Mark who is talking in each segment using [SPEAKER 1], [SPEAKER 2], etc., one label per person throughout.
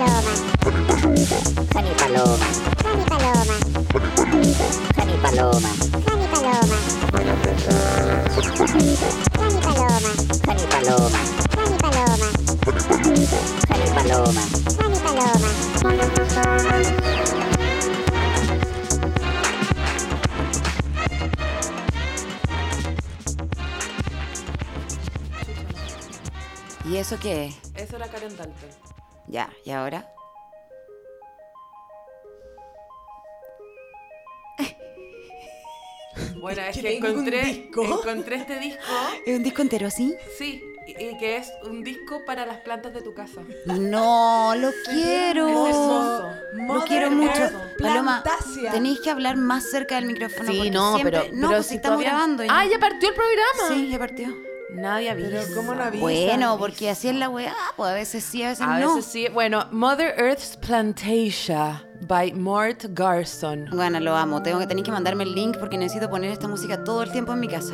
[SPEAKER 1] Paloma. Dani Paloma. Dani Paloma. Dani Paloma. Dani Paloma. Dani Paloma. Dani Paloma. Dani Paloma. Dani Paloma. Dani Paloma. Dani Paloma.
[SPEAKER 2] ¿Y eso qué es?
[SPEAKER 3] Eso era Karen Dalton.
[SPEAKER 2] Ya, ¿y ahora?
[SPEAKER 3] Bueno, es
[SPEAKER 4] que
[SPEAKER 3] que
[SPEAKER 4] tengo un
[SPEAKER 3] encontré,
[SPEAKER 4] disco.
[SPEAKER 3] encontré este disco,
[SPEAKER 2] ¿Es un disco entero así?
[SPEAKER 3] sí, y, y que es un disco para las plantas de tu casa.
[SPEAKER 2] No, lo quiero.
[SPEAKER 3] Es hermoso.
[SPEAKER 2] Lo
[SPEAKER 4] Mother
[SPEAKER 2] quiero mucho.
[SPEAKER 4] Earth,
[SPEAKER 2] Paloma,
[SPEAKER 4] Plantasia.
[SPEAKER 2] tenéis que hablar más cerca del micrófono.
[SPEAKER 5] Sí,
[SPEAKER 2] porque
[SPEAKER 5] no,
[SPEAKER 2] siempre-
[SPEAKER 5] pero-
[SPEAKER 2] No,
[SPEAKER 5] pero
[SPEAKER 2] pues
[SPEAKER 5] si
[SPEAKER 2] estamos
[SPEAKER 5] todavía-
[SPEAKER 2] grabando. ya.
[SPEAKER 5] ¡Ah, ya partió el programa!
[SPEAKER 2] Sí, ya partió.
[SPEAKER 5] Nadie avisa.
[SPEAKER 4] Pero ¿cómo no avisa?
[SPEAKER 2] Bueno, porque así es la weá, pues a veces sí, a veces
[SPEAKER 5] A
[SPEAKER 2] no.
[SPEAKER 5] veces sí. Bueno, Mother Earth's Plantasia by Mort Garson.
[SPEAKER 2] Bueno, lo amo. Tengo que tenéis que mandarme el link porque necesito poner esta música todo el tiempo en mi casa.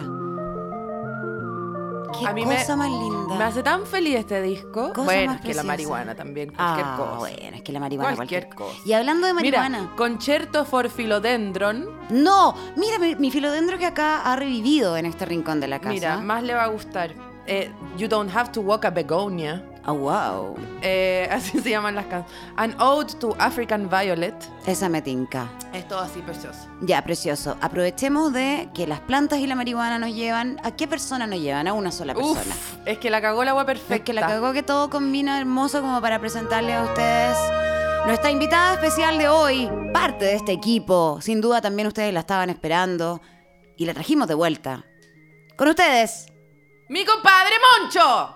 [SPEAKER 2] Qué
[SPEAKER 5] A mí me-
[SPEAKER 2] cosa más linda.
[SPEAKER 5] Me hace tan feliz este disco.
[SPEAKER 2] Cosa
[SPEAKER 5] bueno,
[SPEAKER 2] más
[SPEAKER 5] es que la
[SPEAKER 2] preciosa.
[SPEAKER 5] marihuana también, cualquier
[SPEAKER 2] ah,
[SPEAKER 5] cosa.
[SPEAKER 2] bueno, es que la marihuana
[SPEAKER 5] Cualquier
[SPEAKER 2] cualquier,
[SPEAKER 5] cosa.
[SPEAKER 2] Y hablando de
[SPEAKER 5] Mira,
[SPEAKER 2] marihuana.
[SPEAKER 5] concierto for Philodendron.
[SPEAKER 2] No, mira mi, mi filodendro que acá ha revivido en este rincón de la casa.
[SPEAKER 5] Mira, más le va a gustar. Eh, you don't have to walk a begonia.
[SPEAKER 2] Ah, wow.
[SPEAKER 5] Eh, así se llaman las canciones. An Ode to African Violet.
[SPEAKER 2] Esa me tinca.
[SPEAKER 5] Es todo así precioso.
[SPEAKER 2] Ya, precioso. Aprovechemos de que las plantas y la marihuana nos llevan. ¿A qué persona nos llevan? A una sola
[SPEAKER 5] Uf,
[SPEAKER 2] persona.
[SPEAKER 5] es que la cagó la agua perfecta.
[SPEAKER 2] Es que la cagó que todo combina hermoso como para presentarle a ustedes nuestra invitada especial de hoy, parte de este equipo. Sin duda también ustedes la estaban esperando y la trajimos de vuelta. Con ustedes,
[SPEAKER 5] ¡Mi compadre Moncho!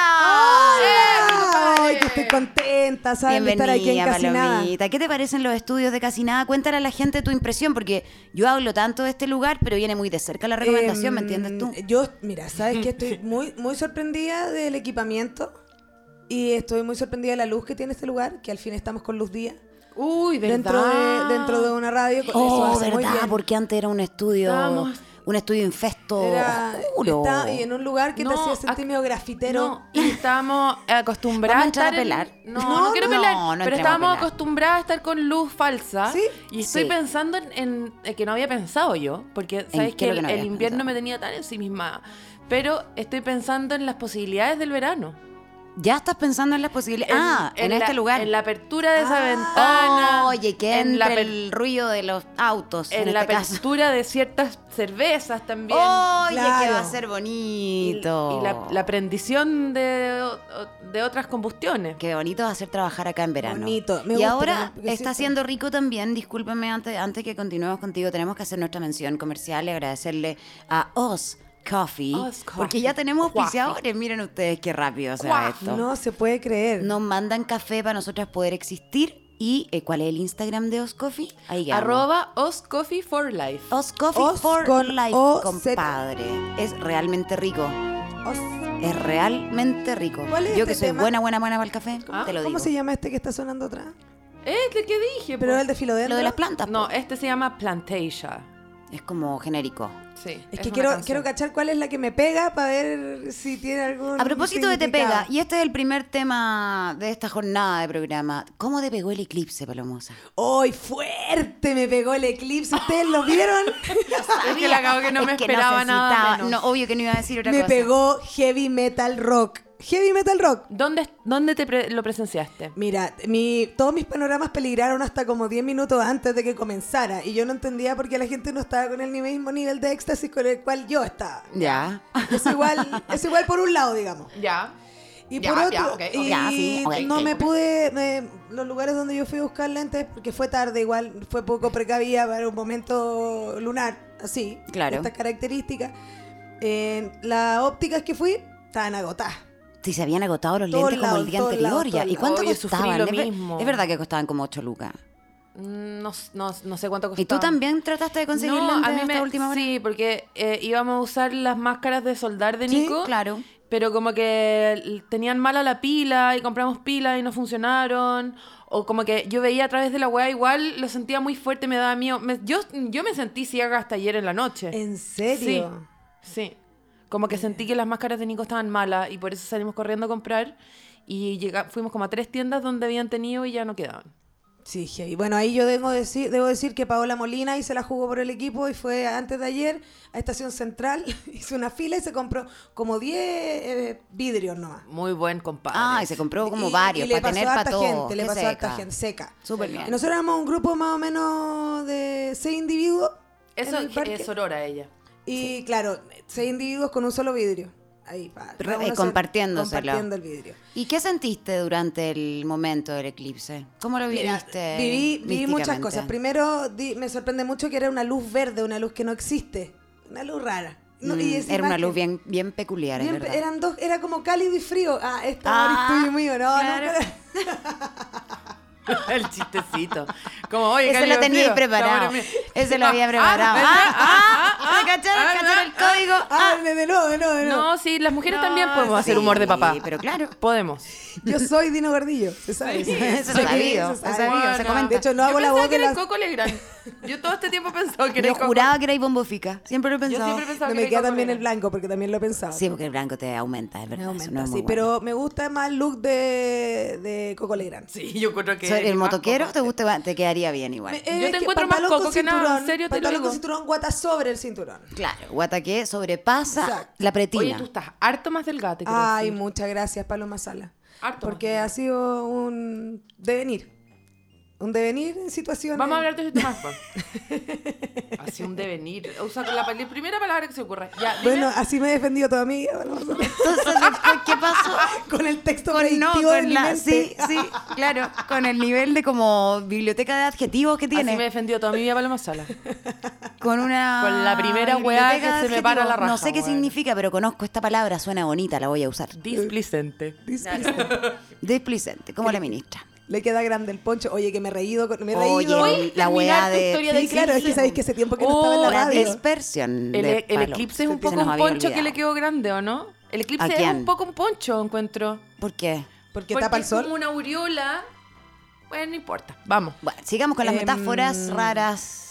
[SPEAKER 2] Palomozza.
[SPEAKER 5] ¡Eh, mi compadre!
[SPEAKER 4] Ay, que estoy contenta, ¿saben? De estar aquí en
[SPEAKER 2] Bienvenida,
[SPEAKER 4] Casi Nada.
[SPEAKER 2] Palomita. ¿Qué te parecen los estudios de Casi Nada? Cuéntale a la gente tu impresión, porque yo hablo tanto de este lugar, pero viene muy de cerca la recomendación, ¿me
[SPEAKER 4] Em,
[SPEAKER 2] entiendes tú?
[SPEAKER 4] Yo, mira, sabes que estoy muy, muy sorprendida del equipamiento y estoy muy sorprendida de la luz que tiene este lugar, que al fin estamos con luz día.
[SPEAKER 5] Uy, ¿verdad?
[SPEAKER 4] Dentro de, dentro de una radio. con- eso
[SPEAKER 2] Oh,
[SPEAKER 4] hace muy
[SPEAKER 2] verdad,
[SPEAKER 4] bien.
[SPEAKER 2] porque antes era un estudio,
[SPEAKER 5] Estábamos-
[SPEAKER 2] un estudio infesto
[SPEAKER 4] Era,
[SPEAKER 2] oscuro.
[SPEAKER 4] estaba- y en un lugar que
[SPEAKER 5] No,
[SPEAKER 4] te hacía
[SPEAKER 5] ac-
[SPEAKER 4] sentir medio grafitero.
[SPEAKER 5] No, y estamos acostumbrados
[SPEAKER 2] ¿Vamos a entrar a
[SPEAKER 5] estar en-
[SPEAKER 2] pelar?
[SPEAKER 5] No,
[SPEAKER 2] No,
[SPEAKER 5] no, quiero
[SPEAKER 2] no,
[SPEAKER 5] pelar,
[SPEAKER 2] no
[SPEAKER 5] pero
[SPEAKER 2] entremos a
[SPEAKER 5] estábamos
[SPEAKER 2] pelar.
[SPEAKER 5] acostumbrados a estar con luz falsa.
[SPEAKER 4] Sí.
[SPEAKER 5] Y estoy
[SPEAKER 2] Sí.
[SPEAKER 5] pensando en, en- eh, que no había pensado yo, porque sabes
[SPEAKER 2] qué
[SPEAKER 5] que
[SPEAKER 2] es lo
[SPEAKER 5] el,
[SPEAKER 2] que no
[SPEAKER 5] el
[SPEAKER 2] habías
[SPEAKER 5] invierno
[SPEAKER 2] pensado?
[SPEAKER 5] me tenía tan en sí misma. Pero estoy pensando en las posibilidades del verano.
[SPEAKER 2] Ya estás pensando en las posibilidades. Ah, en,
[SPEAKER 5] la-
[SPEAKER 2] este lugar. Ah,
[SPEAKER 5] En la apertura de esa ventana.
[SPEAKER 2] Oye, que
[SPEAKER 5] en la
[SPEAKER 2] entre
[SPEAKER 5] per-
[SPEAKER 2] el ruido de los autos. En,
[SPEAKER 5] en la
[SPEAKER 2] este caso.
[SPEAKER 5] apertura de ciertas cervezas también.
[SPEAKER 2] Oye, que
[SPEAKER 4] Claro.
[SPEAKER 2] va a ser
[SPEAKER 5] y, y
[SPEAKER 2] bonito.
[SPEAKER 5] la, la prendición de, de otras combustiones.
[SPEAKER 2] Qué bonito va a ser trabajar acá en verano.
[SPEAKER 4] Bonito, me
[SPEAKER 2] y
[SPEAKER 4] gusta
[SPEAKER 2] ahora
[SPEAKER 4] también, porque
[SPEAKER 2] está
[SPEAKER 4] siento-
[SPEAKER 2] siendo rico también, discúlpame, antes, antes que continuemos contigo, tenemos que hacer nuestra mención comercial y agradecerle a Oz Coffee,
[SPEAKER 5] Oz Coffee.
[SPEAKER 2] porque ya tenemos
[SPEAKER 5] Coffee.
[SPEAKER 2] auspiciadores. Miren ustedes qué rápido se va
[SPEAKER 5] Coffee.
[SPEAKER 2] esto.
[SPEAKER 4] No se puede creer.
[SPEAKER 2] Nos mandan café para nosotras poder existir. ¿Y eh, cuál es el Instagram de Oz Coffee? Ahí quedamos.
[SPEAKER 5] Arroba Os Coffee for Life.
[SPEAKER 2] Oz Coffee
[SPEAKER 4] Oz
[SPEAKER 2] for
[SPEAKER 4] con
[SPEAKER 2] Life,
[SPEAKER 4] O Z.
[SPEAKER 2] compadre. Es realmente rico.
[SPEAKER 4] Os-
[SPEAKER 2] Es realmente rico.
[SPEAKER 4] ¿Cuál es
[SPEAKER 2] Yo que
[SPEAKER 4] este
[SPEAKER 2] soy
[SPEAKER 4] tema?
[SPEAKER 2] buena, buena, buena para el café,
[SPEAKER 5] Ah,
[SPEAKER 2] te lo digo.
[SPEAKER 4] ¿Cómo se llama este que está sonando atrás?
[SPEAKER 5] Eh, ¿de ¿qué dije?
[SPEAKER 4] Pero
[SPEAKER 5] po?
[SPEAKER 4] el de Filodendro.
[SPEAKER 2] Lo de las plantas.
[SPEAKER 5] No,
[SPEAKER 2] po.
[SPEAKER 5] este se llama Plantasia.
[SPEAKER 2] Es como genérico.
[SPEAKER 5] Sí.
[SPEAKER 4] Es que
[SPEAKER 5] una
[SPEAKER 4] quiero,
[SPEAKER 5] canción.
[SPEAKER 4] quiero cachar cuál es la que me pega para ver si tiene algún.
[SPEAKER 2] A propósito de Te Pega,
[SPEAKER 4] significado.
[SPEAKER 2] y este es el primer tema de esta jornada de programa. ¿Cómo te pegó el eclipse, Palomosa?
[SPEAKER 4] ¡Ay, fuerte! Me pegó el eclipse. ¿Ustedes lo vieron?
[SPEAKER 5] Es que la cago que no
[SPEAKER 2] Es
[SPEAKER 5] me
[SPEAKER 2] que
[SPEAKER 5] esperaba
[SPEAKER 2] se
[SPEAKER 5] nada.
[SPEAKER 2] necesitaba.
[SPEAKER 5] menos.
[SPEAKER 2] No, obvio que no iba a decir otra
[SPEAKER 4] me
[SPEAKER 2] cosa.
[SPEAKER 4] pegó heavy metal rock. Heavy metal rock.
[SPEAKER 5] ¿Dónde, dónde te pre- lo presenciaste?
[SPEAKER 4] Mira, mi, todos mis panoramas peligraron hasta como 10 minutos antes de que comenzara. Y yo no entendía por qué la gente no estaba con el ni- mismo nivel de éxtasis con el cual yo estaba.
[SPEAKER 2] Ya.
[SPEAKER 4] Es igual, es igual por un lado, digamos.
[SPEAKER 5] Ya.
[SPEAKER 4] Y
[SPEAKER 5] Ya,
[SPEAKER 4] por otro,
[SPEAKER 5] ya, ok, ok.
[SPEAKER 4] y
[SPEAKER 2] Ya, sí, ok,
[SPEAKER 4] no
[SPEAKER 2] ok,
[SPEAKER 4] me
[SPEAKER 2] ok.
[SPEAKER 4] pude, me- los lugares donde yo fui a buscar lentes, porque fue tarde igual, fue poco precavida para un momento lunar, así,
[SPEAKER 2] Claro.
[SPEAKER 4] estas características. eh, En las ópticas que fui, estaban agotadas.
[SPEAKER 2] Si se habían agotado los
[SPEAKER 4] Todos
[SPEAKER 2] lentes como
[SPEAKER 4] lados,
[SPEAKER 2] el día
[SPEAKER 4] todos
[SPEAKER 2] anterior
[SPEAKER 4] lados,
[SPEAKER 2] ya.
[SPEAKER 4] todos
[SPEAKER 2] ¿Y cuánto
[SPEAKER 5] lados. Oye, sufrí
[SPEAKER 2] costaban?
[SPEAKER 5] lo
[SPEAKER 2] Es ver-
[SPEAKER 5] mismo.
[SPEAKER 2] Es verdad que costaban como 8 lucas.
[SPEAKER 5] Mm, No, s- no, no sé cuánto costó.
[SPEAKER 2] ¿Y tú también trataste de conseguir
[SPEAKER 5] no,
[SPEAKER 2] lentes
[SPEAKER 5] a mí
[SPEAKER 2] hasta
[SPEAKER 5] me-
[SPEAKER 2] última hora?
[SPEAKER 5] Sí, porque eh, íbamos a usar las máscaras de soldar de
[SPEAKER 2] Sí,
[SPEAKER 5] Nico.
[SPEAKER 2] claro.
[SPEAKER 5] Pero como que l- tenían mala la pila y compramos pila y no funcionaron. O como que yo veía a través de la weá igual, lo sentía muy fuerte, me daba miedo. Me- yo, yo me sentí ciega hasta ayer en la noche.
[SPEAKER 2] Eh.
[SPEAKER 4] ¿En serio?
[SPEAKER 5] Sí, sí. Como que sentí que las máscaras de Nico estaban malas y por eso salimos corriendo a comprar. Y llega, fuimos como a tres tiendas donde habían tenido y ya no quedaban.
[SPEAKER 4] Sí, heavy. Bueno, ahí yo debo decir, debo decir que Paola Molina y se la jugó por el equipo y fue antes de ayer a Estación Central, hizo una fila y se compró como 10 eh, vidrios nomás.
[SPEAKER 5] Muy buen compadre.
[SPEAKER 2] Ah, y se compró como
[SPEAKER 4] Y-
[SPEAKER 2] varios
[SPEAKER 4] y le
[SPEAKER 2] para
[SPEAKER 4] pasó
[SPEAKER 2] tener
[SPEAKER 4] a
[SPEAKER 2] para
[SPEAKER 4] harta
[SPEAKER 2] todo.
[SPEAKER 4] gente, le
[SPEAKER 2] Qué
[SPEAKER 4] pasó a harta
[SPEAKER 2] seca.
[SPEAKER 4] gente, seca.
[SPEAKER 2] Súper
[SPEAKER 4] Y
[SPEAKER 2] bien.
[SPEAKER 4] Nosotros éramos un grupo más o menos de seis individuos. en
[SPEAKER 5] Eso
[SPEAKER 4] el parque.
[SPEAKER 5] es Aurora ella.
[SPEAKER 4] Y claro, seis individuos con un solo vidrio. Ahí, pa,
[SPEAKER 2] Pero,
[SPEAKER 4] cada uno
[SPEAKER 2] eh,
[SPEAKER 4] se-
[SPEAKER 2] compartiéndoselo.
[SPEAKER 4] Compartiendo el vidrio.
[SPEAKER 2] ¿Y qué sentiste durante el momento del eclipse? ¿Cómo lo
[SPEAKER 4] Mira,
[SPEAKER 2] viviste?
[SPEAKER 4] viví, viví muchas
[SPEAKER 2] místicamente?
[SPEAKER 4] cosas. Primero, di- me sorprende mucho que era una luz verde, una luz que no existe. Una luz rara. No, y
[SPEAKER 2] Mm,
[SPEAKER 4] esa
[SPEAKER 2] era una
[SPEAKER 4] imagen,
[SPEAKER 2] luz bien, bien peculiar, es
[SPEAKER 4] bien-
[SPEAKER 2] verdad.
[SPEAKER 4] eran dos, era como cálido y frío. Ah, esta
[SPEAKER 2] Ah,
[SPEAKER 4] amor es tuyo y mío, no,
[SPEAKER 5] claro.
[SPEAKER 4] nunca-
[SPEAKER 5] El chistecito. Como, oye,
[SPEAKER 2] Ese
[SPEAKER 5] Cali,
[SPEAKER 2] lo tenía ahí
[SPEAKER 5] tío,
[SPEAKER 2] preparado.
[SPEAKER 5] está bueno, mira.
[SPEAKER 2] Ese lo había preparado.
[SPEAKER 5] ah,
[SPEAKER 2] Ah, ah,
[SPEAKER 5] ah,
[SPEAKER 2] ah, ¿cacharon?
[SPEAKER 5] ah,
[SPEAKER 2] ¿Cacharon el código?
[SPEAKER 4] Ah, de nuevo, de nuevo, de nuevo.
[SPEAKER 5] No, sí, las mujeres
[SPEAKER 4] No,
[SPEAKER 5] también podemos hacer humor de
[SPEAKER 2] sí,
[SPEAKER 5] papá.
[SPEAKER 2] pero claro.
[SPEAKER 5] Podemos.
[SPEAKER 4] Yo soy Dino Gordillo, se sabe.
[SPEAKER 2] Sí, eso es sabido,
[SPEAKER 4] se
[SPEAKER 2] es
[SPEAKER 4] sabe.
[SPEAKER 2] sabido, se comenta.
[SPEAKER 4] De hecho, no hago
[SPEAKER 5] Yo
[SPEAKER 4] la
[SPEAKER 5] pensaba
[SPEAKER 4] voz
[SPEAKER 5] que
[SPEAKER 4] de
[SPEAKER 5] era
[SPEAKER 4] la...
[SPEAKER 5] el Coco Legrand. Yo todo este tiempo pensaba que era
[SPEAKER 2] Yo
[SPEAKER 5] el Coco.
[SPEAKER 2] juraba que era bofica. Siempre lo he
[SPEAKER 5] Yo
[SPEAKER 2] pensado.
[SPEAKER 5] siempre pensaba
[SPEAKER 4] No
[SPEAKER 5] que
[SPEAKER 4] me
[SPEAKER 5] era
[SPEAKER 4] queda
[SPEAKER 5] el Coco
[SPEAKER 4] también el
[SPEAKER 5] Legrand.
[SPEAKER 4] blanco, porque también lo he pensado.
[SPEAKER 2] Sí, porque el blanco te aumenta, es
[SPEAKER 4] Me
[SPEAKER 2] verdad. eso
[SPEAKER 4] aumenta,
[SPEAKER 2] no es
[SPEAKER 4] sí,
[SPEAKER 2] muy bueno.
[SPEAKER 4] pero me gusta más el look de, de Coco Legrand.
[SPEAKER 5] Sí, yo creo que.
[SPEAKER 2] So,
[SPEAKER 5] es
[SPEAKER 2] ¿El
[SPEAKER 5] más
[SPEAKER 2] motoquero
[SPEAKER 5] Coco.
[SPEAKER 2] te, gusta, te quedaría bien igual?
[SPEAKER 4] Me- eh,
[SPEAKER 5] Yo te
[SPEAKER 4] es que
[SPEAKER 5] encuentro más
[SPEAKER 4] pantalón
[SPEAKER 5] coco
[SPEAKER 4] con
[SPEAKER 5] que nada, en
[SPEAKER 4] cinturón,
[SPEAKER 5] serio te lo
[SPEAKER 4] Pantalón
[SPEAKER 5] digo.
[SPEAKER 4] con cinturón, guata sobre el cinturón.
[SPEAKER 2] Claro, Guataque sobrepasa
[SPEAKER 4] Exacto.
[SPEAKER 2] la pretina.
[SPEAKER 5] Oye, tú estás harto más delgada, te quiero
[SPEAKER 4] Ay,
[SPEAKER 5] decir.
[SPEAKER 4] muchas gracias, Paloma Sala.
[SPEAKER 5] Harto
[SPEAKER 4] porque
[SPEAKER 5] más.
[SPEAKER 4] ha sido un devenir. Un devenir en situaciones.
[SPEAKER 5] Vamos a hablar de este esto más, Juan. Así un devenir. Usa con la pal- primera palabra que se ocurra. Ya, dime.
[SPEAKER 4] Bueno, así me he defendido toda mi vida, Paloma Sala.
[SPEAKER 2] Entonces, después, ¿qué pasó?
[SPEAKER 5] Ah,
[SPEAKER 4] Con el texto
[SPEAKER 2] Con no,
[SPEAKER 4] predictivo de
[SPEAKER 2] con
[SPEAKER 4] mi
[SPEAKER 2] la,
[SPEAKER 4] mente.
[SPEAKER 2] sí, sí, claro, con el nivel de como biblioteca de adjetivos que
[SPEAKER 5] Así me he
[SPEAKER 2] tiene,
[SPEAKER 5] defendido toda mi vida Paloma Sala.
[SPEAKER 2] con una
[SPEAKER 5] Con la primera
[SPEAKER 2] biblioteca
[SPEAKER 5] weá que
[SPEAKER 2] de
[SPEAKER 5] se me para la
[SPEAKER 2] adjetivos. No
[SPEAKER 5] raja,
[SPEAKER 2] sé qué
[SPEAKER 5] weón.
[SPEAKER 2] significa, pero conozco esta palabra, suena bonita, la voy a usar.
[SPEAKER 5] Displicente.
[SPEAKER 2] Displicente, como la ministra.
[SPEAKER 4] Le queda grande el poncho. Oye, que me he reído. con- Me he
[SPEAKER 2] Oye,
[SPEAKER 4] reído.
[SPEAKER 2] Oye, la weá de-
[SPEAKER 4] Sí, claro, es que sabéis que hace tiempo que no estaba en la
[SPEAKER 5] Oh,
[SPEAKER 2] La e-,
[SPEAKER 4] radio.
[SPEAKER 2] dispersión
[SPEAKER 5] El,
[SPEAKER 2] de
[SPEAKER 5] el
[SPEAKER 2] Paloma.
[SPEAKER 5] eclipse es un
[SPEAKER 2] Se
[SPEAKER 5] poco
[SPEAKER 2] nos
[SPEAKER 5] un
[SPEAKER 2] había
[SPEAKER 5] poncho que le
[SPEAKER 2] olvidado.
[SPEAKER 5] quedó grande, ¿o no? El
[SPEAKER 2] ¿A
[SPEAKER 5] eclipse es
[SPEAKER 2] quién?
[SPEAKER 5] un poco un poncho, encuentro.
[SPEAKER 2] ¿Por qué?
[SPEAKER 4] Porque tapa el
[SPEAKER 5] es
[SPEAKER 4] sol.
[SPEAKER 5] como una aureola. Bueno, no importa. Vamos.
[SPEAKER 2] Bueno, sigamos con las
[SPEAKER 4] Em,
[SPEAKER 2] metáforas raras.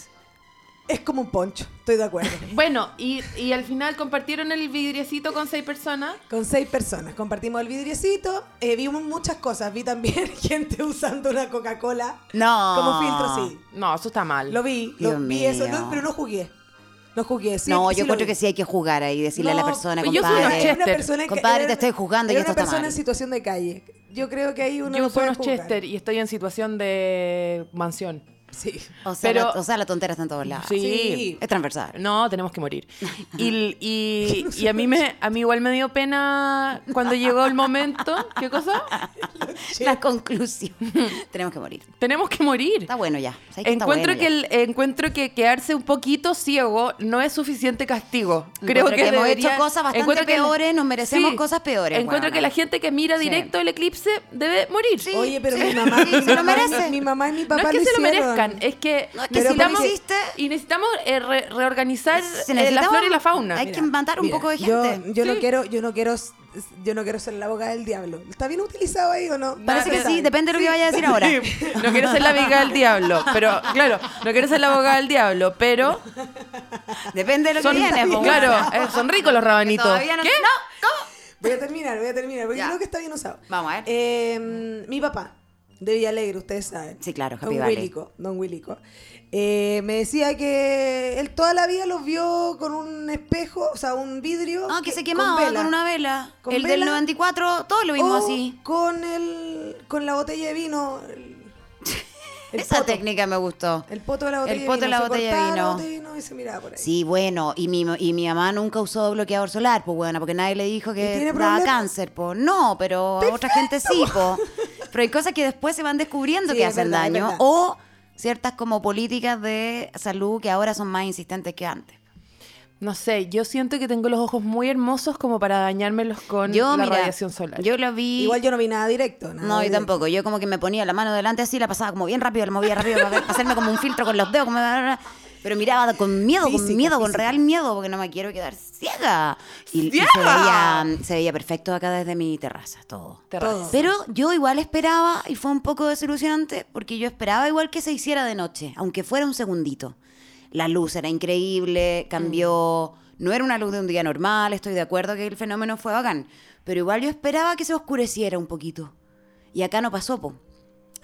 [SPEAKER 4] Es como un poncho, estoy de acuerdo.
[SPEAKER 5] Bueno, y, y al final compartieron el vidriecito con seis personas.
[SPEAKER 4] Con seis personas. Compartimos el vidriecito. eh, vimos muchas cosas. Vi también gente usando una Coca-Cola
[SPEAKER 2] No.
[SPEAKER 4] como filtro, sí.
[SPEAKER 5] No, eso está mal.
[SPEAKER 4] Lo vi,
[SPEAKER 2] Dios
[SPEAKER 4] lo, vi eso,
[SPEAKER 2] mío.
[SPEAKER 4] no, pero no jugué. No jugué, sí.
[SPEAKER 2] no,
[SPEAKER 4] sí
[SPEAKER 2] yo
[SPEAKER 4] lo
[SPEAKER 2] encuentro
[SPEAKER 4] vi.
[SPEAKER 2] que sí hay que jugar ahí, decirle a la
[SPEAKER 4] No,
[SPEAKER 2] persona,
[SPEAKER 5] pues yo soy una
[SPEAKER 2] compadre.
[SPEAKER 5] chef. Chester.
[SPEAKER 4] persona
[SPEAKER 2] Compadre, te estoy juzgando y
[SPEAKER 4] era
[SPEAKER 2] esto
[SPEAKER 4] una
[SPEAKER 2] está
[SPEAKER 4] persona
[SPEAKER 2] mal.
[SPEAKER 4] en situación de calle. Yo creo que ahí uno
[SPEAKER 5] Yo
[SPEAKER 4] no
[SPEAKER 5] soy
[SPEAKER 4] puede
[SPEAKER 5] unos
[SPEAKER 4] juzgar.
[SPEAKER 5] Chester y estoy en situación de mansión.
[SPEAKER 4] Sí.
[SPEAKER 2] O sea,
[SPEAKER 5] Pero-
[SPEAKER 2] la, o sea, la tontera está en todos lados.
[SPEAKER 5] Sí.
[SPEAKER 2] Es transversal.
[SPEAKER 5] No, tenemos que morir. Y, y- y a mí me a mí igual me dio pena cuando llegó el momento. ¿Qué cosa?
[SPEAKER 2] La conclusión. Tenemos que morir.
[SPEAKER 5] Tenemos que morir.
[SPEAKER 2] Está bueno ya. ¿Sabes qué? Está
[SPEAKER 5] Encuentro
[SPEAKER 2] bueno
[SPEAKER 5] que
[SPEAKER 2] ya.
[SPEAKER 5] el, encuentro que quedarse un poquito ciego no es suficiente castigo. Creo
[SPEAKER 2] Encuentro
[SPEAKER 5] que,
[SPEAKER 2] que hemos
[SPEAKER 5] debería-
[SPEAKER 2] hecho cosas bastante
[SPEAKER 5] encuentro que-
[SPEAKER 2] peores, nos merecemos cosas peores,
[SPEAKER 5] Encuentro
[SPEAKER 2] weona.
[SPEAKER 5] que la gente que mira
[SPEAKER 2] Sí.
[SPEAKER 5] directo el eclipse debe morir.
[SPEAKER 2] Sí.
[SPEAKER 4] Oye, pero
[SPEAKER 2] sí,
[SPEAKER 4] mi mamá,
[SPEAKER 2] sí,
[SPEAKER 4] mi
[SPEAKER 2] se lo
[SPEAKER 4] mamá y-
[SPEAKER 2] merece.
[SPEAKER 4] mi mamá y mi papá
[SPEAKER 5] no es que
[SPEAKER 4] lo
[SPEAKER 5] se lo
[SPEAKER 4] hicieron.
[SPEAKER 5] merezcan, es que,
[SPEAKER 2] No, es que
[SPEAKER 4] si lo
[SPEAKER 5] necesitamos,
[SPEAKER 2] hiciste-
[SPEAKER 5] y necesitamos eh, re- reorganizar
[SPEAKER 2] Se
[SPEAKER 5] eh, la
[SPEAKER 2] necesitaba-
[SPEAKER 5] flora y la fauna.
[SPEAKER 2] Hay que matar un
[SPEAKER 4] Mira,
[SPEAKER 2] poco de
[SPEAKER 4] yo-
[SPEAKER 2] gente.
[SPEAKER 4] Yo, no
[SPEAKER 5] Sí.
[SPEAKER 4] quiero, yo no quiero, yo no quiero ser la abogada del diablo. ¿Está bien utilizado ahí o no?
[SPEAKER 2] Parece que
[SPEAKER 5] pero-
[SPEAKER 2] sí, depende de lo que vaya a decir ahora.
[SPEAKER 5] No quiero ser la amiga del diablo, pero claro, no quiero ser la abogada del diablo, pero
[SPEAKER 2] Depende de lo
[SPEAKER 5] son,
[SPEAKER 2] que viene. po,
[SPEAKER 5] claro,
[SPEAKER 2] weona.
[SPEAKER 5] eh, son ricos los
[SPEAKER 2] Que
[SPEAKER 5] rabanitos.
[SPEAKER 2] todavía no,
[SPEAKER 5] ¿Qué?
[SPEAKER 2] no, ¿cómo?
[SPEAKER 4] Voy a terminar, voy a terminar, porque
[SPEAKER 2] Ya.
[SPEAKER 4] creo que está bien usado.
[SPEAKER 2] Vamos a ver.
[SPEAKER 4] Eh, mi papá, de Villalegre, ustedes saben.
[SPEAKER 2] Sí, claro,
[SPEAKER 4] Don
[SPEAKER 2] Happy Valley.
[SPEAKER 4] Willico, Don Willico. Eh, me decía que él toda la vida los vio con un espejo, o sea, un vidrio.
[SPEAKER 2] Ah, que se
[SPEAKER 4] con
[SPEAKER 2] quemaba con,
[SPEAKER 4] vela.
[SPEAKER 2] una vela.
[SPEAKER 4] Con
[SPEAKER 2] el
[SPEAKER 4] vela. Oh,
[SPEAKER 2] del 94, todos lo vimos
[SPEAKER 4] O
[SPEAKER 2] así.
[SPEAKER 4] Con el, con la botella de vino. el- el
[SPEAKER 2] Esa
[SPEAKER 4] poto.
[SPEAKER 2] técnica me gustó.
[SPEAKER 4] El poto de la botella
[SPEAKER 2] El poto
[SPEAKER 4] de vino.
[SPEAKER 2] de la
[SPEAKER 4] Se
[SPEAKER 2] botella de
[SPEAKER 4] cortaba la
[SPEAKER 2] vino.
[SPEAKER 4] botella de vino y se miraba por ahí.
[SPEAKER 2] Sí, bueno, y mi, y mi mamá nunca usó bloqueador solar, pues bueno, porque nadie le dijo
[SPEAKER 4] ¿Y tiene
[SPEAKER 2] que daba
[SPEAKER 4] problema?
[SPEAKER 2] cáncer, pues no, pero a otra gente sí, pues. Pero hay cosas que después se van descubriendo
[SPEAKER 4] Sí,
[SPEAKER 2] que
[SPEAKER 4] es
[SPEAKER 2] hacen
[SPEAKER 4] verdad, es
[SPEAKER 2] daño
[SPEAKER 4] verdad.
[SPEAKER 2] o ciertas como políticas de salud que ahora son más insistentes que antes.
[SPEAKER 5] No sé, yo siento que tengo los ojos muy hermosos como para dañármelos con
[SPEAKER 2] Yo,
[SPEAKER 5] la
[SPEAKER 2] mira,
[SPEAKER 5] radiación solar.
[SPEAKER 2] yo lo vi...
[SPEAKER 4] Igual yo no vi nada directo. nada
[SPEAKER 2] no, yo
[SPEAKER 4] directo.
[SPEAKER 2] tampoco. Yo como que me ponía la mano delante así, la pasaba como bien rápido, la movía rápido para, ver- para hacerme como un filtro con los dedos, como- pero miraba con miedo,
[SPEAKER 4] Física,
[SPEAKER 2] con miedo, con
[SPEAKER 4] física.
[SPEAKER 2] real miedo, porque no me quiero quedar ciega. Y, y se,
[SPEAKER 5] ¡Ciega!
[SPEAKER 2] veía, se veía perfecto acá desde mi terraza, todo.
[SPEAKER 5] Terraza.
[SPEAKER 4] Todo.
[SPEAKER 2] Pero yo igual esperaba, y fue un poco desilusionante, porque yo esperaba igual que se hiciera de noche, aunque fuera un segundito. La luz era increíble, cambió, no era una luz de un día normal, estoy de acuerdo que el fenómeno fue bacán, pero igual yo esperaba que se oscureciera un poquito. Y acá no pasó, po.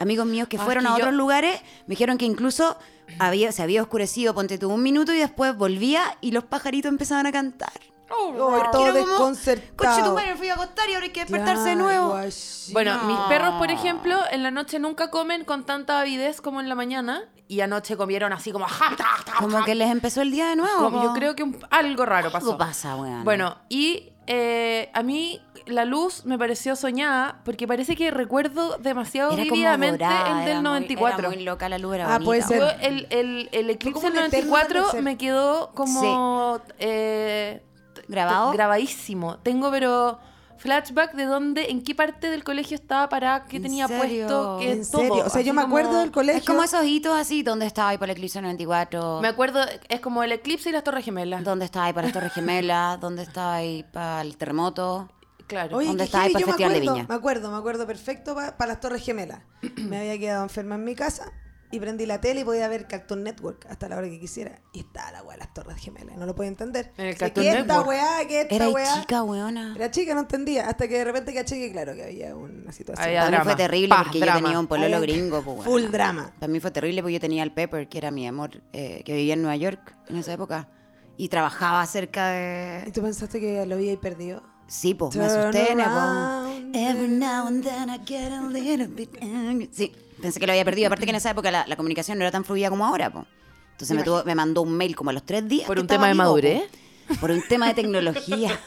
[SPEAKER 2] Amigos míos que
[SPEAKER 5] Ah,
[SPEAKER 2] fueron
[SPEAKER 5] que
[SPEAKER 2] a
[SPEAKER 5] yo-
[SPEAKER 2] otros lugares me dijeron que incluso había, se había oscurecido, ponte tú un minuto y después volvía y los pajaritos empezaban a cantar.
[SPEAKER 4] Oh, todo
[SPEAKER 2] Era como, Coche tu
[SPEAKER 4] desconcertado.
[SPEAKER 2] madre, me fui a acostar y ahora hay que despertarse de nuevo.
[SPEAKER 4] Claro, así.
[SPEAKER 5] Bueno, mis perros, por ejemplo, en la noche nunca comen con tanta avidez como en la mañana. Y anoche comieron así como... "Ja, ta, ta,
[SPEAKER 2] Como
[SPEAKER 5] ta".
[SPEAKER 2] que les empezó el día de nuevo.
[SPEAKER 5] Como- yo
[SPEAKER 2] po.
[SPEAKER 5] creo que un- algo raro pasó.
[SPEAKER 2] Algo pasa, weón.
[SPEAKER 5] Bueno, y eh, a mí la luz me pareció soñada porque parece que recuerdo demasiado
[SPEAKER 2] Era como
[SPEAKER 5] vividamente
[SPEAKER 2] dorada,
[SPEAKER 5] el del
[SPEAKER 2] era muy-
[SPEAKER 5] 94.
[SPEAKER 2] era muy loca la luz, era
[SPEAKER 4] Ah, puede
[SPEAKER 2] bonita,
[SPEAKER 4] ser.
[SPEAKER 5] Yo,
[SPEAKER 2] weón.
[SPEAKER 5] el, el, el eclipse
[SPEAKER 4] como
[SPEAKER 5] del
[SPEAKER 4] un eterno
[SPEAKER 5] 94
[SPEAKER 4] atardecer.
[SPEAKER 5] me quedó como eh, t-
[SPEAKER 2] ¿Grabado?
[SPEAKER 5] t- grabadísimo. Tengo pero flashback de dónde, en qué parte del colegio estaba parada, qué
[SPEAKER 2] ¿En
[SPEAKER 5] tenía
[SPEAKER 2] serio?
[SPEAKER 5] puesto, qué
[SPEAKER 4] En
[SPEAKER 5] todo,
[SPEAKER 4] serio, o sea,
[SPEAKER 5] así
[SPEAKER 4] yo me
[SPEAKER 5] como-
[SPEAKER 4] acuerdo del colegio.
[SPEAKER 2] Es como esos hitos así, ¿dónde estaba ahí para el eclipse 94?
[SPEAKER 5] Me acuerdo, es como el eclipse y las torres gemelas.
[SPEAKER 2] ¿Dónde estaba ahí para las Torres Gemelas? ¿Dónde estaba ahí para el terremoto?
[SPEAKER 5] Claro.
[SPEAKER 4] Oye,
[SPEAKER 2] ¿Dónde
[SPEAKER 4] qué
[SPEAKER 2] estaba
[SPEAKER 4] heavy,
[SPEAKER 2] para el
[SPEAKER 4] yo me
[SPEAKER 2] Festival de
[SPEAKER 4] acuerdo,
[SPEAKER 2] Viña?
[SPEAKER 4] Me acuerdo, me acuerdo perfecto para las Torres Gemelas. me había quedado enferma en mi casa y prendí la tele y podía ver Cartoon Network hasta la hora que quisiera. Y estaba la weá de las Torres Gemelas, no lo podía entender.
[SPEAKER 5] En el
[SPEAKER 4] Sí,
[SPEAKER 5] Cartoon
[SPEAKER 4] ¿qué
[SPEAKER 5] Network.
[SPEAKER 4] esta weá? ¿Qué esta
[SPEAKER 2] Era ahí
[SPEAKER 4] weá?
[SPEAKER 2] chica, weona.
[SPEAKER 4] Era chica, no entendía. Hasta que de repente caché que, claro, que había una situación.
[SPEAKER 5] Había
[SPEAKER 2] Para mí
[SPEAKER 5] drama.
[SPEAKER 2] fue terrible
[SPEAKER 5] Pa,
[SPEAKER 2] porque yo
[SPEAKER 5] drama.
[SPEAKER 2] tenía un pololo
[SPEAKER 4] Había
[SPEAKER 2] gringo, pues, weona.
[SPEAKER 4] Full drama.
[SPEAKER 2] Para mí fue terrible porque yo tenía al Pepper, que era mi amor, eh, que vivía en Nueva York en esa época. Y trabajaba cerca
[SPEAKER 4] ¿Y
[SPEAKER 2] de...
[SPEAKER 4] tú pensaste que lo había perdido?
[SPEAKER 2] Sí, pues, me
[SPEAKER 4] Turn
[SPEAKER 2] asusté. ¿no?
[SPEAKER 4] around.
[SPEAKER 2] Every now and then I get a little bit angry. Sí, pensé que lo había perdido. Aparte que en esa época la, la comunicación no era tan fluida como ahora, po. Entonces me, tuvo- me mandó un mail como a los tres días.
[SPEAKER 5] Por
[SPEAKER 2] que
[SPEAKER 5] un
[SPEAKER 2] estaba
[SPEAKER 5] tema de
[SPEAKER 2] vivo, po.
[SPEAKER 5] madurez.
[SPEAKER 2] Por un tema de tecnología.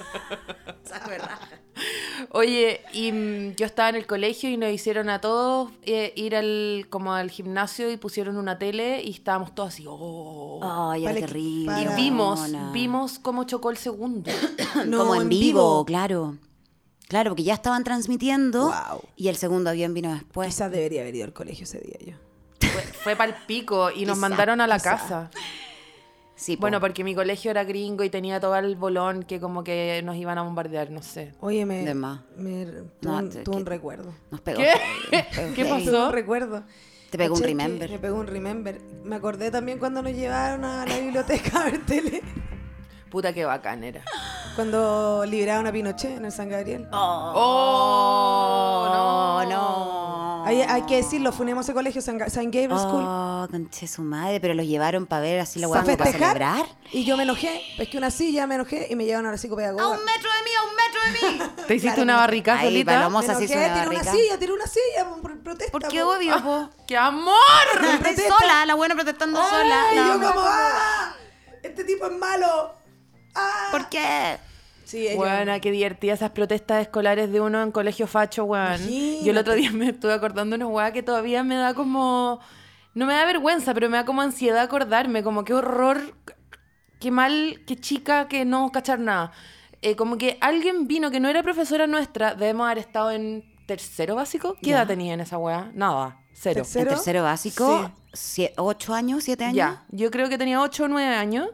[SPEAKER 5] Oye, y mm, yo estaba en el colegio y nos hicieron a todos eh, ir al como al gimnasio y pusieron una tele y estábamos todos así, oh.
[SPEAKER 2] Ay, era
[SPEAKER 4] Para que-
[SPEAKER 2] terrible.
[SPEAKER 4] para-
[SPEAKER 5] y vimos,
[SPEAKER 2] weona.
[SPEAKER 5] vimos cómo chocó el segundo.
[SPEAKER 2] como en vivo, claro. Claro, porque ya estaban transmitiendo
[SPEAKER 4] Guau.
[SPEAKER 2] y el segundo avión vino después.
[SPEAKER 4] Quizás debería haber ido al colegio ese día yo.
[SPEAKER 5] fue fue pal pico y nos
[SPEAKER 2] Quizá,
[SPEAKER 5] mandaron a la
[SPEAKER 2] quizá.
[SPEAKER 5] casa.
[SPEAKER 2] Sí, po.
[SPEAKER 5] Bueno, porque mi colegio era gringo y tenía todo el bolón que como que nos iban a bombardear, no sé.
[SPEAKER 4] Oye, me.
[SPEAKER 2] De más.
[SPEAKER 4] me- tuve
[SPEAKER 2] No,
[SPEAKER 4] un,
[SPEAKER 2] te-
[SPEAKER 4] tuve un
[SPEAKER 2] que-
[SPEAKER 4] recuerdo.
[SPEAKER 2] nos pegó.
[SPEAKER 5] ¿Qué?
[SPEAKER 2] nos pegó
[SPEAKER 5] ¿Qué
[SPEAKER 2] heavy.
[SPEAKER 5] pasó?
[SPEAKER 4] Tuve un recuerdo.
[SPEAKER 2] Te pegó un
[SPEAKER 4] ¿Cachai?
[SPEAKER 2] remember.
[SPEAKER 4] Que Me pegó un remember. Me acordé también cuando nos llevaron a la biblioteca a ver tele.
[SPEAKER 5] Puta que bacán era.
[SPEAKER 4] Cuando liberaron a Pinochet en el San Gabriel.
[SPEAKER 5] Oh,
[SPEAKER 2] Oh, no.
[SPEAKER 4] Hay, hay que decirlo, funemos ese colegio, San, Ga- San Gabriel School.
[SPEAKER 2] Oh, conche su madre, pero los llevaron para ver así la
[SPEAKER 4] Para
[SPEAKER 2] guapa para
[SPEAKER 4] festejar.
[SPEAKER 2] celebrar.
[SPEAKER 4] Y yo me enojé. Pesqué una silla, me enojé y me llevaron a la psicopedagoga.
[SPEAKER 2] metro de mí, a un metro de mí.
[SPEAKER 5] Oh. ¿Te hiciste una barricada
[SPEAKER 2] Ahí,
[SPEAKER 5] solita?
[SPEAKER 2] Paloma.
[SPEAKER 4] Me
[SPEAKER 2] Vamos a hacer
[SPEAKER 4] enojé,
[SPEAKER 2] una
[SPEAKER 4] tiré una
[SPEAKER 2] barrica.
[SPEAKER 4] silla, tiré una silla por- por protesta.
[SPEAKER 2] ¿Por qué
[SPEAKER 4] po.
[SPEAKER 2] obvio, po?
[SPEAKER 5] Ah, ¡Qué amor!
[SPEAKER 2] Estoy
[SPEAKER 4] protesta.
[SPEAKER 2] sola, la buena protestando sola.
[SPEAKER 4] Y
[SPEAKER 2] No.
[SPEAKER 4] yo como, ¡ah! Este tipo es malo. ¡Ah!
[SPEAKER 2] ¿Por qué?
[SPEAKER 4] Sí, ellos-
[SPEAKER 5] Buena, qué divertida esas protestas escolares de uno en colegio facho, weón.
[SPEAKER 4] Imagínate.
[SPEAKER 5] Yo el otro día me estuve acordando de una weá que todavía me da como. No me da vergüenza, pero me da como ansiedad acordarme, como qué horror, qué mal, qué chica que no cachar nada. Eh, como que alguien vino que no era profesora nuestra, debemos haber estado en tercero básico. ¿Qué edad tenía en esa weá? Nada, cero.
[SPEAKER 4] Tercero.
[SPEAKER 2] En tercero básico, sie- ocho años, siete años.
[SPEAKER 5] Ya, yo creo que tenía ocho o nueve años.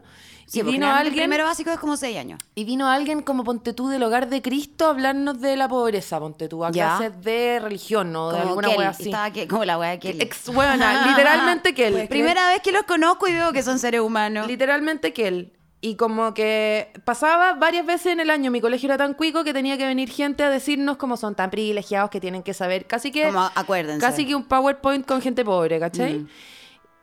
[SPEAKER 2] Sí,
[SPEAKER 5] y
[SPEAKER 2] porque
[SPEAKER 5] vino
[SPEAKER 2] generalmente
[SPEAKER 5] alguien.
[SPEAKER 2] El primero básico es como seis años.
[SPEAKER 5] Y vino alguien como Ponte tú del hogar de Cristo a hablarnos de la pobreza, Ponte tú, a
[SPEAKER 2] Ya.
[SPEAKER 5] clases de religión o de
[SPEAKER 2] Como
[SPEAKER 5] alguna
[SPEAKER 2] Kelly.
[SPEAKER 5] wea así.
[SPEAKER 2] Estaba que, como la wea de Kelly.
[SPEAKER 5] Ex weona, literalmente que él.
[SPEAKER 2] Primera vez que los conozco y veo que son seres humanos.
[SPEAKER 5] Literalmente que él. Y como que pasaba varias veces en el año, mi colegio era tan cuico que tenía que venir gente a decirnos cómo son tan privilegiados que tienen que saber, casi que...
[SPEAKER 2] Como Mm. acuérdense.
[SPEAKER 5] Casi que un PowerPoint con gente pobre, ¿cachai?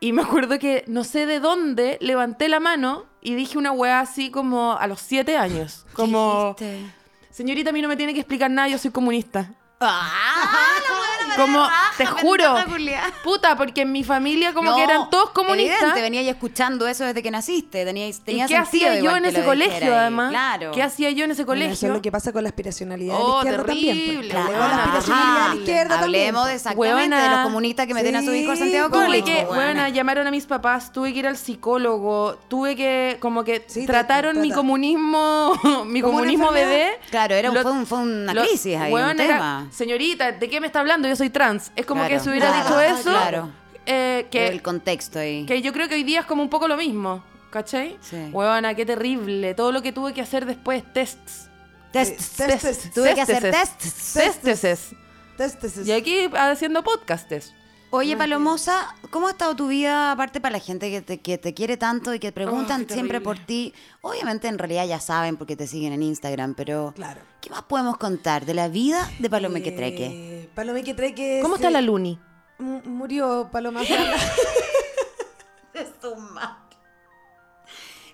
[SPEAKER 5] Y me acuerdo que no sé de dónde levanté la mano y dije una weá así como a los siete años. Como...
[SPEAKER 2] ¿Qué dijiste?
[SPEAKER 5] Señorita, a mí no me tiene que explicar nada, yo soy comunista.
[SPEAKER 2] ¡Ah! La buena manera
[SPEAKER 5] Como,
[SPEAKER 2] de raja,
[SPEAKER 5] te juro.
[SPEAKER 2] pendeja culiá.
[SPEAKER 5] Puta, porque en mi familia como
[SPEAKER 2] No,
[SPEAKER 5] que eran todos comunistas.
[SPEAKER 2] Evidente, venía ya escuchando eso desde que naciste. Tenía, tenía
[SPEAKER 5] ¿Y qué
[SPEAKER 2] sentido
[SPEAKER 5] hacía yo
[SPEAKER 2] igual
[SPEAKER 5] en
[SPEAKER 2] que
[SPEAKER 5] ese
[SPEAKER 2] lo dijeras
[SPEAKER 5] colegio,
[SPEAKER 2] ahí.
[SPEAKER 5] además?
[SPEAKER 2] Claro.
[SPEAKER 5] ¿Qué hacía yo en ese
[SPEAKER 4] Bueno, eso
[SPEAKER 5] colegio?
[SPEAKER 4] es lo que pasa con la aspiracionalidad
[SPEAKER 5] Oh,
[SPEAKER 4] de la izquierda también. pues.
[SPEAKER 5] terrible,
[SPEAKER 4] La
[SPEAKER 2] Claro.
[SPEAKER 4] hueá de la
[SPEAKER 5] Ajá.
[SPEAKER 4] aspiracionalidad de la izquierda
[SPEAKER 2] Hablemos de
[SPEAKER 4] también. pues.
[SPEAKER 2] exactamente de los
[SPEAKER 5] Hueona.
[SPEAKER 2] comunistas que meten a su hijo al
[SPEAKER 4] Sí,
[SPEAKER 2] Santiago
[SPEAKER 4] tuve
[SPEAKER 5] Tuve
[SPEAKER 2] College.
[SPEAKER 5] que,
[SPEAKER 2] po,
[SPEAKER 5] bueno,
[SPEAKER 2] hueona.
[SPEAKER 5] llamaron a mis papás, tuve que ir al psicólogo, tuve que, como que
[SPEAKER 4] Sí, te-
[SPEAKER 5] trataron
[SPEAKER 4] trata.
[SPEAKER 5] mi comunismo, mi
[SPEAKER 4] Como una
[SPEAKER 5] comunismo
[SPEAKER 4] enfermedad.
[SPEAKER 5] bebé.
[SPEAKER 2] Claro, era un-
[SPEAKER 5] Lo-
[SPEAKER 2] fue un- fue una crisis ahí, un
[SPEAKER 5] hueón, era,
[SPEAKER 2] tema.
[SPEAKER 5] Señorita, ¿de qué me está hablando? Yo soy trans. Es como
[SPEAKER 2] Claro.
[SPEAKER 5] que si hubiera
[SPEAKER 2] Claro,
[SPEAKER 5] dicho eso,
[SPEAKER 2] claro.
[SPEAKER 5] eh, que
[SPEAKER 2] El contexto ahí.
[SPEAKER 5] Que yo creo que hoy día es como un poco lo mismo, ¿cachai?
[SPEAKER 2] Sí.
[SPEAKER 5] Huevona, qué terrible. Todo lo que tuve que hacer después, tests.
[SPEAKER 2] Tests.
[SPEAKER 4] Tests.
[SPEAKER 2] Tuve que hacer tests.
[SPEAKER 5] Testeses.
[SPEAKER 4] Testeses.
[SPEAKER 5] Y aquí haciendo podcastes.
[SPEAKER 2] Oye, Palomosa, ¿cómo ha estado tu vida, aparte para la gente que te, que te quiere tanto y que preguntan
[SPEAKER 5] Oh, qué
[SPEAKER 2] siempre por
[SPEAKER 5] terrible.
[SPEAKER 2] ti? Obviamente, en realidad ya saben porque te siguen en Instagram, pero
[SPEAKER 4] Claro.
[SPEAKER 2] ¿qué más podemos contar de la vida de Palome que treque?
[SPEAKER 4] Eh, Paloma Quetreque.
[SPEAKER 5] ¿Cómo
[SPEAKER 4] se-
[SPEAKER 5] está la Luni?
[SPEAKER 4] mu- eh, Murió Paloma.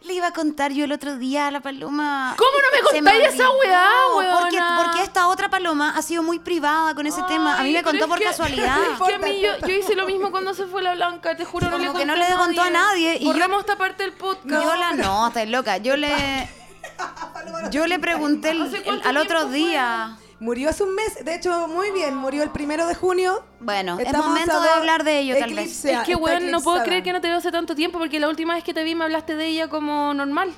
[SPEAKER 2] Le iba a contar yo el otro día a la Paloma.
[SPEAKER 5] ¿Cómo no me
[SPEAKER 2] Se me
[SPEAKER 5] contáis esa
[SPEAKER 2] olvidó,
[SPEAKER 5] weá,
[SPEAKER 2] Porque,
[SPEAKER 5] weona?
[SPEAKER 2] porque esta otra Paloma ha sido muy privada con ese tema. A mí
[SPEAKER 5] Ay,
[SPEAKER 2] me
[SPEAKER 5] pero
[SPEAKER 2] contó
[SPEAKER 5] es
[SPEAKER 2] por
[SPEAKER 5] que-
[SPEAKER 2] casualidad.
[SPEAKER 5] Es que a mí yo, yo hice lo mismo cuando se fue la Blanca, te juro, no
[SPEAKER 2] Como
[SPEAKER 5] le
[SPEAKER 2] que
[SPEAKER 5] conté
[SPEAKER 2] no le contó a nadie, y yo-
[SPEAKER 5] Borremos esta parte del podcast.
[SPEAKER 2] Yo la no, estás loca. Yo le. Yo le pregunté el-
[SPEAKER 5] ¿Hace
[SPEAKER 2] el-
[SPEAKER 5] cuánto
[SPEAKER 2] al otro
[SPEAKER 5] tiempo fue?
[SPEAKER 2] día.
[SPEAKER 4] Murió hace un mes. De hecho, muy bien. Murió el primero de junio.
[SPEAKER 2] Bueno, es
[SPEAKER 4] Estamos
[SPEAKER 2] momento
[SPEAKER 4] a
[SPEAKER 2] de
[SPEAKER 4] dos
[SPEAKER 2] hablar de ello, tal vez.
[SPEAKER 4] eclipsea-
[SPEAKER 5] es que,
[SPEAKER 4] está
[SPEAKER 5] weón, no puedo
[SPEAKER 4] eclipsada.
[SPEAKER 5] creer que no te veo hace tanto tiempo porque la última vez que te vi me hablaste de ella como normal.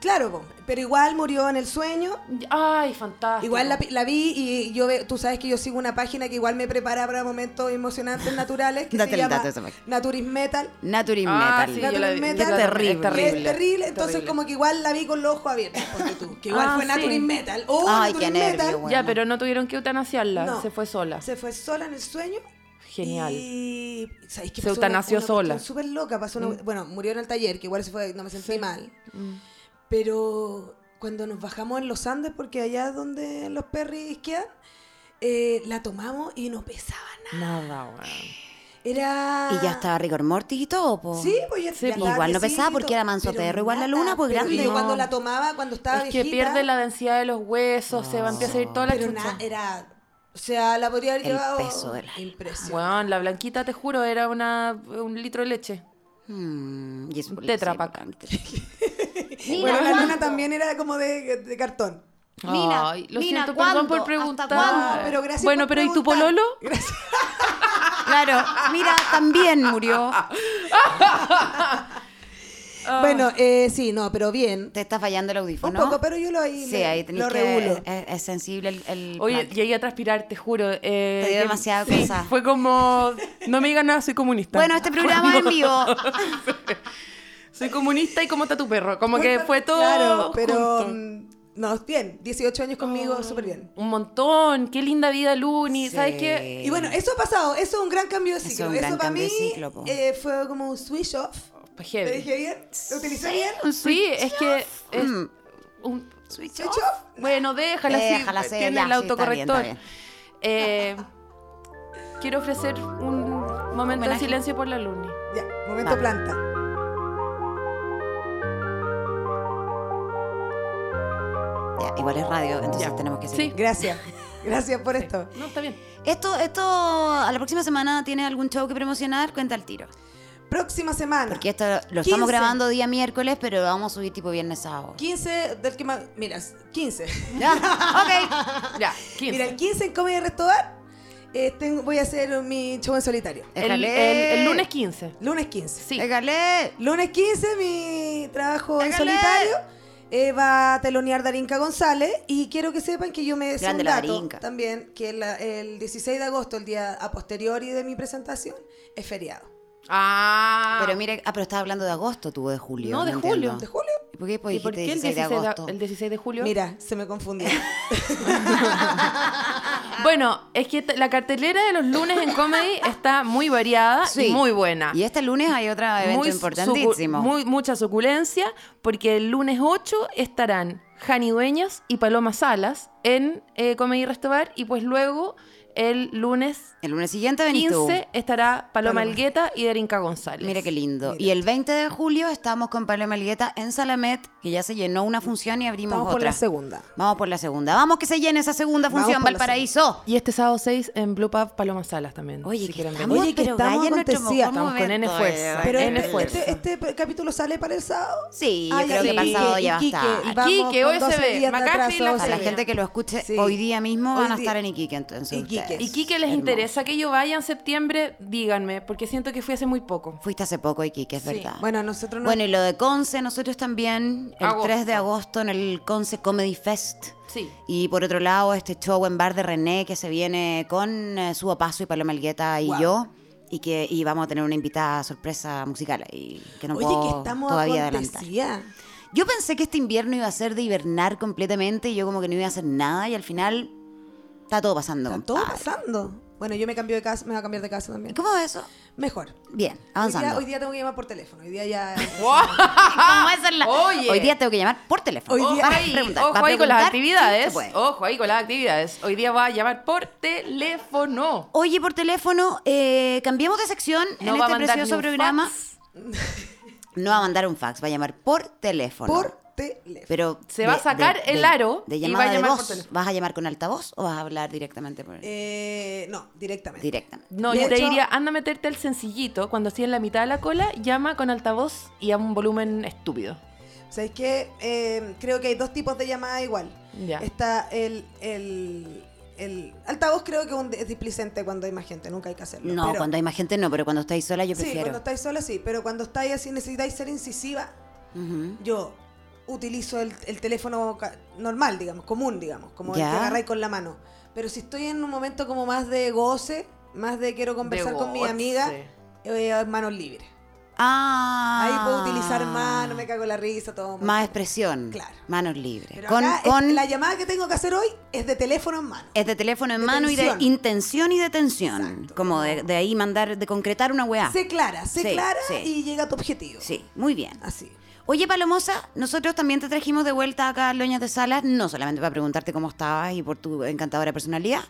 [SPEAKER 4] Claro, po, pero igual murió en el sueño.
[SPEAKER 5] Ay, fantástico.
[SPEAKER 4] Igual la, pi- la vi y yo ve- tú sabes que yo sigo una página que igual me prepara para momentos emocionantes naturales que
[SPEAKER 2] Date
[SPEAKER 4] se
[SPEAKER 2] el
[SPEAKER 4] llama
[SPEAKER 2] dato de esa página.
[SPEAKER 4] Naturis Metal.
[SPEAKER 2] Natural
[SPEAKER 5] Ah,
[SPEAKER 2] Metal.
[SPEAKER 5] sí, yo la vi.
[SPEAKER 4] Metal.
[SPEAKER 5] yo la-
[SPEAKER 2] Qué terrible.
[SPEAKER 5] Es
[SPEAKER 4] Que
[SPEAKER 5] terrible.
[SPEAKER 4] Es terrible, entonces
[SPEAKER 5] Terrible.
[SPEAKER 4] como que igual la vi con los ojos abiertos, ponte tú, que igual
[SPEAKER 5] Ah,
[SPEAKER 4] fue
[SPEAKER 5] sí.
[SPEAKER 4] Naturis Metal. Oh,
[SPEAKER 2] Ay,
[SPEAKER 4] Naturis
[SPEAKER 2] qué nervio,
[SPEAKER 4] Metal.
[SPEAKER 2] weón.
[SPEAKER 5] Ya,
[SPEAKER 2] Bueno.
[SPEAKER 5] pero no tuvieron que eutanasiarla,
[SPEAKER 4] No.
[SPEAKER 5] se fue sola.
[SPEAKER 4] Se fue sola en el sueñio.
[SPEAKER 5] Genial.
[SPEAKER 4] Y ¿sabéis qué
[SPEAKER 5] Se
[SPEAKER 4] pasó? Una-
[SPEAKER 5] eutanasió
[SPEAKER 4] una
[SPEAKER 5] sola.
[SPEAKER 4] cuestión Súper loca, pasó una-
[SPEAKER 2] Mm.
[SPEAKER 4] bueno, murió en el taller, que igual se fue, no me sentí mal. Pero cuando nos bajamos en los Andes, porque allá es donde los perris quedan, eh, la tomamos y no pesaba nada.
[SPEAKER 5] Nada, weón.
[SPEAKER 4] Era
[SPEAKER 2] Y ya estaba rigor mortis y todo, po.
[SPEAKER 4] Sí, pues ya,
[SPEAKER 5] Sí,
[SPEAKER 4] ya
[SPEAKER 5] po.
[SPEAKER 4] estaba
[SPEAKER 2] Igual no
[SPEAKER 4] tiesito,
[SPEAKER 2] pesaba porque era manso
[SPEAKER 4] pero
[SPEAKER 2] perro, igual la luna, pues,
[SPEAKER 4] pero-
[SPEAKER 2] grande.
[SPEAKER 4] Y
[SPEAKER 5] No.
[SPEAKER 4] cuando la tomaba, cuando estaba
[SPEAKER 5] Es que
[SPEAKER 4] viejita,
[SPEAKER 5] pierde la densidad de los huesos, se va a empezar a ir toda la
[SPEAKER 4] pero
[SPEAKER 5] chucha.
[SPEAKER 4] nada, era, o sea, la podría haber
[SPEAKER 2] El
[SPEAKER 4] llevado
[SPEAKER 2] peso de la luna.
[SPEAKER 4] impresionante.
[SPEAKER 5] Weón, la blanquita, te juro, era una, un litro de leche.
[SPEAKER 2] Hmm, y es un
[SPEAKER 5] Tetra Pak.
[SPEAKER 4] Bueno, la luna también era como de, de cartón.
[SPEAKER 2] Mina,
[SPEAKER 5] Ay, lo
[SPEAKER 2] Mina,
[SPEAKER 5] siento,
[SPEAKER 2] ¿cuándo?
[SPEAKER 5] perdón por
[SPEAKER 2] ¿Hasta
[SPEAKER 5] preguntar.
[SPEAKER 2] cuándo?
[SPEAKER 4] Ah, pero gracias
[SPEAKER 5] bueno,
[SPEAKER 4] por
[SPEAKER 5] pero ¿y tu
[SPEAKER 4] preguntar.
[SPEAKER 5] pololo?
[SPEAKER 4] Gracias.
[SPEAKER 2] Claro, mira, también murió.
[SPEAKER 5] Ah.
[SPEAKER 4] Bueno, eh, sí, no, pero bien.
[SPEAKER 2] Te está fallando el
[SPEAKER 4] Un
[SPEAKER 2] audífono.
[SPEAKER 4] poco, pero yo lo ahí,
[SPEAKER 2] Sí,
[SPEAKER 4] me-
[SPEAKER 2] ahí tenés
[SPEAKER 4] lo
[SPEAKER 2] que- eh,
[SPEAKER 4] regulo.
[SPEAKER 2] Es, es sensible el. el
[SPEAKER 5] Oye,
[SPEAKER 2] plan.
[SPEAKER 5] llegué a transpirar, te juro. eh,
[SPEAKER 2] Te dio
[SPEAKER 5] que-
[SPEAKER 2] demasiada
[SPEAKER 5] sí,
[SPEAKER 2] cosa.
[SPEAKER 5] Fue como, no me digan nada, soy comunista.
[SPEAKER 2] bueno, este programa es en vivo.
[SPEAKER 5] Soy comunista y cómo está tu perro. Como que
[SPEAKER 4] Culpa-
[SPEAKER 5] fue todo
[SPEAKER 4] Claro, pero.
[SPEAKER 5] junto. Ah.
[SPEAKER 4] mm, No, bien. 18 años conmigo, súper bien.
[SPEAKER 5] Un montón, qué linda vida, Luni. ¿Sabes qué?
[SPEAKER 4] Y
[SPEAKER 2] Mm,
[SPEAKER 4] bueno, eso ha pasado. Eso es un gran cambio de
[SPEAKER 2] Eso es
[SPEAKER 4] ciclo.
[SPEAKER 2] un
[SPEAKER 4] Eso,
[SPEAKER 2] gran
[SPEAKER 4] para
[SPEAKER 2] cambio
[SPEAKER 4] mí
[SPEAKER 2] de ciclo, po.
[SPEAKER 4] eh, fue como un switch off.
[SPEAKER 5] Pues
[SPEAKER 4] ¿Te
[SPEAKER 5] heavy.
[SPEAKER 4] dije bien? ¿Lo utilicé bien?
[SPEAKER 5] Sí, es que es
[SPEAKER 2] Mm.
[SPEAKER 5] un-
[SPEAKER 2] Switch
[SPEAKER 4] ¿Switch
[SPEAKER 2] off.
[SPEAKER 4] off?
[SPEAKER 5] bueno, déjala, sí,
[SPEAKER 2] Déjala ser,
[SPEAKER 5] tiene
[SPEAKER 2] ya,
[SPEAKER 5] el
[SPEAKER 2] sí, está bien,
[SPEAKER 5] autocorrector.
[SPEAKER 2] está bien.
[SPEAKER 5] Eh, quiero ofrecer un momento de
[SPEAKER 2] Homenaje.
[SPEAKER 5] silencio por la Luni.
[SPEAKER 4] Ya, momento
[SPEAKER 2] Vamos.
[SPEAKER 4] planta.
[SPEAKER 2] Ya, igual es radio, entonces tenemos que seguir.
[SPEAKER 5] Sí.
[SPEAKER 4] Gracias. Gracias por esto.
[SPEAKER 5] No, está bien.
[SPEAKER 2] Esto, esto, a la próxima semana tiene algún show que promocionar, cuenta al tiro.
[SPEAKER 4] Próxima semana.
[SPEAKER 2] Porque esto lo estamos
[SPEAKER 4] 15.
[SPEAKER 2] grabando día miércoles, pero lo vamos a subir tipo viernes sábado.
[SPEAKER 4] 15 del que más. Mira, 15.
[SPEAKER 2] Ya, ok.
[SPEAKER 5] Ya, 15.
[SPEAKER 4] Mira, el 15 en Comedy Restobar eh, tengo- voy a hacer mi show en solitario.
[SPEAKER 2] Eh.
[SPEAKER 5] el, el,
[SPEAKER 2] Déjale.
[SPEAKER 5] el lunes 15.
[SPEAKER 4] Lunes 15.
[SPEAKER 5] Sí.
[SPEAKER 2] Déjale.
[SPEAKER 4] Lunes 15, mi trabajo en
[SPEAKER 2] Hágale.
[SPEAKER 4] solitario. eh, va a telonear Darinka González y quiero que sepan que yo me sé un
[SPEAKER 2] Grande la
[SPEAKER 4] dato
[SPEAKER 2] Darinka.
[SPEAKER 4] también que la- el 16 de agosto, el día a posteriori de mi presentación, es feriado.
[SPEAKER 5] Ah.
[SPEAKER 2] Pero mire, ah, pero estaba hablando de agosto, tú, o de julio.
[SPEAKER 5] No, de julio,
[SPEAKER 2] entiendo.
[SPEAKER 4] ¿De julio?
[SPEAKER 2] ¿Y por qué después
[SPEAKER 5] ¿Y por
[SPEAKER 2] dijiste
[SPEAKER 5] qué el
[SPEAKER 2] 16 de agosto?
[SPEAKER 5] el 16 de julio?
[SPEAKER 4] Mira, se me confundió.
[SPEAKER 5] Bueno, es que t- la cartelera de los lunes en comedy está muy variada
[SPEAKER 2] Ah, Sí.
[SPEAKER 5] y muy buena.
[SPEAKER 2] Y este lunes hay otro evento
[SPEAKER 5] Muy
[SPEAKER 2] importantísimo.
[SPEAKER 5] sucu- muy- mucha suculencia, porque el lunes 8 estarán Jani Dueñas y Paloma Salas en eh, Comedy Restobar y pues luego el lunes
[SPEAKER 2] el lunes siguiente venís
[SPEAKER 5] 15
[SPEAKER 2] tú.
[SPEAKER 5] estará Paloma Algueta y Darinka González.
[SPEAKER 2] Mira qué lindo. Y el 20 de julio estamos con Paloma Elgueta en Salamet, que ya se llenó una función y abrimos
[SPEAKER 4] Vamos
[SPEAKER 2] otra.
[SPEAKER 4] por la segunda.
[SPEAKER 2] Vamos por la segunda. Vamos que se llene esa segunda
[SPEAKER 4] Vamos
[SPEAKER 2] función,
[SPEAKER 4] por la
[SPEAKER 2] Valparaíso.
[SPEAKER 5] Y este sábado 6 en Blue Pub Paloma Salas también.
[SPEAKER 2] Oye,
[SPEAKER 5] si
[SPEAKER 2] que
[SPEAKER 5] quieren
[SPEAKER 2] estamos,
[SPEAKER 5] venir.
[SPEAKER 4] Oye, que
[SPEAKER 2] pero
[SPEAKER 4] estamos
[SPEAKER 2] gaya en nuestro
[SPEAKER 4] acontecidas,
[SPEAKER 2] mejor
[SPEAKER 5] estamos con N
[SPEAKER 2] momento,
[SPEAKER 5] fuerza,
[SPEAKER 2] eh,
[SPEAKER 4] Pero
[SPEAKER 5] N
[SPEAKER 2] N
[SPEAKER 5] fuerza.
[SPEAKER 4] este, este- este capítulo sale para el sábado.
[SPEAKER 2] Sí, yo
[SPEAKER 4] Ah,
[SPEAKER 2] creo
[SPEAKER 4] ya,
[SPEAKER 2] que
[SPEAKER 5] sí.
[SPEAKER 2] para el sábado
[SPEAKER 4] Iquique,
[SPEAKER 2] ya va a estar.
[SPEAKER 4] Iquique, y vamos
[SPEAKER 5] Iquique,
[SPEAKER 4] con 12
[SPEAKER 5] OSB,
[SPEAKER 4] días de
[SPEAKER 5] McAfee y la
[SPEAKER 4] atraso,
[SPEAKER 2] Para la
[SPEAKER 4] sí.
[SPEAKER 2] gente que lo escuche
[SPEAKER 4] Sí.
[SPEAKER 2] hoy día mismo
[SPEAKER 4] Hoy
[SPEAKER 2] van a
[SPEAKER 4] di-
[SPEAKER 2] estar en Iquique entonces. ustedes.
[SPEAKER 4] Iquique.
[SPEAKER 5] Y Quique, les
[SPEAKER 2] Hermoso.
[SPEAKER 5] interesa que yo vaya en septiembre, díganme, porque siento que fui hace muy poco.
[SPEAKER 2] Fuiste hace poco a Iquique, es
[SPEAKER 5] Sí.
[SPEAKER 2] verdad.
[SPEAKER 4] Bueno, a nosotros no.
[SPEAKER 2] Bueno, y lo de Conce, nosotros también, el
[SPEAKER 5] Agosto.
[SPEAKER 2] 3 de agosto en el Conce Comedy Fest.
[SPEAKER 5] Sí.
[SPEAKER 2] Y por otro lado, este show en bar de René que se viene con eh, Subo Paso y Paloma Elgueta y
[SPEAKER 4] Wow.
[SPEAKER 2] yo. Y que y vamos a tener una invitada sorpresa musical y que no
[SPEAKER 4] Oye, que
[SPEAKER 2] puedo
[SPEAKER 4] estamos
[SPEAKER 2] todavía adelantar.
[SPEAKER 4] acontecidas.
[SPEAKER 2] Yo pensé que este invierno iba a ser de hibernar completamente y yo como que no iba a hacer nada y al final está todo pasando.
[SPEAKER 4] Está todo
[SPEAKER 2] compadre.
[SPEAKER 4] pasando. Bueno, yo me cambio de casa, me voy a cambiar de casa también.
[SPEAKER 2] ¿Cómo es eso?
[SPEAKER 4] Mejor.
[SPEAKER 2] Bien,
[SPEAKER 4] Hoy día,
[SPEAKER 2] avanzando.
[SPEAKER 4] hoy día tengo que llamar por teléfono. Hoy día ya.
[SPEAKER 2] ¿Cómo es en la-
[SPEAKER 5] Oye.
[SPEAKER 2] Hoy día tengo que llamar por teléfono.
[SPEAKER 4] Hoy día-
[SPEAKER 2] Para
[SPEAKER 5] Ay,
[SPEAKER 2] preguntar,
[SPEAKER 5] ojo
[SPEAKER 2] para
[SPEAKER 5] ahí con las
[SPEAKER 2] preguntar si
[SPEAKER 5] actividades.
[SPEAKER 2] se puede.
[SPEAKER 5] Ojo ahí con las actividades. Hoy día va a llamar por teléfono.
[SPEAKER 2] Oye, por teléfono, eh, cambiemos de sección
[SPEAKER 5] No
[SPEAKER 2] en
[SPEAKER 5] va a
[SPEAKER 2] este
[SPEAKER 5] mandar
[SPEAKER 2] precioso
[SPEAKER 5] ni un
[SPEAKER 2] programa.
[SPEAKER 5] fax.
[SPEAKER 2] No va a mandar un fax, va a llamar por teléfono.
[SPEAKER 4] por teléfono.
[SPEAKER 2] Pero
[SPEAKER 5] Se va a sacar el aro
[SPEAKER 2] de
[SPEAKER 5] y
[SPEAKER 2] llamada
[SPEAKER 5] va a
[SPEAKER 2] de
[SPEAKER 5] llamar por
[SPEAKER 2] voz.
[SPEAKER 5] teléfono.
[SPEAKER 2] ¿Vas a llamar con altavoz o vas a hablar directamente por
[SPEAKER 4] Eh, no, directamente.
[SPEAKER 2] directamente?
[SPEAKER 5] No,
[SPEAKER 4] De
[SPEAKER 5] yo te
[SPEAKER 4] hecho-
[SPEAKER 5] diría, anda a meterte el sencillito. Cuando así en la mitad de la cola, llama con altavoz y a un volumen estúpido.
[SPEAKER 4] ¿Sabes qué? Eh, creo que hay dos tipos de llamada igual.
[SPEAKER 5] Ya.
[SPEAKER 4] Está el, el, el altavoz creo que un- es displicente cuando hay más gente, nunca hay que hacerlo.
[SPEAKER 2] No,
[SPEAKER 4] pero-
[SPEAKER 2] cuando hay más gente no, pero cuando estáis sola yo
[SPEAKER 4] Sí, cuando
[SPEAKER 2] prefiero.
[SPEAKER 4] estáis sola sí, pero cuando estáis así necesitáis ser incisiva,
[SPEAKER 2] Ujú.
[SPEAKER 4] yo utilizo el, el teléfono ca- normal, digamos, común, digamos, como el
[SPEAKER 2] Ya.
[SPEAKER 4] que agarráis con la mano. Pero si estoy en un momento como más de goce, más de quiero conversar
[SPEAKER 5] De
[SPEAKER 4] con mi
[SPEAKER 5] goce.
[SPEAKER 4] amiga, eh, manos libres.
[SPEAKER 2] Ah.
[SPEAKER 4] Ahí puedo utilizar mano, me cago en la risa, todo. muy
[SPEAKER 2] Más
[SPEAKER 4] bien.
[SPEAKER 2] expresión.
[SPEAKER 4] Claro.
[SPEAKER 2] Manos libres.
[SPEAKER 4] Pero
[SPEAKER 2] con
[SPEAKER 4] acá es-
[SPEAKER 2] con
[SPEAKER 4] la llamada que tengo que hacer hoy es de teléfono en mano.
[SPEAKER 2] es de teléfono en mano y de
[SPEAKER 4] Detención.
[SPEAKER 2] intención y detención.
[SPEAKER 4] Exacto.
[SPEAKER 2] Como de, de ahí mandar, de concretar una weá.
[SPEAKER 4] Sé clara, sé
[SPEAKER 2] Sí,
[SPEAKER 4] clara
[SPEAKER 2] sí.
[SPEAKER 4] y llega a tu objetivo.
[SPEAKER 2] Sí, muy bien.
[SPEAKER 4] Así.
[SPEAKER 2] Oye, Palomosa, nosotros también te trajimos de vuelta acá a Loñas de Salas, no solamente para preguntarte cómo estabas y por tu encantadora personalidad,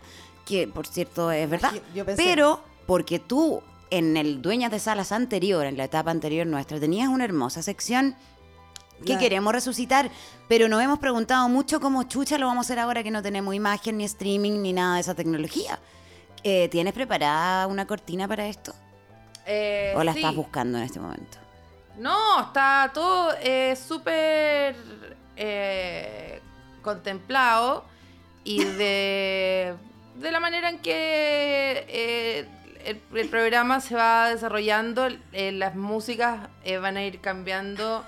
[SPEAKER 2] que por cierto es verdad,
[SPEAKER 4] Yo- yo pensé.
[SPEAKER 2] pero porque tú en el Dueñas de Salas anterior, en la etapa anterior nuestra, tenías una hermosa sección que
[SPEAKER 4] La-
[SPEAKER 2] queremos resucitar, pero nos hemos preguntado mucho cómo chucha lo vamos a hacer ahora que no tenemos imagen, ni streaming, ni nada de esa tecnología. Eh, ¿Tienes preparada una cortina para esto?
[SPEAKER 5] Eh,
[SPEAKER 2] ¿O la
[SPEAKER 5] sí.
[SPEAKER 2] estás buscando en este momento?
[SPEAKER 5] No, está todo eh, súper eh, contemplado y de, de la manera en que eh, el, el programa se va desarrollando, eh, las músicas eh, van a ir cambiando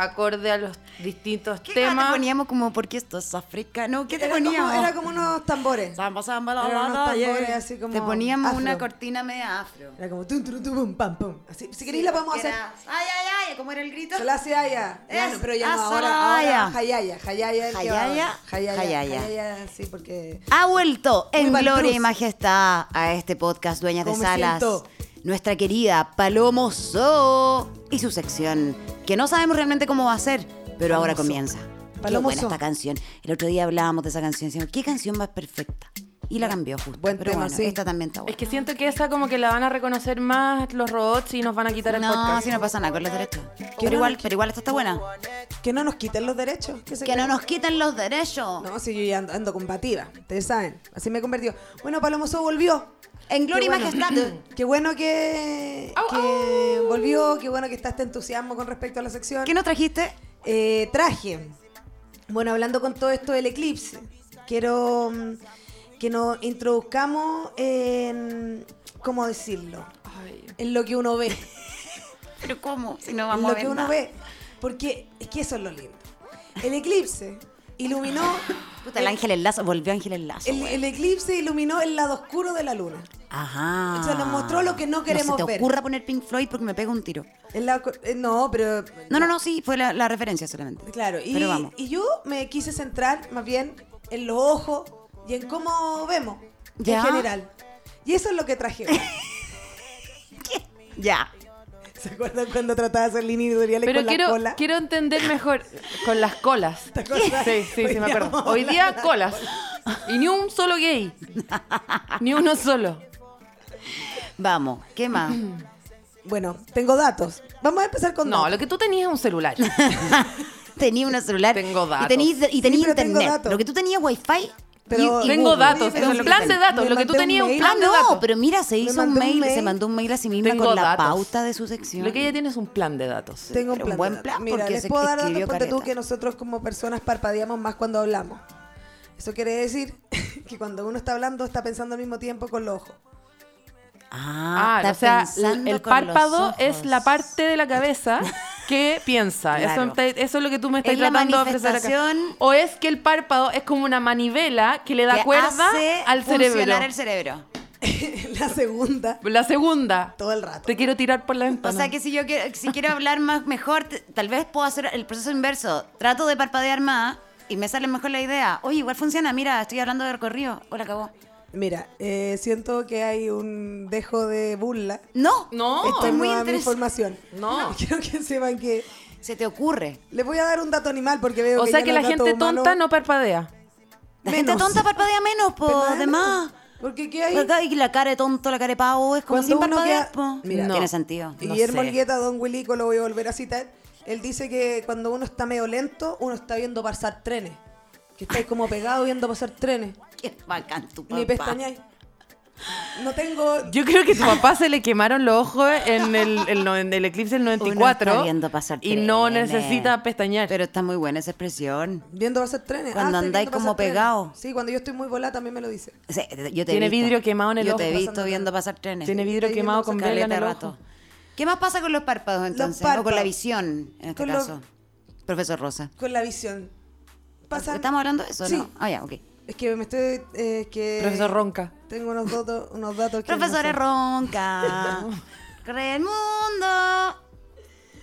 [SPEAKER 5] acorde a los distintos
[SPEAKER 2] ¿Qué te
[SPEAKER 5] temas.
[SPEAKER 2] poníamos como porque esto es africano? ¿Qué te
[SPEAKER 4] Era como,
[SPEAKER 2] poníamos?
[SPEAKER 4] era como unos tambores.
[SPEAKER 2] Samba, samba, la,
[SPEAKER 4] Eran
[SPEAKER 2] la,
[SPEAKER 4] unos
[SPEAKER 2] la,
[SPEAKER 4] tambores
[SPEAKER 2] yeah.
[SPEAKER 4] así como
[SPEAKER 2] Te poníamos una
[SPEAKER 4] afro.
[SPEAKER 2] cortina media afro.
[SPEAKER 4] Era como tum, tum, tum, pum, pam, pum. Así, si queréis
[SPEAKER 2] Sí,
[SPEAKER 4] la podemos
[SPEAKER 2] porque
[SPEAKER 4] hacer.
[SPEAKER 2] era, Ay, ay, ay, como era el grito.
[SPEAKER 4] Se la hace Aya. Ya,
[SPEAKER 2] Es-
[SPEAKER 4] no, pero ya no,
[SPEAKER 2] ah,
[SPEAKER 4] ahora,
[SPEAKER 2] Soraya.
[SPEAKER 4] ahora Hayaya. Hayaya. el que va
[SPEAKER 2] Hayaya,
[SPEAKER 4] ahora. Hayaya.
[SPEAKER 2] Hayaya.
[SPEAKER 4] Hayaya. sí, porque...
[SPEAKER 2] Ha vuelto en
[SPEAKER 4] Urban
[SPEAKER 2] gloria y
[SPEAKER 4] Bruce.
[SPEAKER 2] majestad a este podcast Dueñas de
[SPEAKER 4] ¿Cómo me
[SPEAKER 2] Salas.
[SPEAKER 4] siento?
[SPEAKER 2] Nuestra querida Palomo So y su sección, que no sabemos realmente cómo va a ser, pero ahora
[SPEAKER 4] Palomo So.
[SPEAKER 2] comienza. Qué
[SPEAKER 4] Palomo
[SPEAKER 2] buena
[SPEAKER 4] So.
[SPEAKER 2] esta canción. El otro día hablábamos de esa canción, decíamos, ¿qué canción más perfecta? Y la cambió justo.
[SPEAKER 4] Buen
[SPEAKER 2] pero
[SPEAKER 4] tema,
[SPEAKER 2] bueno,
[SPEAKER 4] sí.
[SPEAKER 2] esta también está buena.
[SPEAKER 5] Es que siento que esa como que la van a reconocer más los robots y nos van a quitar el
[SPEAKER 2] no,
[SPEAKER 5] podcast.
[SPEAKER 2] si no pasa nada con los derechos. Pero igual, pero igual esta está buena.
[SPEAKER 4] Que no nos quiten los derechos. Que, se
[SPEAKER 2] Que no
[SPEAKER 4] queden.
[SPEAKER 2] nos quiten los derechos.
[SPEAKER 4] No, si yo ya ando, ando combativa. Ustedes saben. Así me he convertido. Bueno, Palomo So volvió.
[SPEAKER 2] En gloria y
[SPEAKER 4] Qué bueno.
[SPEAKER 2] majestad.
[SPEAKER 4] Qué bueno que, que volvió, qué bueno que está este entusiasmo con respecto a la sección.
[SPEAKER 2] ¿Qué nos trajiste?
[SPEAKER 4] Eh, traje. Bueno, hablando con todo esto del eclipse, quiero mm, que nos introduzcamos en, ¿cómo decirlo?
[SPEAKER 5] Ay.
[SPEAKER 4] En lo que uno ve.
[SPEAKER 2] Pero ¿cómo? Si no
[SPEAKER 4] en
[SPEAKER 2] vamos
[SPEAKER 4] lo
[SPEAKER 2] a ver
[SPEAKER 4] que uno
[SPEAKER 2] nada.
[SPEAKER 4] ve. Porque es que eso es lo lindo. El eclipse iluminó...
[SPEAKER 2] Puta, el ángel en lazo. Volvió ángel en lazo.
[SPEAKER 4] El,
[SPEAKER 2] güey.
[SPEAKER 4] el eclipse iluminó el lado oscuro de la luna.
[SPEAKER 2] Ajá.
[SPEAKER 4] O sea, nos mostró lo que no queremos
[SPEAKER 2] se te
[SPEAKER 4] ver.
[SPEAKER 2] ocurra poner Pink Floyd porque me pega un tiro.
[SPEAKER 4] El lado co- eh, no, pero...
[SPEAKER 2] No, no, no, sí, fue la, la referencia solamente.
[SPEAKER 4] Claro, y,
[SPEAKER 2] Pero vamos.
[SPEAKER 4] y yo me quise centrar más bien en los ojos y en cómo vemos
[SPEAKER 2] Ya.
[SPEAKER 4] en general. Y eso es lo que traje. hoy.
[SPEAKER 2] Ya.
[SPEAKER 4] ¿Se acuerdan cuando trataba de hacer líneas editoriales
[SPEAKER 5] Pero
[SPEAKER 4] con la
[SPEAKER 5] quiero,
[SPEAKER 4] cola?
[SPEAKER 5] quiero entender mejor con las colas.
[SPEAKER 4] ¿Te acuerdas?
[SPEAKER 5] Sí, sí, sí, me
[SPEAKER 4] Hoy
[SPEAKER 5] acuerdo.
[SPEAKER 4] vamos a
[SPEAKER 5] Hoy
[SPEAKER 4] hablar
[SPEAKER 5] día
[SPEAKER 4] de la
[SPEAKER 5] colas. Y ni un solo gay. Ni uno solo.
[SPEAKER 2] Vamos. ¿Qué más?
[SPEAKER 4] Bueno, tengo datos. Vamos a empezar con
[SPEAKER 5] No,
[SPEAKER 4] datos.
[SPEAKER 5] lo que tú tenías es un celular.
[SPEAKER 2] tenía un celular.
[SPEAKER 5] Tengo datos.
[SPEAKER 2] Y tenía, y tenía
[SPEAKER 4] Sí, pero tengo
[SPEAKER 2] internet.
[SPEAKER 4] datos.
[SPEAKER 2] Lo que tú tenías wifi.
[SPEAKER 4] Pero-
[SPEAKER 2] y- y
[SPEAKER 5] Tengo
[SPEAKER 2] Google.
[SPEAKER 5] datos,
[SPEAKER 4] pero
[SPEAKER 5] es un
[SPEAKER 4] sí,
[SPEAKER 5] plan de
[SPEAKER 4] me
[SPEAKER 5] datos. Lo que tú
[SPEAKER 4] mandé
[SPEAKER 5] tenías
[SPEAKER 4] un
[SPEAKER 5] es un
[SPEAKER 4] mail.
[SPEAKER 2] Ah,
[SPEAKER 5] plan de
[SPEAKER 2] no,
[SPEAKER 5] datos.
[SPEAKER 2] pero mira, se
[SPEAKER 4] Me
[SPEAKER 2] hizo un
[SPEAKER 4] mandó un
[SPEAKER 2] mail, se
[SPEAKER 4] mail.
[SPEAKER 2] mandó un mail a sí misma
[SPEAKER 5] Tengo
[SPEAKER 2] con la
[SPEAKER 5] datos.
[SPEAKER 2] pauta de su sección.
[SPEAKER 5] Lo que ella tiene es un plan de datos.
[SPEAKER 4] Tengo un
[SPEAKER 2] Pero
[SPEAKER 4] plan.
[SPEAKER 2] un buen
[SPEAKER 4] de datos.
[SPEAKER 2] plan,
[SPEAKER 4] Mira,
[SPEAKER 2] porque
[SPEAKER 4] les
[SPEAKER 2] se
[SPEAKER 4] puedo dar datos
[SPEAKER 2] escribió
[SPEAKER 4] ponte tú
[SPEAKER 2] caleta.
[SPEAKER 4] que nosotros como personas parpadeamos más cuando hablamos. Eso quiere decir que cuando uno está hablando está pensando al mismo tiempo con los ojos.
[SPEAKER 2] Ah,
[SPEAKER 5] Ah,
[SPEAKER 2] está
[SPEAKER 5] o sea,
[SPEAKER 2] pensando
[SPEAKER 5] el
[SPEAKER 2] con los
[SPEAKER 5] párpado
[SPEAKER 2] ojos.
[SPEAKER 5] es la parte de la cabeza que piensa.
[SPEAKER 2] Claro.
[SPEAKER 5] Eso, te- eso es lo que tú me estás
[SPEAKER 2] Es la
[SPEAKER 5] tratando de ofrecer acá.
[SPEAKER 2] manifestación-
[SPEAKER 5] O es que el párpado es como una manivela que le da
[SPEAKER 2] que
[SPEAKER 5] cuerda
[SPEAKER 2] hace
[SPEAKER 5] al cerebro.
[SPEAKER 2] funcionar el cerebro.
[SPEAKER 4] la segunda,
[SPEAKER 5] La segunda.
[SPEAKER 4] todo el rato.
[SPEAKER 5] Te quiero tirar por la
[SPEAKER 2] O
[SPEAKER 5] ventana.
[SPEAKER 2] sea que si yo quiero, si quiero hablar más mejor, t- tal vez puedo hacer el proceso inverso. Trato de parpadear más y me sale mejor la idea. Oye, igual funciona. Mira, estoy hablando de recorrido. Hola, acabó.
[SPEAKER 4] Mira, eh, siento que hay un dejo de burla.
[SPEAKER 2] No,
[SPEAKER 5] No.
[SPEAKER 2] estoy muy
[SPEAKER 4] nueva mi
[SPEAKER 2] interesada.
[SPEAKER 4] información.
[SPEAKER 5] No.
[SPEAKER 4] Quiero que sepan que
[SPEAKER 2] Se te ocurre.
[SPEAKER 4] les voy a dar un dato animal porque veo
[SPEAKER 5] O
[SPEAKER 4] que
[SPEAKER 5] sea
[SPEAKER 4] ya
[SPEAKER 5] que
[SPEAKER 4] los
[SPEAKER 5] la gente
[SPEAKER 4] datos humanos-
[SPEAKER 5] tonta no parpadea.
[SPEAKER 2] La gente
[SPEAKER 4] Menos.
[SPEAKER 2] tonta parpadea menos, po,
[SPEAKER 4] Pero,
[SPEAKER 2] además.
[SPEAKER 4] Porque qué hay
[SPEAKER 2] Y la cara de tonto, la cara de pavo, es como
[SPEAKER 4] Cuando
[SPEAKER 2] sin
[SPEAKER 4] uno
[SPEAKER 2] parpadear,
[SPEAKER 4] queda-
[SPEAKER 2] po.
[SPEAKER 4] Mira,
[SPEAKER 2] no. tiene
[SPEAKER 5] no.
[SPEAKER 2] sentido. no
[SPEAKER 4] Guillermo
[SPEAKER 2] sé.
[SPEAKER 4] Olgueta, Don Willico, lo voy a volver a citar. Él dice que cuando uno está medio lento, uno está viendo pasar trenes. Que estáis como pegado viendo pasar trenes.
[SPEAKER 2] Qué bacán tu papá.
[SPEAKER 4] Ni pestañáis. No tengo.
[SPEAKER 5] Yo creo que a tu papá se le quemaron los ojos en el, el no- en el eclipse del
[SPEAKER 2] Uno
[SPEAKER 5] 94
[SPEAKER 2] está viendo pasar
[SPEAKER 5] y no
[SPEAKER 2] trenes.
[SPEAKER 5] necesita pestañear.
[SPEAKER 2] Pero está muy buena esa expresión.
[SPEAKER 4] Viendo pasar trenes.
[SPEAKER 2] Cuando
[SPEAKER 4] estoy
[SPEAKER 2] andáis
[SPEAKER 4] viendo pasar
[SPEAKER 2] como
[SPEAKER 4] trenes.
[SPEAKER 2] pegado.
[SPEAKER 4] Sí, cuando yo estoy muy volada también me lo dice.
[SPEAKER 2] O sea, yo te he
[SPEAKER 5] Tiene
[SPEAKER 2] visto.
[SPEAKER 5] vidrio quemado en el
[SPEAKER 2] Yo
[SPEAKER 5] ojo.
[SPEAKER 2] te he visto
[SPEAKER 4] Pasando
[SPEAKER 2] viendo
[SPEAKER 4] trenes.
[SPEAKER 2] pasar trenes.
[SPEAKER 5] Tiene vidrio
[SPEAKER 4] Sí,
[SPEAKER 5] quemado
[SPEAKER 4] no,
[SPEAKER 5] con
[SPEAKER 2] Caleta
[SPEAKER 5] vela en el
[SPEAKER 2] de
[SPEAKER 5] ojo.
[SPEAKER 2] ¿Qué más pasa con los párpados entonces? O con
[SPEAKER 4] párpados.
[SPEAKER 2] la visión, en este
[SPEAKER 4] Con los-
[SPEAKER 2] caso. Profesor Rosa.
[SPEAKER 4] Con la visión. Pasan.
[SPEAKER 2] ¿Estamos hablando de eso?
[SPEAKER 4] Sí.
[SPEAKER 2] ¿no? Ah, ya, ok.
[SPEAKER 4] Es que me estoy. eh, es que
[SPEAKER 5] Profesor Ronca.
[SPEAKER 4] Tengo unos datos. Unos datos que no
[SPEAKER 2] Profesora
[SPEAKER 4] sé.
[SPEAKER 2] Ronca. Corre el mundo.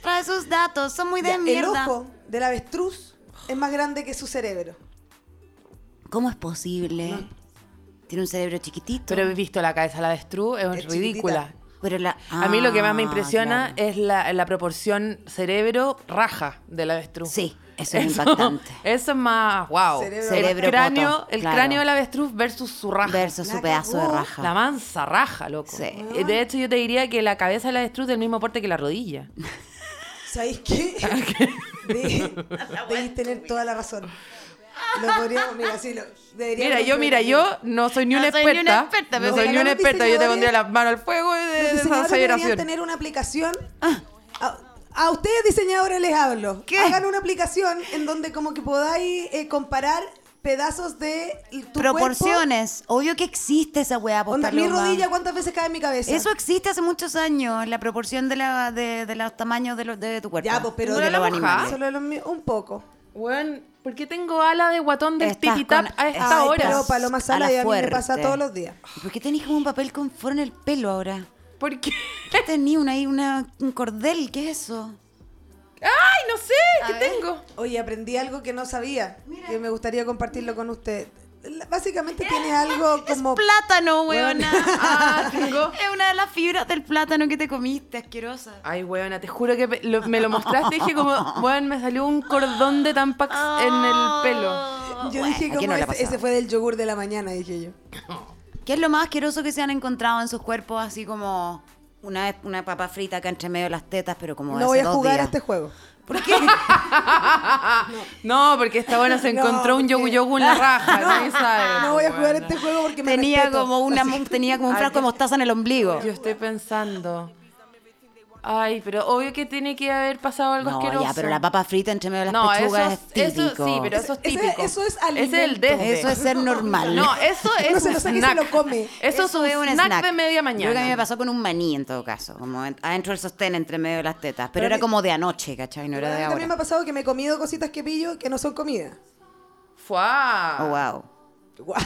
[SPEAKER 2] Trae sus datos, son muy de
[SPEAKER 4] Ya, El
[SPEAKER 2] mierda.
[SPEAKER 4] ojo del avestruz es más grande que su cerebro.
[SPEAKER 2] ¿Cómo es posible? Tiene un cerebro chiquitito.
[SPEAKER 5] Pero he visto la cabeza de la avestruz, es,
[SPEAKER 4] Es
[SPEAKER 5] ridícula.
[SPEAKER 2] Pero la-
[SPEAKER 5] a mí lo que más me
[SPEAKER 2] Ah,
[SPEAKER 5] impresiona
[SPEAKER 2] claro.
[SPEAKER 5] es la, la proporción cerebro-raja del avestruz.
[SPEAKER 2] Sí, eso es impactante.
[SPEAKER 5] Eso es más, wow.
[SPEAKER 4] Cerebro-
[SPEAKER 2] Cerebro
[SPEAKER 5] el cráneo,
[SPEAKER 2] poto,
[SPEAKER 5] el
[SPEAKER 2] claro.
[SPEAKER 5] cráneo del avestruz versus su raja.
[SPEAKER 2] Versus su
[SPEAKER 4] La
[SPEAKER 2] pedazo de
[SPEAKER 4] cagó.
[SPEAKER 2] raja.
[SPEAKER 5] La mansa raja, loco.
[SPEAKER 2] Sí.
[SPEAKER 5] Eh, De hecho, yo te diría que la cabeza del avestruz es del mismo porte que la rodilla.
[SPEAKER 4] ¿Sabéis qué? De- Debéis tener toda la razón. Lo podríamos, mira, sí, lo, deberíamos
[SPEAKER 5] Mira, yo, mira, yo no soy ni
[SPEAKER 2] No
[SPEAKER 5] una
[SPEAKER 2] soy ni una
[SPEAKER 5] experta.
[SPEAKER 2] experta, pero
[SPEAKER 5] no soy ni
[SPEAKER 4] mira,
[SPEAKER 5] una
[SPEAKER 4] los
[SPEAKER 5] experta. Yo te
[SPEAKER 4] diseñadores-
[SPEAKER 5] pondría la mano al fuego de, de
[SPEAKER 4] Los
[SPEAKER 5] esa
[SPEAKER 4] diseñadores deberían
[SPEAKER 5] aseveración.
[SPEAKER 4] tener una aplicación. A, a ustedes diseñadores les hablo. Hagan una aplicación en donde como que podáis eh, comparar pedazos de tu
[SPEAKER 2] Proporciones. Obvio que existe esa weá,
[SPEAKER 4] cuerpo. Onda,
[SPEAKER 2] posta
[SPEAKER 4] mi
[SPEAKER 2] loba.
[SPEAKER 4] rodilla, ¿cuántas veces cae en mi cabeza?
[SPEAKER 2] Eso existe hace muchos años, la proporción de, la, de, de los tamaños de, los- de tu cuerpo.
[SPEAKER 4] ya, pues, pero
[SPEAKER 5] ¿No
[SPEAKER 2] de
[SPEAKER 5] la
[SPEAKER 2] los
[SPEAKER 5] mojá?
[SPEAKER 2] animales.
[SPEAKER 4] Solo los míos, un poco.
[SPEAKER 5] Weón, ¿por qué tengo ala de guatón del
[SPEAKER 2] Estás
[SPEAKER 5] tititap
[SPEAKER 2] con-
[SPEAKER 5] a esta
[SPEAKER 2] Ay,
[SPEAKER 5] hora?
[SPEAKER 4] pero Paloma
[SPEAKER 2] A
[SPEAKER 4] Sala
[SPEAKER 2] la
[SPEAKER 4] y a mí me pasa
[SPEAKER 2] fuerte.
[SPEAKER 4] todos los días.
[SPEAKER 2] ¿Por qué tenés como un papel con flor en el pelo ahora?
[SPEAKER 5] ¿Por qué?
[SPEAKER 2] ¿Qué tenés una, ahí, una, un cordel? ¿Qué es eso?
[SPEAKER 5] ¡Ay, no sé! ¿Qué
[SPEAKER 2] ver.
[SPEAKER 5] tengo?
[SPEAKER 4] Oye, aprendí algo que no sabía, que me gustaría compartirlo con usted. La- Básicamente tiene
[SPEAKER 2] eh,
[SPEAKER 4] algo como...
[SPEAKER 2] Plátano,
[SPEAKER 4] Hueona.
[SPEAKER 2] weona.
[SPEAKER 5] Ah, tengo.
[SPEAKER 2] es una de las fibras del plátano que te comiste, asquerosa.
[SPEAKER 5] Ay, weona, te juro que pe- lo- me lo mostraste y dije como, weón, me salió un cordón de Tampax en el pelo.
[SPEAKER 4] Yo
[SPEAKER 2] Bueno, ¿a
[SPEAKER 4] dije
[SPEAKER 2] quién
[SPEAKER 4] como
[SPEAKER 2] no le ha
[SPEAKER 4] ese, ese
[SPEAKER 2] pasado?
[SPEAKER 4] fue del yogur de la mañana, dije yo.
[SPEAKER 2] ¿Qué es lo más asqueroso que se han encontrado en sus cuerpos? Así como una, una papa frita acá entre medio de las tetas, pero como de
[SPEAKER 4] no
[SPEAKER 2] hace
[SPEAKER 4] voy a
[SPEAKER 2] dos
[SPEAKER 4] jugar a
[SPEAKER 2] días.
[SPEAKER 4] este juego.
[SPEAKER 2] ¿Por qué?
[SPEAKER 5] No, porque esta buena se
[SPEAKER 4] No,
[SPEAKER 5] encontró un
[SPEAKER 4] porque-
[SPEAKER 5] yogu yogu en la raja, nadie sabe.
[SPEAKER 4] No voy a jugar a
[SPEAKER 5] weona.
[SPEAKER 4] este juego porque me
[SPEAKER 2] tenía,
[SPEAKER 4] respeto.
[SPEAKER 2] como una, tenía como un
[SPEAKER 5] Ay,
[SPEAKER 2] frasco de
[SPEAKER 5] qué-
[SPEAKER 2] mostaza en el ombligo.
[SPEAKER 5] Yo estoy pensando. Ay, pero obvio que tiene que haber pasado algo
[SPEAKER 2] No,
[SPEAKER 5] asqueroso.
[SPEAKER 2] ya, pero la papa frita entre medio de las
[SPEAKER 5] No,
[SPEAKER 2] pechugas
[SPEAKER 5] eso,
[SPEAKER 2] es
[SPEAKER 5] eso
[SPEAKER 2] típico.
[SPEAKER 5] sí, pero eso es
[SPEAKER 4] Ese-
[SPEAKER 5] típico.
[SPEAKER 4] eso
[SPEAKER 5] Ese
[SPEAKER 4] es
[SPEAKER 5] es el
[SPEAKER 4] alimento.
[SPEAKER 5] desde.
[SPEAKER 2] Eso es ser normal.
[SPEAKER 5] No, eso es
[SPEAKER 4] se
[SPEAKER 5] un
[SPEAKER 4] lo saca y se
[SPEAKER 5] snack.
[SPEAKER 4] lo come.
[SPEAKER 5] Eso, es un, snack, de media mañana.
[SPEAKER 2] Yo creo que a mí me pasó con un maní en todo caso, como en- adentro del sostén entre medio de las tetas, pero,
[SPEAKER 4] Pero
[SPEAKER 2] era
[SPEAKER 4] mi-
[SPEAKER 2] como de anoche, ¿cachai? No era de
[SPEAKER 4] También me ha
[SPEAKER 2] ahora.
[SPEAKER 4] pasado que me he comido cositas que pillo que no son comida.
[SPEAKER 5] Fuá.
[SPEAKER 2] Oh, wow.
[SPEAKER 4] Guau.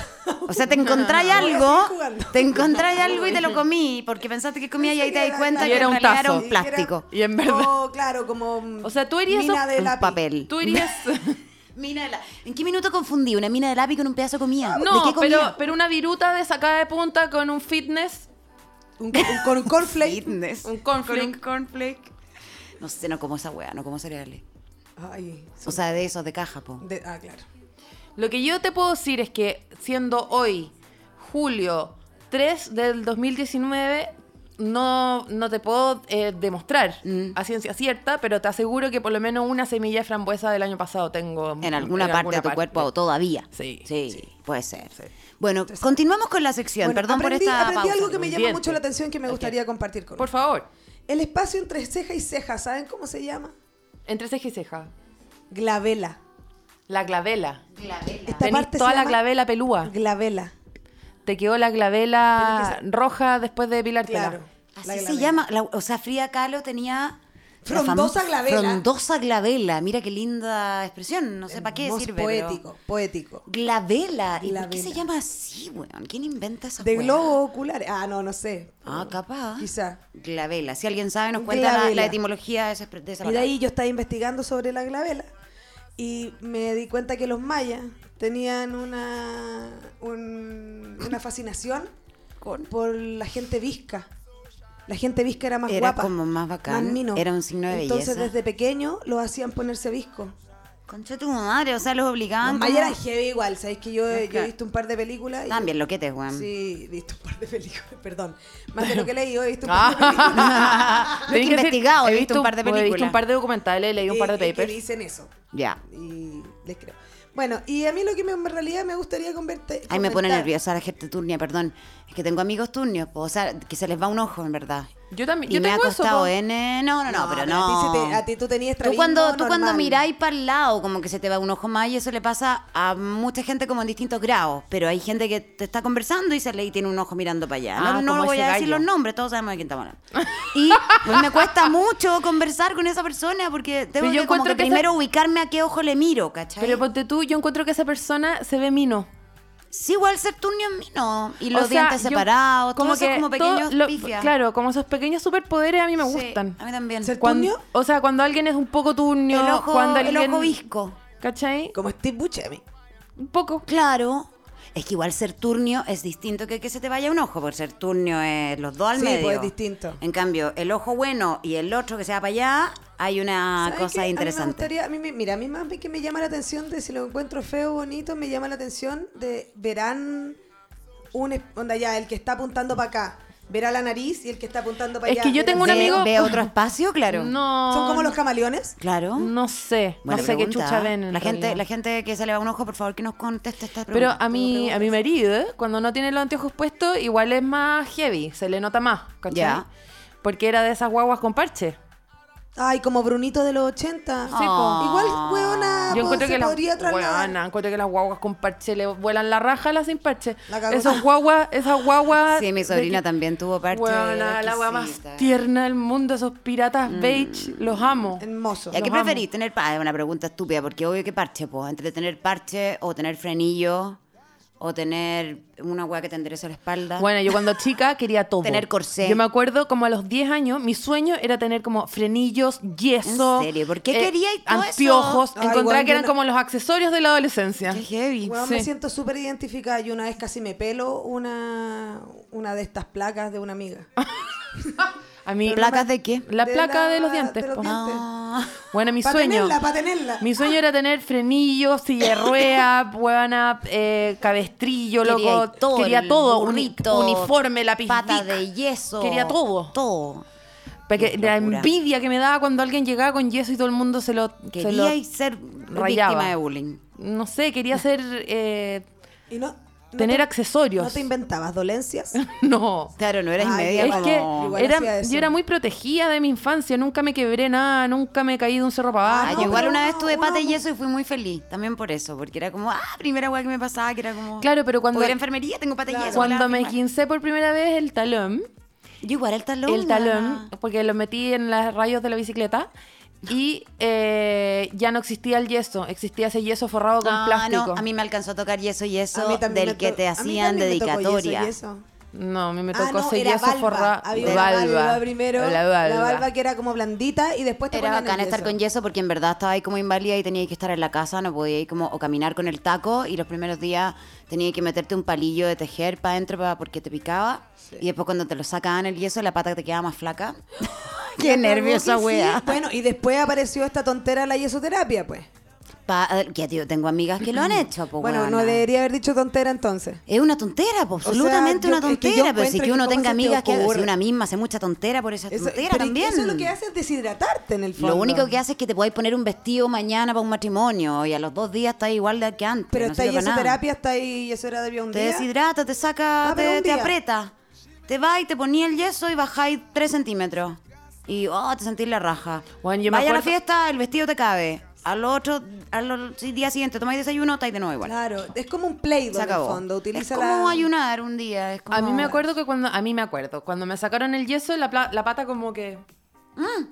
[SPEAKER 2] O sea, te encontráis
[SPEAKER 4] voy a
[SPEAKER 2] algo,
[SPEAKER 4] seguir jugando.
[SPEAKER 2] te encontráis algo y te lo comí porque pensaste que comía y ahí te das cuenta
[SPEAKER 5] Y
[SPEAKER 2] que
[SPEAKER 5] era
[SPEAKER 2] en
[SPEAKER 5] un
[SPEAKER 2] realidad era
[SPEAKER 5] tazo.
[SPEAKER 2] un plástico.
[SPEAKER 5] Y en verdad-
[SPEAKER 4] Oh, claro, como.
[SPEAKER 5] O sea, tú harías
[SPEAKER 4] mina
[SPEAKER 5] un-
[SPEAKER 4] de
[SPEAKER 2] un
[SPEAKER 4] lápiz.
[SPEAKER 2] papel.
[SPEAKER 5] Tú irías.
[SPEAKER 2] Mina de la- ¿En qué minuto confundí una mina de lápiz con un pedazo de comida? ¿De
[SPEAKER 5] No,
[SPEAKER 2] qué comía?
[SPEAKER 5] pero, pero una viruta de sacada de punta con un fitness,
[SPEAKER 4] Un, un- con un cornflake.
[SPEAKER 2] Fitness.
[SPEAKER 5] un conflict.
[SPEAKER 2] cornflake. No sé, no como esa wea, no como cereales.
[SPEAKER 4] Ay.
[SPEAKER 2] O sea, de esos de caja, po.
[SPEAKER 4] de- ah, claro.
[SPEAKER 5] Lo que yo te puedo decir es que siendo hoy, julio 3 del 2019, no, no te puedo eh, demostrar
[SPEAKER 2] Mm.
[SPEAKER 5] a ciencia cierta, pero te aseguro que por lo menos una semilla de frambuesa del año pasado tengo.
[SPEAKER 2] En alguna parte de tu cuerpo o todavía.
[SPEAKER 5] Sí,
[SPEAKER 2] Sí, puede ser. Bueno, continuamos con la sección.
[SPEAKER 4] Bueno,
[SPEAKER 2] Perdón
[SPEAKER 4] aprendí,
[SPEAKER 2] por esta
[SPEAKER 4] aprendí
[SPEAKER 2] pausa.
[SPEAKER 4] algo que me llama
[SPEAKER 5] Bien.
[SPEAKER 4] mucho la atención que me gustaría compartir con
[SPEAKER 5] Por favor,
[SPEAKER 4] El espacio entre ceja y ceja, ¿saben cómo se llama?
[SPEAKER 5] entre ceja y ceja.
[SPEAKER 4] Glavela.
[SPEAKER 5] La glavela.
[SPEAKER 4] Esta
[SPEAKER 5] Tenés
[SPEAKER 4] parte
[SPEAKER 5] toda
[SPEAKER 4] se
[SPEAKER 5] la
[SPEAKER 4] llama
[SPEAKER 5] glavela pelúa.
[SPEAKER 4] Glavela.
[SPEAKER 5] Te quedó la glavela roja después de depilártela.
[SPEAKER 2] Así
[SPEAKER 4] Claro. la
[SPEAKER 2] se
[SPEAKER 4] glavela.
[SPEAKER 2] llama. la- o sea, Frida Kahlo tenía. la
[SPEAKER 4] Frondosa
[SPEAKER 2] fam-
[SPEAKER 4] glavela.
[SPEAKER 2] Frondosa glavela. Mira qué linda expresión. No sé para qué
[SPEAKER 4] Hermoso,
[SPEAKER 2] sirve. pero-
[SPEAKER 4] Poético, poético.
[SPEAKER 2] Glavela. ¿Y por qué
[SPEAKER 4] Glavela.
[SPEAKER 2] se llama así, weón? ¿Quién inventa esa
[SPEAKER 4] De
[SPEAKER 2] weá?
[SPEAKER 4] globo ocular. Ah, no, no sé.
[SPEAKER 2] Ah, capaz.
[SPEAKER 4] Quizá.
[SPEAKER 2] Glavela. Si alguien sabe, nos cuenta la,
[SPEAKER 4] Glavela.
[SPEAKER 2] la etimología de esa, expre- de esa
[SPEAKER 4] Y de
[SPEAKER 2] palabra.
[SPEAKER 4] ahí yo estaba investigando sobre la glabela. y me di cuenta que los mayas tenían una, un- una fascinación por la gente visca. La gente visca era más
[SPEAKER 2] Era
[SPEAKER 4] guapa.
[SPEAKER 2] como más bacán,
[SPEAKER 4] más mino.
[SPEAKER 2] era un signo de
[SPEAKER 4] Entonces,
[SPEAKER 2] belleza.
[SPEAKER 4] desde pequeño lo hacían ponerse visco.
[SPEAKER 2] Concha tu madre, o sea, los obligaban.
[SPEAKER 4] Los
[SPEAKER 2] como-
[SPEAKER 4] mayas eran heavy igual, ¿sabéis que yo, he- yo he
[SPEAKER 2] Claro.
[SPEAKER 4] visto un par de películas? y-
[SPEAKER 2] También loquetes, weón.
[SPEAKER 4] Sí, he visto un par de películas, perdón. Más de lo que he leído, he visto un par de
[SPEAKER 2] Ah.
[SPEAKER 4] películas.
[SPEAKER 2] Lo he investigado, he visto un par de
[SPEAKER 5] He visto
[SPEAKER 2] películas.
[SPEAKER 5] un par de documentales, leí un par de
[SPEAKER 4] Eh, que- que
[SPEAKER 5] papers.
[SPEAKER 4] dicen eso.
[SPEAKER 2] Ya.
[SPEAKER 4] y les creo. Bueno, y a mí lo que me- en realidad me gustaría convertir.
[SPEAKER 2] Ay, me pone nerviosa la gente turnia, perdón. Es que tengo amigos turnios, po, o sea, que se les va un ojo, en verdad.
[SPEAKER 5] Yo también.
[SPEAKER 2] Y
[SPEAKER 5] Yo
[SPEAKER 2] me ha
[SPEAKER 5] tengo eso,
[SPEAKER 2] costado ¿eh?
[SPEAKER 5] po.
[SPEAKER 2] N. No, no, no, pero no.
[SPEAKER 4] A ti, se te- a ti tú tenías
[SPEAKER 2] Tú
[SPEAKER 4] estrabismo
[SPEAKER 2] cuando, tú cuando
[SPEAKER 4] normal.
[SPEAKER 2] miráis para el lado, como que se te va un ojo más, y eso le pasa a mucha gente como en distintos grados. Pero hay gente que te está conversando y se le y tiene un ojo mirando para allá.
[SPEAKER 5] Ah,
[SPEAKER 2] no no
[SPEAKER 5] como
[SPEAKER 2] voy
[SPEAKER 5] ese
[SPEAKER 2] a decir
[SPEAKER 5] gallo.
[SPEAKER 2] los nombres, todos sabemos de quién estamos hablando. Y pues, me cuesta mucho conversar con esa persona porque tengo
[SPEAKER 5] Pero yo
[SPEAKER 2] que, como
[SPEAKER 5] encuentro
[SPEAKER 2] que
[SPEAKER 5] que esa-
[SPEAKER 2] primero ubicarme a qué ojo le miro, ¿cachai?
[SPEAKER 5] Pero ponte tú, yo encuentro que esa persona se ve mino.
[SPEAKER 2] Sí, igual Septunio en mí no. Y los
[SPEAKER 5] O sea,
[SPEAKER 2] dientes
[SPEAKER 5] yo-
[SPEAKER 2] separados, como que como
[SPEAKER 5] todo
[SPEAKER 2] pequeños
[SPEAKER 5] lo-
[SPEAKER 2] pifias.
[SPEAKER 5] Claro, como esos pequeños superpoderes a mí me
[SPEAKER 2] Sí,
[SPEAKER 5] gustan.
[SPEAKER 2] A mí también.
[SPEAKER 4] Ser-
[SPEAKER 5] Cuando,
[SPEAKER 4] ¿Tunio?
[SPEAKER 5] o sea, cuando alguien es un poco tuño,
[SPEAKER 2] El ojo,
[SPEAKER 5] cuando
[SPEAKER 2] el
[SPEAKER 5] alguien...
[SPEAKER 2] ojo visco.
[SPEAKER 5] ¿Cachai?
[SPEAKER 4] Como Steve Buscemi.
[SPEAKER 5] Un poco.
[SPEAKER 2] Claro. Es que igual ser turnio es distinto que que se te vaya un ojo, porque ser turnio es los dos al
[SPEAKER 4] Sí,
[SPEAKER 2] medio.
[SPEAKER 4] pues, es distinto.
[SPEAKER 2] En cambio, el ojo bueno y el otro que se va para allá, hay una
[SPEAKER 4] ¿Sabes qué?
[SPEAKER 2] Ah, cosa
[SPEAKER 4] A mí me
[SPEAKER 2] interesante.
[SPEAKER 4] gustaría, a mí me- mira, a mí más que me llama la atención de si lo encuentro feo o bonito, me llama la atención de verán un. es- Onda ya, el que está apuntando para acá. Verá la nariz y el que está apuntando para
[SPEAKER 5] Es
[SPEAKER 4] allá.
[SPEAKER 5] que yo
[SPEAKER 4] verá-
[SPEAKER 5] tengo un
[SPEAKER 2] ¿Ve-
[SPEAKER 5] amigo-
[SPEAKER 2] ¿Ve otro espacio? Claro.
[SPEAKER 5] No.
[SPEAKER 4] ¿Son como los camaleones?
[SPEAKER 2] Claro.
[SPEAKER 5] No sé.
[SPEAKER 2] Buena
[SPEAKER 5] no sé qué
[SPEAKER 2] pregunta. ¿eh?
[SPEAKER 5] chucha ven. en
[SPEAKER 2] La gente,
[SPEAKER 5] realidad.
[SPEAKER 2] la gente que se le va un ojo, por favor, que nos conteste esta
[SPEAKER 5] Pero
[SPEAKER 2] pregunta.
[SPEAKER 5] a mi, a mi marido, ¿eh? cuando no tiene los anteojos puestos, igual es más heavy, se le nota más, ¿cachai?
[SPEAKER 2] Ya.
[SPEAKER 5] Porque era de esas guaguas con parche.
[SPEAKER 4] Ay, como Brunito de los 80.
[SPEAKER 5] po. Ah.
[SPEAKER 4] Igual, hueona,
[SPEAKER 5] Yo
[SPEAKER 4] po,
[SPEAKER 5] encuentro
[SPEAKER 4] Pues, se
[SPEAKER 5] que, las,
[SPEAKER 4] podría trasladar.
[SPEAKER 5] Weona, encuentro que las guaguas con parche le vuelan la raja a las sin parche.
[SPEAKER 4] La cagó.
[SPEAKER 5] Esas guaguas, esas guaguas...
[SPEAKER 2] Sí, mi
[SPEAKER 5] de
[SPEAKER 2] sobrina
[SPEAKER 5] que-
[SPEAKER 2] también tuvo parte.
[SPEAKER 5] Weona, la guagua más
[SPEAKER 2] exquisita. Mm.
[SPEAKER 5] tierna del mundo, esos piratas beige, los amo.
[SPEAKER 4] Hermoso.
[SPEAKER 2] ¿Y a qué
[SPEAKER 5] Los amo.
[SPEAKER 2] preferís tener parche? Es una pregunta estúpida, porque obvio que parche, pues, entre tener parche o tener frenillo o tener una hueá que te endereza la espalda.
[SPEAKER 5] Bueno, yo cuando chica quería todo.
[SPEAKER 2] Tener corsé.
[SPEAKER 5] Yo me acuerdo como a los 10 años, mi sueño era tener como frenillos, yeso. eh,
[SPEAKER 2] ¿En serio? ¿Por qué queríais todo eso?
[SPEAKER 5] Anteojos.
[SPEAKER 4] Ay,
[SPEAKER 5] Encontraba
[SPEAKER 4] igual
[SPEAKER 5] que
[SPEAKER 4] yo
[SPEAKER 5] eran
[SPEAKER 4] no-
[SPEAKER 5] como los accesorios de la adolescencia.
[SPEAKER 2] Qué heavy.
[SPEAKER 4] Weón,
[SPEAKER 5] Sí.
[SPEAKER 4] me siento súper identificada. Yo una vez casi me pelo una, una de estas placas de una amiga.
[SPEAKER 5] A mí,
[SPEAKER 2] ¿Placas de qué? Ah.
[SPEAKER 5] La
[SPEAKER 4] De
[SPEAKER 5] placa
[SPEAKER 4] la-
[SPEAKER 5] de los dientes. po.
[SPEAKER 2] No.
[SPEAKER 5] Bueno, mi
[SPEAKER 4] Pa'
[SPEAKER 5] sueño.
[SPEAKER 4] tenerla, pa' tenerla.
[SPEAKER 5] Mi sueño era tener frenillos, silla de rueda, huevana, eh, cabestrillo,
[SPEAKER 2] Quería
[SPEAKER 5] loco.
[SPEAKER 2] ahí todo,
[SPEAKER 5] quería
[SPEAKER 2] el
[SPEAKER 5] todo. uni-
[SPEAKER 2] burrito,
[SPEAKER 5] uniforme, lápiz.
[SPEAKER 2] Pata
[SPEAKER 5] Bic.
[SPEAKER 2] de yeso.
[SPEAKER 5] Quería todo.
[SPEAKER 2] Todo.
[SPEAKER 5] Porque
[SPEAKER 2] Qué
[SPEAKER 5] la
[SPEAKER 2] locura.
[SPEAKER 5] envidia que me daba cuando alguien llegaba con yeso y todo el mundo se lo. se lo-
[SPEAKER 2] Quería ser
[SPEAKER 5] rayaba.
[SPEAKER 2] víctima de bullying.
[SPEAKER 5] No sé, quería ser. eh,
[SPEAKER 4] Y no, no
[SPEAKER 5] Tener
[SPEAKER 4] te-
[SPEAKER 5] accesorios.
[SPEAKER 4] ¿No te inventabas dolencias?
[SPEAKER 5] no.
[SPEAKER 2] Claro, no eras
[SPEAKER 4] Ay,
[SPEAKER 2] media
[SPEAKER 5] Es
[SPEAKER 4] como-
[SPEAKER 5] que
[SPEAKER 4] Igual hacía
[SPEAKER 5] era,
[SPEAKER 4] eso.
[SPEAKER 5] yo era muy protegida de mi infancia, nunca me quebré nada, nunca me caí de un cerro para
[SPEAKER 2] Ah,
[SPEAKER 5] abajo.
[SPEAKER 2] yo igual
[SPEAKER 4] pero
[SPEAKER 2] una vez
[SPEAKER 4] uno-
[SPEAKER 2] tuve pata y
[SPEAKER 4] uno-
[SPEAKER 2] yeso y fui muy feliz. También por eso, porque era como, ah, primera hueá que me pasaba, que era como.
[SPEAKER 5] Claro, pero cuando-
[SPEAKER 2] Voy a la enfermería, tengo pata y yeso.
[SPEAKER 5] Cuando
[SPEAKER 2] la-
[SPEAKER 5] me quincé por primera vez el talón,
[SPEAKER 2] Yo igual el talón.
[SPEAKER 5] el talón,
[SPEAKER 2] mana.
[SPEAKER 5] porque lo metí en las rayos de la bicicleta y eh, ya no existía el yeso, existía ese yeso forrado con
[SPEAKER 2] Ah,
[SPEAKER 5] plástico.
[SPEAKER 2] no, a mí me alcanzó a tocar yeso y
[SPEAKER 4] A
[SPEAKER 2] eso
[SPEAKER 4] mí también
[SPEAKER 2] del
[SPEAKER 4] me
[SPEAKER 2] que
[SPEAKER 4] to-
[SPEAKER 2] te
[SPEAKER 4] a mí
[SPEAKER 2] hacían
[SPEAKER 4] también me tocó
[SPEAKER 2] dedicatoria.
[SPEAKER 4] yeso y yeso.
[SPEAKER 5] No, a mí me
[SPEAKER 4] Ah,
[SPEAKER 5] tocó
[SPEAKER 4] no,
[SPEAKER 5] ese
[SPEAKER 4] era
[SPEAKER 5] yeso
[SPEAKER 4] valva.
[SPEAKER 5] forrado.
[SPEAKER 4] Había una valva primero.
[SPEAKER 5] La valva.
[SPEAKER 4] que era como blandita y después te
[SPEAKER 2] Era
[SPEAKER 4] ponían el
[SPEAKER 2] bacán estar
[SPEAKER 4] yeso.
[SPEAKER 2] con yeso porque en verdad estaba ahí como inválida y tenía que estar en la casa, no podía ir como o caminar con el taco y los primeros días tenía que meterte un palillo de tejer para adentro pa- porque te picaba y después cuando te lo sacaban el yeso la pata te quedaba más flaca. Qué nerviosa
[SPEAKER 4] Claro que sí.
[SPEAKER 2] wea.
[SPEAKER 4] Bueno, y después apareció esta tontera la yesoterapia, pues.
[SPEAKER 2] Pa- que yo tengo amigas que lo han hecho, po,
[SPEAKER 4] Bueno,
[SPEAKER 2] weona.
[SPEAKER 4] no debería haber dicho tontera entonces.
[SPEAKER 2] Es una tontera, po,
[SPEAKER 4] sea,
[SPEAKER 2] absolutamente
[SPEAKER 4] yo-
[SPEAKER 2] una
[SPEAKER 4] es que yo
[SPEAKER 2] tontera, pero si
[SPEAKER 4] encuentro
[SPEAKER 2] que uno
[SPEAKER 4] que cómo
[SPEAKER 2] tenga
[SPEAKER 4] se te
[SPEAKER 2] amigas que hace
[SPEAKER 4] ocurre.
[SPEAKER 2] una misma hace mucha tontera por esa
[SPEAKER 4] Eso,
[SPEAKER 2] tontera
[SPEAKER 4] pero
[SPEAKER 2] también.
[SPEAKER 4] eso es lo que hace es deshidratarte en el fondo.
[SPEAKER 2] Lo único que hace es que te podéis poner un vestido mañana para un matrimonio y a los dos días estás igual de que antes.
[SPEAKER 4] Pero
[SPEAKER 2] no
[SPEAKER 4] está
[SPEAKER 2] sirve para nada.
[SPEAKER 4] yesoterapia, está yesoterapia un
[SPEAKER 2] Te
[SPEAKER 4] día.
[SPEAKER 2] deshidrata, te saca,
[SPEAKER 4] Ah, pero
[SPEAKER 2] te,
[SPEAKER 4] un
[SPEAKER 2] te
[SPEAKER 4] día.
[SPEAKER 2] aprieta. Te va y te ponía el yeso y bajáis 3 centímetros. Y oh, te sentís la raja.
[SPEAKER 5] Bueno, yo me
[SPEAKER 2] Vaya a la
[SPEAKER 5] acuerdo-
[SPEAKER 2] fiesta, el vestido te cabe. Al otro, al sí, día siguiente tomáis desayuno, estáis de nuevo igual.
[SPEAKER 4] Claro, es como un play
[SPEAKER 2] Se
[SPEAKER 4] en el
[SPEAKER 2] acabó.
[SPEAKER 4] fondo. Utiliza
[SPEAKER 2] es como
[SPEAKER 4] la...
[SPEAKER 2] ayunar un día. es como-
[SPEAKER 5] A mí me acuerdo que cuando a mí me acuerdo cuando me sacaron el yeso la, pla- la pata como que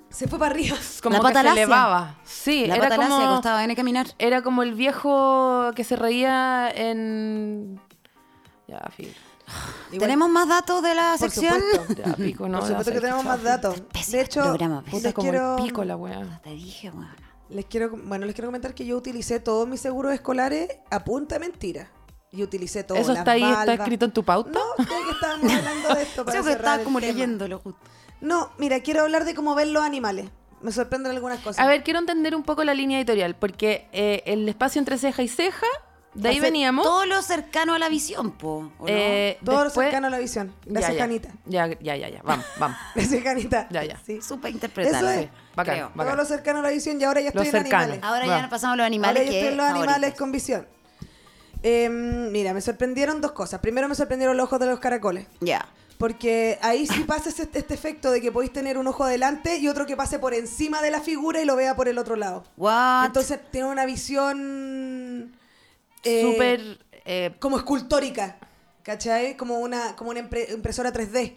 [SPEAKER 4] Se fue para arriba.
[SPEAKER 5] como
[SPEAKER 2] La
[SPEAKER 5] que
[SPEAKER 2] pata
[SPEAKER 5] se
[SPEAKER 2] lacia.
[SPEAKER 5] elevaba.
[SPEAKER 4] Eh,
[SPEAKER 5] Sí,
[SPEAKER 2] La
[SPEAKER 5] era
[SPEAKER 2] patalacia
[SPEAKER 5] como
[SPEAKER 2] costaba en caminar.
[SPEAKER 5] era como el viejo que se reía en ya pico,
[SPEAKER 4] Igual,
[SPEAKER 2] ¿Tenemos más datos de la
[SPEAKER 4] por
[SPEAKER 2] sección?
[SPEAKER 4] supuesto.
[SPEAKER 5] ya pico, no. ya
[SPEAKER 4] Por supuesto
[SPEAKER 5] sé
[SPEAKER 4] que tenemos
[SPEAKER 5] chao,
[SPEAKER 4] más datos.
[SPEAKER 2] Pésimo
[SPEAKER 4] De hecho,
[SPEAKER 2] programa,
[SPEAKER 4] les
[SPEAKER 5] Puta como el
[SPEAKER 4] quiero-
[SPEAKER 5] pico la wea.
[SPEAKER 2] Te dije, bueno.
[SPEAKER 4] Les quiero, bueno, les quiero comentar que yo utilicé todos mis seguros escolares a punta de mentira. Y utilicé todo.
[SPEAKER 5] ¿Eso
[SPEAKER 4] las
[SPEAKER 5] está ahí? ¿Está
[SPEAKER 4] valvas.
[SPEAKER 5] escrito en tu pauta?
[SPEAKER 4] No, creo que estábamos hablando de esto. Para
[SPEAKER 2] Creo que
[SPEAKER 4] cerrar
[SPEAKER 2] estaba
[SPEAKER 4] el
[SPEAKER 2] como
[SPEAKER 4] tema.
[SPEAKER 2] leyéndolo justo.
[SPEAKER 4] No, mira, quiero hablar de cómo ven los animales. Me sorprenden algunas cosas.
[SPEAKER 5] A ver, quiero entender un poco la línea editorial, porque eh, el espacio entre ceja y ceja, de ahí
[SPEAKER 4] Hace
[SPEAKER 5] veníamos.
[SPEAKER 2] Todo lo cercano a la visión, po. ¿o no?
[SPEAKER 5] eh,
[SPEAKER 4] Todo
[SPEAKER 5] después-
[SPEAKER 4] cercano a la visión. Gracias,
[SPEAKER 5] Ya, ya.
[SPEAKER 4] Janita.
[SPEAKER 5] Ya, ya, ya, ya. Vamos, vamos.
[SPEAKER 4] Gracias, Janita.
[SPEAKER 5] Ya, ya.
[SPEAKER 4] Sí.
[SPEAKER 2] Supe interpretarlo.
[SPEAKER 4] Eso es.
[SPEAKER 5] Bacán,
[SPEAKER 2] creo.
[SPEAKER 5] bacán.
[SPEAKER 4] Todo lo cercano a la visión y ahora ya
[SPEAKER 5] Lo
[SPEAKER 4] estoy en
[SPEAKER 5] cercano.
[SPEAKER 4] animales.
[SPEAKER 2] Ahora
[SPEAKER 5] Va.
[SPEAKER 2] ya nos pasamos a los animales
[SPEAKER 4] Ahora yo
[SPEAKER 2] que
[SPEAKER 4] estoy en los
[SPEAKER 2] favoritos.
[SPEAKER 4] animales con visión. Eh, mira, me sorprendieron dos cosas. Primero me sorprendieron los ojos de los caracoles.
[SPEAKER 2] Ya.
[SPEAKER 4] Porque ahí sí pasa ese- este, efecto de que podéis tener un ojo adelante y otro que pase por encima de la figura y lo vea por el otro lado.
[SPEAKER 2] What?
[SPEAKER 4] Entonces tiene una visión eh,
[SPEAKER 5] Súper. eh,
[SPEAKER 4] como escultórica, ¿cachai? Como una, como una impre- impresora 3D.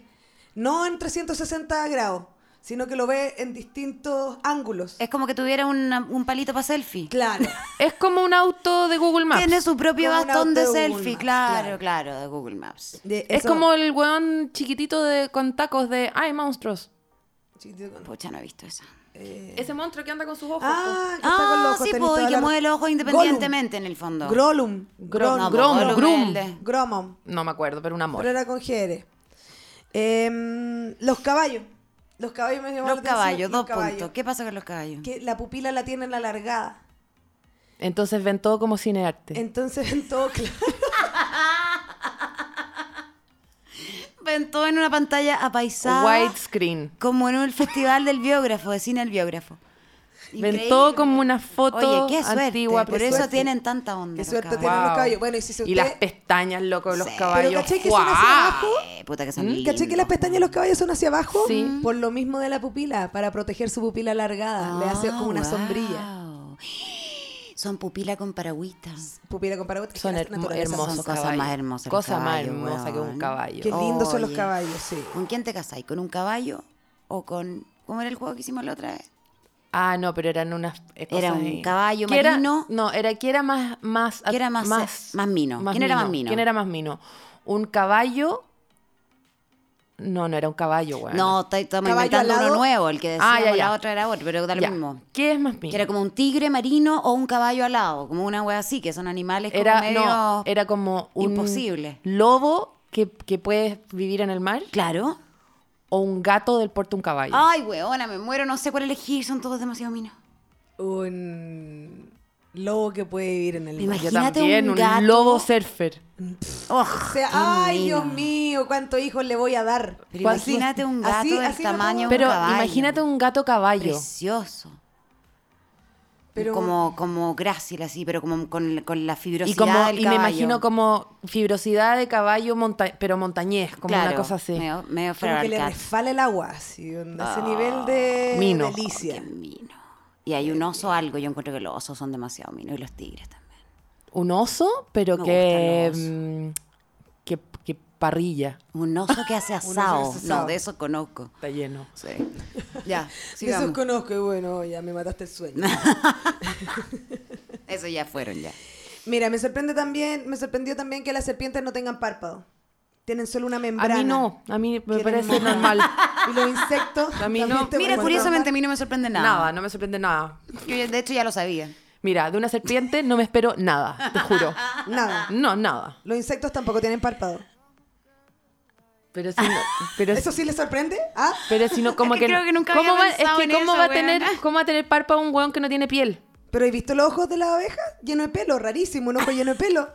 [SPEAKER 4] No en 360 grados, sino que lo ve en distintos ángulos.
[SPEAKER 2] es como que tuviera una- un palito para selfie.
[SPEAKER 4] Claro.
[SPEAKER 5] es como un auto de Google Maps.
[SPEAKER 2] Tiene su propio
[SPEAKER 4] Como un
[SPEAKER 2] bastón de
[SPEAKER 4] auto de Google
[SPEAKER 2] selfie,
[SPEAKER 4] Maps,
[SPEAKER 2] claro,
[SPEAKER 4] claro.
[SPEAKER 2] claro, de Google Maps.
[SPEAKER 4] De-
[SPEAKER 5] Es
[SPEAKER 4] eso-
[SPEAKER 5] como el weón chiquitito de, con tacos de. ¡Ay, monstruos!
[SPEAKER 4] Chiquitito con-
[SPEAKER 2] Pucha, no he visto eso.
[SPEAKER 5] Ese monstruo que anda con sus ojos.
[SPEAKER 4] Eh. Ah, que está con los
[SPEAKER 2] Ah,
[SPEAKER 4] ojos
[SPEAKER 2] sí,
[SPEAKER 4] tenis
[SPEAKER 2] po, y
[SPEAKER 4] toda
[SPEAKER 2] que
[SPEAKER 4] la-
[SPEAKER 2] mueve los ojos independientemente en el fondo.
[SPEAKER 4] Gollum. Grolum.
[SPEAKER 5] Grom,
[SPEAKER 2] No,
[SPEAKER 4] Grom-
[SPEAKER 5] Grom,
[SPEAKER 2] Gollum
[SPEAKER 5] Grum.
[SPEAKER 2] es el de-
[SPEAKER 4] Gromom.
[SPEAKER 5] po. No me acuerdo, pero un amor.
[SPEAKER 4] Pero era con GR. Em, los caballos. Los caballos me llamaron
[SPEAKER 2] Los
[SPEAKER 4] la atención,
[SPEAKER 2] caballos,
[SPEAKER 4] los
[SPEAKER 2] dos
[SPEAKER 4] caballos.
[SPEAKER 2] puntos. ¿Qué pasa con los caballos?
[SPEAKER 4] Que la pupila la tienen alargada.
[SPEAKER 5] Entonces ven todo como cinearte.
[SPEAKER 4] Entonces ven todo claro.
[SPEAKER 2] Ven todo en una pantalla apaisada.
[SPEAKER 5] Widescreen.
[SPEAKER 2] Como en un festival del biógrafo, de cine el biógrafo.
[SPEAKER 5] Ven todo como una foto
[SPEAKER 2] Oye, qué suerte.
[SPEAKER 5] antigua.
[SPEAKER 2] por
[SPEAKER 5] preciosa.
[SPEAKER 2] eso tienen tanta onda.
[SPEAKER 4] Qué
[SPEAKER 2] los
[SPEAKER 4] suerte
[SPEAKER 2] caballos.
[SPEAKER 4] tienen los
[SPEAKER 5] Wow.
[SPEAKER 4] caballos. Bueno, y si se
[SPEAKER 5] Y
[SPEAKER 4] usted...
[SPEAKER 5] las pestañas, loco, de los
[SPEAKER 2] Sí.
[SPEAKER 4] Pero
[SPEAKER 5] caballos.
[SPEAKER 4] caché que son hacia abajo.
[SPEAKER 2] Eh, puta que son lindos.
[SPEAKER 4] Mm, ¿Caché que las pestañas de los caballos son hacia abajo?
[SPEAKER 5] Sí.
[SPEAKER 4] Por lo mismo de la pupila, para proteger su pupila alargada. Le hace
[SPEAKER 2] Ah,
[SPEAKER 4] como una
[SPEAKER 2] wow.
[SPEAKER 4] sombrilla.
[SPEAKER 2] Son pupila con paragüitas.
[SPEAKER 4] Pupila con paraguas.
[SPEAKER 5] Son her-
[SPEAKER 4] naturaleza.
[SPEAKER 5] hermosos
[SPEAKER 2] son cosas
[SPEAKER 5] caballos.
[SPEAKER 2] más hermosas, el
[SPEAKER 5] Cosa más
[SPEAKER 2] caballo,
[SPEAKER 5] hermosa que
[SPEAKER 2] weón.
[SPEAKER 5] un caballo.
[SPEAKER 4] Qué lindos son los
[SPEAKER 2] Oye.
[SPEAKER 4] caballos, sí.
[SPEAKER 2] ¿Con quién te casáis? ¿Con un caballo o con cómo era el juego que hicimos la otra vez?
[SPEAKER 5] Ah, no, pero eran unas eh, cosas
[SPEAKER 2] Era un
[SPEAKER 5] ahí.
[SPEAKER 2] caballo
[SPEAKER 5] ¿Qué era-
[SPEAKER 2] marino?
[SPEAKER 5] no, era que era más más
[SPEAKER 2] ¿Qué era más- más mino? ¿Quién era más mino?
[SPEAKER 5] ¿Quién era más mino? Un caballo No, no era un caballo, güey.
[SPEAKER 2] No, está- estamos
[SPEAKER 4] Caballo
[SPEAKER 2] inventando
[SPEAKER 4] alado.
[SPEAKER 2] uno nuevo, el que decíamos
[SPEAKER 5] Ah, ya, ya.
[SPEAKER 2] la otra era otro, pero da lo
[SPEAKER 5] Ya.
[SPEAKER 2] mismo.
[SPEAKER 5] ¿Qué es más mino?
[SPEAKER 2] Que era como un tigre marino o un caballo alado, como una wea así, que son animales como
[SPEAKER 5] Era-
[SPEAKER 2] medio...
[SPEAKER 5] no, era como un
[SPEAKER 2] imposible.
[SPEAKER 5] lobo que, que puede vivir en el mar
[SPEAKER 2] Claro.
[SPEAKER 5] o un gato del porte de un caballo.
[SPEAKER 2] Ay, weona, me muero, no sé cuál elegir, son todos demasiado minos.
[SPEAKER 4] Un lobo que puede vivir en el
[SPEAKER 2] Me
[SPEAKER 4] mar.
[SPEAKER 5] Yo
[SPEAKER 2] Imagínate
[SPEAKER 5] también,
[SPEAKER 2] un
[SPEAKER 5] un,
[SPEAKER 2] gato.
[SPEAKER 5] lobo surfer. Oh,
[SPEAKER 2] Oj,
[SPEAKER 4] O sea,
[SPEAKER 2] qué
[SPEAKER 4] ay,
[SPEAKER 2] mino.
[SPEAKER 4] Dios mío, cuántos hijos le voy a dar. Pues
[SPEAKER 2] Pero imagínate un gato del
[SPEAKER 4] lo
[SPEAKER 2] tamaño-
[SPEAKER 4] pongo.
[SPEAKER 5] Pero
[SPEAKER 2] caballo.
[SPEAKER 5] imagínate un gato caballo.
[SPEAKER 2] Precioso.
[SPEAKER 4] Pero-
[SPEAKER 2] como, como grácil así, pero como con, con la fibrosidad
[SPEAKER 5] Y, como,
[SPEAKER 2] del
[SPEAKER 5] y me
[SPEAKER 2] caballo.
[SPEAKER 5] imagino como fibrosidad de caballo, monta- pero montañés, como
[SPEAKER 2] Claro,
[SPEAKER 5] una cosa así.
[SPEAKER 2] Medio, medio
[SPEAKER 4] Como que le
[SPEAKER 2] Feral Cat.
[SPEAKER 4] resfala el agua, así, onda,
[SPEAKER 2] Ah,
[SPEAKER 4] ese nivel de
[SPEAKER 5] Mino.
[SPEAKER 4] delicia.
[SPEAKER 2] Qué mino. Y hay un oso algo, yo encuentro que los osos son demasiado minos y los tigres también.
[SPEAKER 5] Un oso, pero
[SPEAKER 2] Me
[SPEAKER 5] que,
[SPEAKER 2] gustan
[SPEAKER 5] mm, que. que parrilla.
[SPEAKER 2] Un oso que hace
[SPEAKER 4] oso que hace
[SPEAKER 2] asado. No,
[SPEAKER 4] asado.
[SPEAKER 2] de eso conozco.
[SPEAKER 5] Está lleno.
[SPEAKER 2] Sí. Ya,
[SPEAKER 4] De esos
[SPEAKER 2] sigamos.
[SPEAKER 4] conozco y bueno, ya me mataste el sueño.
[SPEAKER 2] Eso ya fueron ya.
[SPEAKER 4] Mira, me sorprende también, me sorprendió también que las serpientes no tengan párpado. Tienen solo una
[SPEAKER 5] A
[SPEAKER 4] membrana.
[SPEAKER 5] mí no, a mí me parece
[SPEAKER 4] Quieren mojar.
[SPEAKER 5] normal.
[SPEAKER 4] Y los insectos.
[SPEAKER 5] A mí
[SPEAKER 4] también
[SPEAKER 5] no.
[SPEAKER 4] te
[SPEAKER 2] Mira,
[SPEAKER 4] vuelven
[SPEAKER 2] curiosamente a
[SPEAKER 4] normal.
[SPEAKER 2] mí no me sorprende nada.
[SPEAKER 5] Nada, no me sorprende nada.
[SPEAKER 2] Yo, de hecho ya lo sabía.
[SPEAKER 5] Mira, de una serpiente no me espero nada, te juro.
[SPEAKER 4] Nada.
[SPEAKER 5] No, nada.
[SPEAKER 4] Los insectos tampoco tienen párpado.
[SPEAKER 5] Pero si no, pero,
[SPEAKER 4] ¿Eso sí les sorprende? ¿Ah?
[SPEAKER 5] pero si no, como
[SPEAKER 2] Es que
[SPEAKER 5] que,
[SPEAKER 2] creo que nunca
[SPEAKER 5] ¿cómo
[SPEAKER 2] había
[SPEAKER 5] va, es
[SPEAKER 2] pensado
[SPEAKER 5] que
[SPEAKER 2] en
[SPEAKER 5] cómo
[SPEAKER 2] eso,
[SPEAKER 5] va a tener,
[SPEAKER 2] weona.
[SPEAKER 5] cómo va a tener párpado un weón que no tiene piel.
[SPEAKER 4] ¿Pero he visto los ojos de las abejas? Lleno de pelo, rarísimo, un ojo lleno de pelo.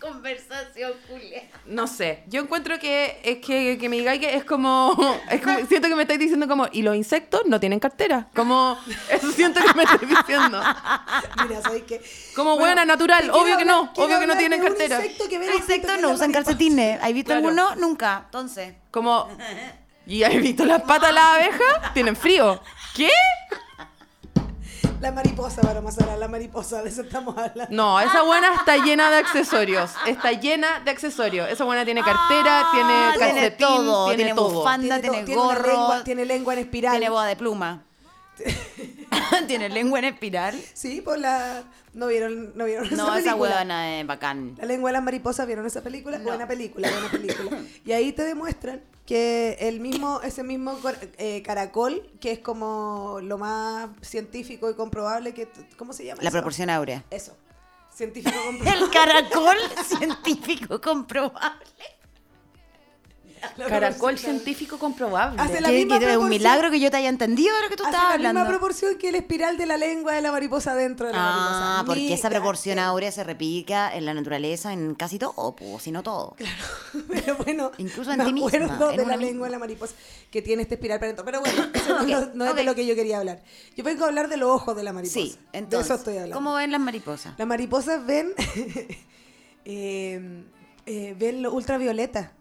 [SPEAKER 2] Conversación, Julia.
[SPEAKER 5] No sé, yo encuentro que es que, que me digáis que es como, es como- siento que me estáis diciendo como, y los insectos no tienen cartera, como, eso siento que me estáis diciendo.
[SPEAKER 4] Mira, ¿sabes qué?
[SPEAKER 5] Como buena, natural,
[SPEAKER 4] te
[SPEAKER 5] obvio
[SPEAKER 4] quiero
[SPEAKER 5] que no,
[SPEAKER 4] hablar- quiero
[SPEAKER 5] obvio que no
[SPEAKER 4] hablar
[SPEAKER 5] tienen
[SPEAKER 4] de un
[SPEAKER 5] cartera.
[SPEAKER 4] Insecto que ve
[SPEAKER 2] Los insectos
[SPEAKER 4] que
[SPEAKER 2] no
[SPEAKER 4] ve
[SPEAKER 2] usan
[SPEAKER 4] la mariposa.
[SPEAKER 2] calcetines. ¿Has visto
[SPEAKER 5] Claro.
[SPEAKER 2] alguno? Nunca. Entonces.
[SPEAKER 5] Como, y has visto las patas de las abejas, tienen frío. ¿Qué?
[SPEAKER 4] La mariposa, para Mazara, la mariposa, de eso estamos hablando.
[SPEAKER 5] No, esa buena está llena de accesorios, está llena de accesorios. Esa buena tiene cartera,
[SPEAKER 2] Ah,
[SPEAKER 5] tiene
[SPEAKER 2] tiene
[SPEAKER 5] calcetín,
[SPEAKER 2] todo,
[SPEAKER 5] tiene,
[SPEAKER 2] tiene
[SPEAKER 5] todo.
[SPEAKER 2] bufanda. Anda,
[SPEAKER 4] todo,
[SPEAKER 2] tiene
[SPEAKER 4] una
[SPEAKER 2] gorro.
[SPEAKER 4] lengua, tiene lengua en espiral.
[SPEAKER 2] Tiene boda de pluma. Tiene lengua en espiral.
[SPEAKER 4] Sí, por la... ¿No vieron, no vieron
[SPEAKER 2] No,
[SPEAKER 4] esa
[SPEAKER 2] esa
[SPEAKER 4] película?
[SPEAKER 2] huevona es bacán.
[SPEAKER 4] La lengua de las mariposas, ¿vieron esa película? Buena película, buena película. Y ahí te demuestran que el mismo, ese mismo cor- eh, caracol, que es como lo más científico y comprobable que... ¿Cómo se llama
[SPEAKER 2] La
[SPEAKER 4] eso?
[SPEAKER 2] proporción áurea.
[SPEAKER 4] Eso. Científico comprobable.
[SPEAKER 2] El caracol científico comprobable.
[SPEAKER 4] La
[SPEAKER 5] Caracol
[SPEAKER 4] proporción-
[SPEAKER 5] científico comprobable.
[SPEAKER 4] Hace la
[SPEAKER 2] Que-
[SPEAKER 4] misma
[SPEAKER 2] que es un
[SPEAKER 4] proporción-
[SPEAKER 2] milagro que yo te haya entendido de lo que tú
[SPEAKER 4] hace
[SPEAKER 2] estabas
[SPEAKER 4] la misma
[SPEAKER 2] hablando.
[SPEAKER 4] proporción que el espiral de la lengua de la mariposa dentro de la mariposa.
[SPEAKER 2] Ah, porque esa
[SPEAKER 4] Mira,
[SPEAKER 2] proporción áurea se replica en la naturaleza en casi todo, pues, si no todo.
[SPEAKER 4] Pero bueno,
[SPEAKER 2] Incluso en
[SPEAKER 4] me
[SPEAKER 2] ti misma,
[SPEAKER 4] acuerdo
[SPEAKER 2] en
[SPEAKER 4] de
[SPEAKER 2] una
[SPEAKER 4] la
[SPEAKER 2] misma.
[SPEAKER 4] lengua de la mariposa que tiene este espiral para adentro. Pero bueno, eso no,
[SPEAKER 2] Ok,
[SPEAKER 4] no- no es de
[SPEAKER 2] ok.
[SPEAKER 4] lo que yo quería hablar. Yo vengo a hablar de los ojos de la mariposa.
[SPEAKER 2] Sí, entonces.
[SPEAKER 4] De eso estoy hablando.
[SPEAKER 2] ¿Cómo ven las mariposas?
[SPEAKER 4] Las mariposas ven, eh, eh, ven lo ultravioleta.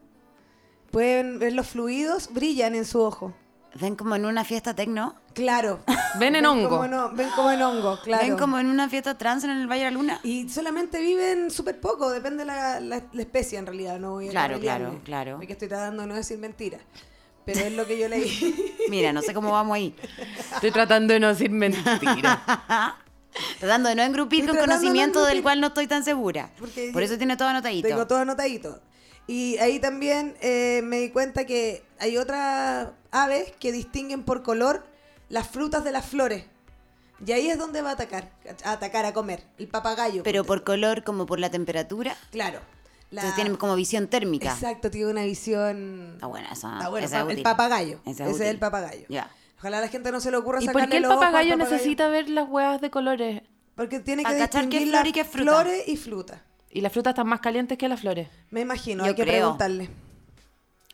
[SPEAKER 4] Pueden ver los fluidos, brillan en su ojo.
[SPEAKER 2] ¿Ven como en una fiesta tecno?
[SPEAKER 4] Claro.
[SPEAKER 5] Ven en hongo.
[SPEAKER 4] como en ho- ven como en hongo, claro.
[SPEAKER 2] ¿Ven como en una fiesta trans en el Valle de la Luna?
[SPEAKER 4] Y solamente viven súper poco, depende la, la- la especie en realidad, no voy a
[SPEAKER 2] Claro,
[SPEAKER 4] carrerearme,
[SPEAKER 2] claro, claro.
[SPEAKER 4] Porque estoy tratando de no decir mentiras. Pero es lo que yo leí.
[SPEAKER 2] Mira, no sé cómo vamos ahí.
[SPEAKER 5] Estoy tratando de no decir mentiras.
[SPEAKER 2] Tratando de no engrupir
[SPEAKER 4] Estoy
[SPEAKER 2] con
[SPEAKER 4] tratando de no
[SPEAKER 2] conocimiento del
[SPEAKER 4] engrupir.
[SPEAKER 2] cual no estoy tan segura.
[SPEAKER 4] Porque
[SPEAKER 2] Por
[SPEAKER 4] yo
[SPEAKER 2] eso tiene todo anotadito.
[SPEAKER 4] Tengo todo anotadito. Y ahí también eh, me di cuenta que hay otras aves que distinguen por color las frutas de las flores. Y ahí es donde va a atacar, a atacar, a comer. El papagayo.
[SPEAKER 2] Pero
[SPEAKER 4] ponte
[SPEAKER 2] por color, como por la temperatura.
[SPEAKER 4] tú. Claro. La-
[SPEAKER 2] Entonces tienen como visión térmica.
[SPEAKER 4] Exacto, tiene una visión...
[SPEAKER 2] Está buena esa.
[SPEAKER 4] Está bueno,
[SPEAKER 2] esa es
[SPEAKER 4] pa- el
[SPEAKER 2] útil.
[SPEAKER 4] papagayo.
[SPEAKER 2] Esa
[SPEAKER 4] Ese es
[SPEAKER 2] útil.
[SPEAKER 4] el papagayo.
[SPEAKER 2] Ya.
[SPEAKER 4] Ojalá a la gente no se le ocurra
[SPEAKER 5] ¿Y por
[SPEAKER 4] sacarle
[SPEAKER 5] qué el
[SPEAKER 4] los ojos al
[SPEAKER 5] papagayo necesita ver las huevas de colores?
[SPEAKER 4] Porque tiene que
[SPEAKER 2] Pa' cachar qué
[SPEAKER 4] distinguir
[SPEAKER 2] flor
[SPEAKER 4] las
[SPEAKER 2] y qué fruta.
[SPEAKER 4] flores y fruta.
[SPEAKER 5] Y las frutas están más calientes que las flores.
[SPEAKER 4] Me imagino,
[SPEAKER 2] Yo
[SPEAKER 4] hay que
[SPEAKER 2] creo.
[SPEAKER 4] preguntarle.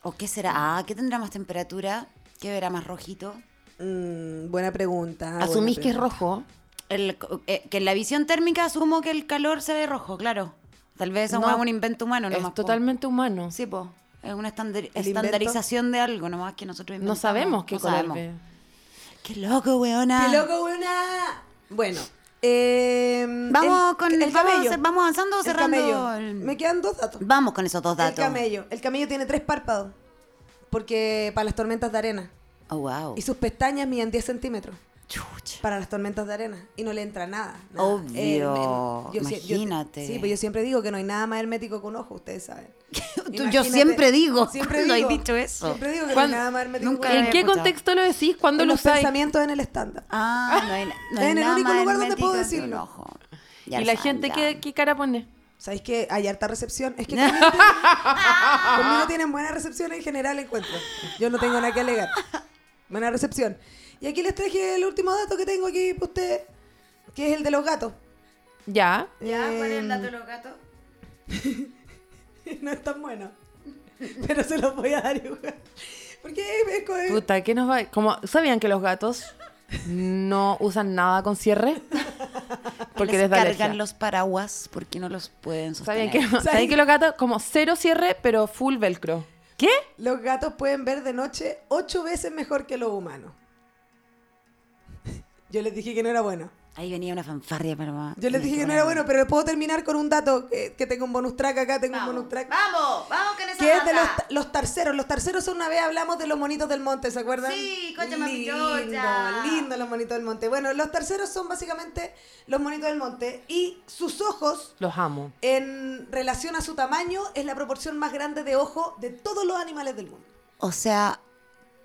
[SPEAKER 2] ¿O qué será? Ah, ¿qué tendrá más temperatura? ¿Qué verá más rojito?
[SPEAKER 4] Mm, buena pregunta.
[SPEAKER 2] Ah,
[SPEAKER 4] buena
[SPEAKER 5] Asumís que es
[SPEAKER 4] pregunta.
[SPEAKER 5] rojo.
[SPEAKER 2] El- eh, que en la visión térmica asumo que el calor se ve rojo, claro. Tal vez
[SPEAKER 5] No,
[SPEAKER 2] es un invento humano nomás.
[SPEAKER 5] es
[SPEAKER 2] po.
[SPEAKER 5] totalmente humano.
[SPEAKER 2] Sí, pues. Es una estandar-
[SPEAKER 4] invento?
[SPEAKER 2] estandarización de algo nomás que nosotros
[SPEAKER 5] No
[SPEAKER 2] inventamos.
[SPEAKER 5] sabemos qué
[SPEAKER 2] No
[SPEAKER 5] color
[SPEAKER 2] sabemos.
[SPEAKER 5] ve.
[SPEAKER 2] Qué loco, weona.
[SPEAKER 4] ¡Qué loco, buena! Bueno. eh,
[SPEAKER 2] Vamos con- vamos
[SPEAKER 4] camello.
[SPEAKER 2] avanz- vamos avanzando o
[SPEAKER 4] El
[SPEAKER 2] cerrando
[SPEAKER 4] camello.
[SPEAKER 2] el-
[SPEAKER 4] Me quedan dos datos.
[SPEAKER 2] Vamos con esos dos datos.
[SPEAKER 4] El camello. El camello tiene tres párpados. Porque para las tormentas de arena.
[SPEAKER 2] Oh, wow.
[SPEAKER 4] Y sus pestañas miden 10 centímetros.
[SPEAKER 2] Chucha.
[SPEAKER 4] para las tormentas de arena y no le entra nada. nada.
[SPEAKER 2] Obvio,
[SPEAKER 4] si-
[SPEAKER 2] imagínate.
[SPEAKER 4] sí, pues yo siempre digo que no hay nada más hermético que un ojo, ustedes saben.
[SPEAKER 2] Tú- yo
[SPEAKER 4] Imagínate-
[SPEAKER 2] siempre digo,
[SPEAKER 4] siempre
[SPEAKER 2] cuando
[SPEAKER 4] digo,
[SPEAKER 2] he dicho eso.
[SPEAKER 4] Siempre digo que no hay
[SPEAKER 5] ¿Cuándo?
[SPEAKER 4] nada más hermético
[SPEAKER 2] Nunca
[SPEAKER 4] que un
[SPEAKER 5] ¿En
[SPEAKER 2] había
[SPEAKER 5] qué
[SPEAKER 2] escuchado.
[SPEAKER 5] contexto lo decís? ¿Cuándo
[SPEAKER 4] En
[SPEAKER 5] lo
[SPEAKER 4] los
[SPEAKER 5] usáis?
[SPEAKER 4] pensamientos en el estándar.
[SPEAKER 2] Ah, no hay, no hay
[SPEAKER 4] Es el
[SPEAKER 2] nada
[SPEAKER 4] único
[SPEAKER 2] más
[SPEAKER 4] lugar donde
[SPEAKER 2] hermético
[SPEAKER 4] puedo
[SPEAKER 2] que un
[SPEAKER 4] decirlo.
[SPEAKER 2] ojo. Ya
[SPEAKER 5] ¿Y
[SPEAKER 2] lo
[SPEAKER 5] la
[SPEAKER 2] saben,
[SPEAKER 5] gente
[SPEAKER 2] ya.
[SPEAKER 5] qué, qué cara pone?
[SPEAKER 4] ¿Sabéis que hay harta recepción? Es que conmigo tienen- conmigo tienen buena recepción en general encuentro. Yo no tengo nada que alegar. Buena recepción. Y aquí les traje el último dato que tengo aquí para ustedes, que es el de los gatos.
[SPEAKER 5] Ya.
[SPEAKER 4] Eh,
[SPEAKER 2] los gatos?
[SPEAKER 4] No es tan bueno. Pero se los voy a dar igual. Porque es co- es-
[SPEAKER 5] Puta, ¿qué nos va? Como, ¿Sabían que los gatos no usan nada con cierre? Porque les,
[SPEAKER 2] les
[SPEAKER 5] da
[SPEAKER 2] cargan
[SPEAKER 5] alergia.
[SPEAKER 2] los paraguas porque no los pueden sostener.
[SPEAKER 5] ¿Sabían que, ¿Sabían que los gatos como cero cierre, pero full velcro? ¿Qué?
[SPEAKER 4] los gatos pueden ver de noche ocho veces mejor que los humanos. Yo les dije que no era bueno.
[SPEAKER 2] Ahí venía una fanfarria, pero va-
[SPEAKER 4] Yo les
[SPEAKER 2] tenés
[SPEAKER 4] dije que no
[SPEAKER 2] poner
[SPEAKER 4] era
[SPEAKER 2] algo.
[SPEAKER 4] bueno, pero puedo terminar con un dato que, que tengo un bonus track acá, tengo un bonus track.
[SPEAKER 2] Vamos, vamos con esa
[SPEAKER 4] Que es
[SPEAKER 2] data.
[SPEAKER 4] de los, ta- los tarceros. Los tarceros son una vez hablamos de los monitos del monte, ¿se acuerdan?
[SPEAKER 2] Sí, concha más
[SPEAKER 4] Lindo,
[SPEAKER 2] pichocha.
[SPEAKER 4] lindo los monitos del monte. Bueno, los tarceros son básicamente los monitos del monte y sus ojos
[SPEAKER 5] Los amo.
[SPEAKER 4] en relación a su tamaño, es la proporción más grande de ojo de todos los animales del mundo,
[SPEAKER 2] O sea,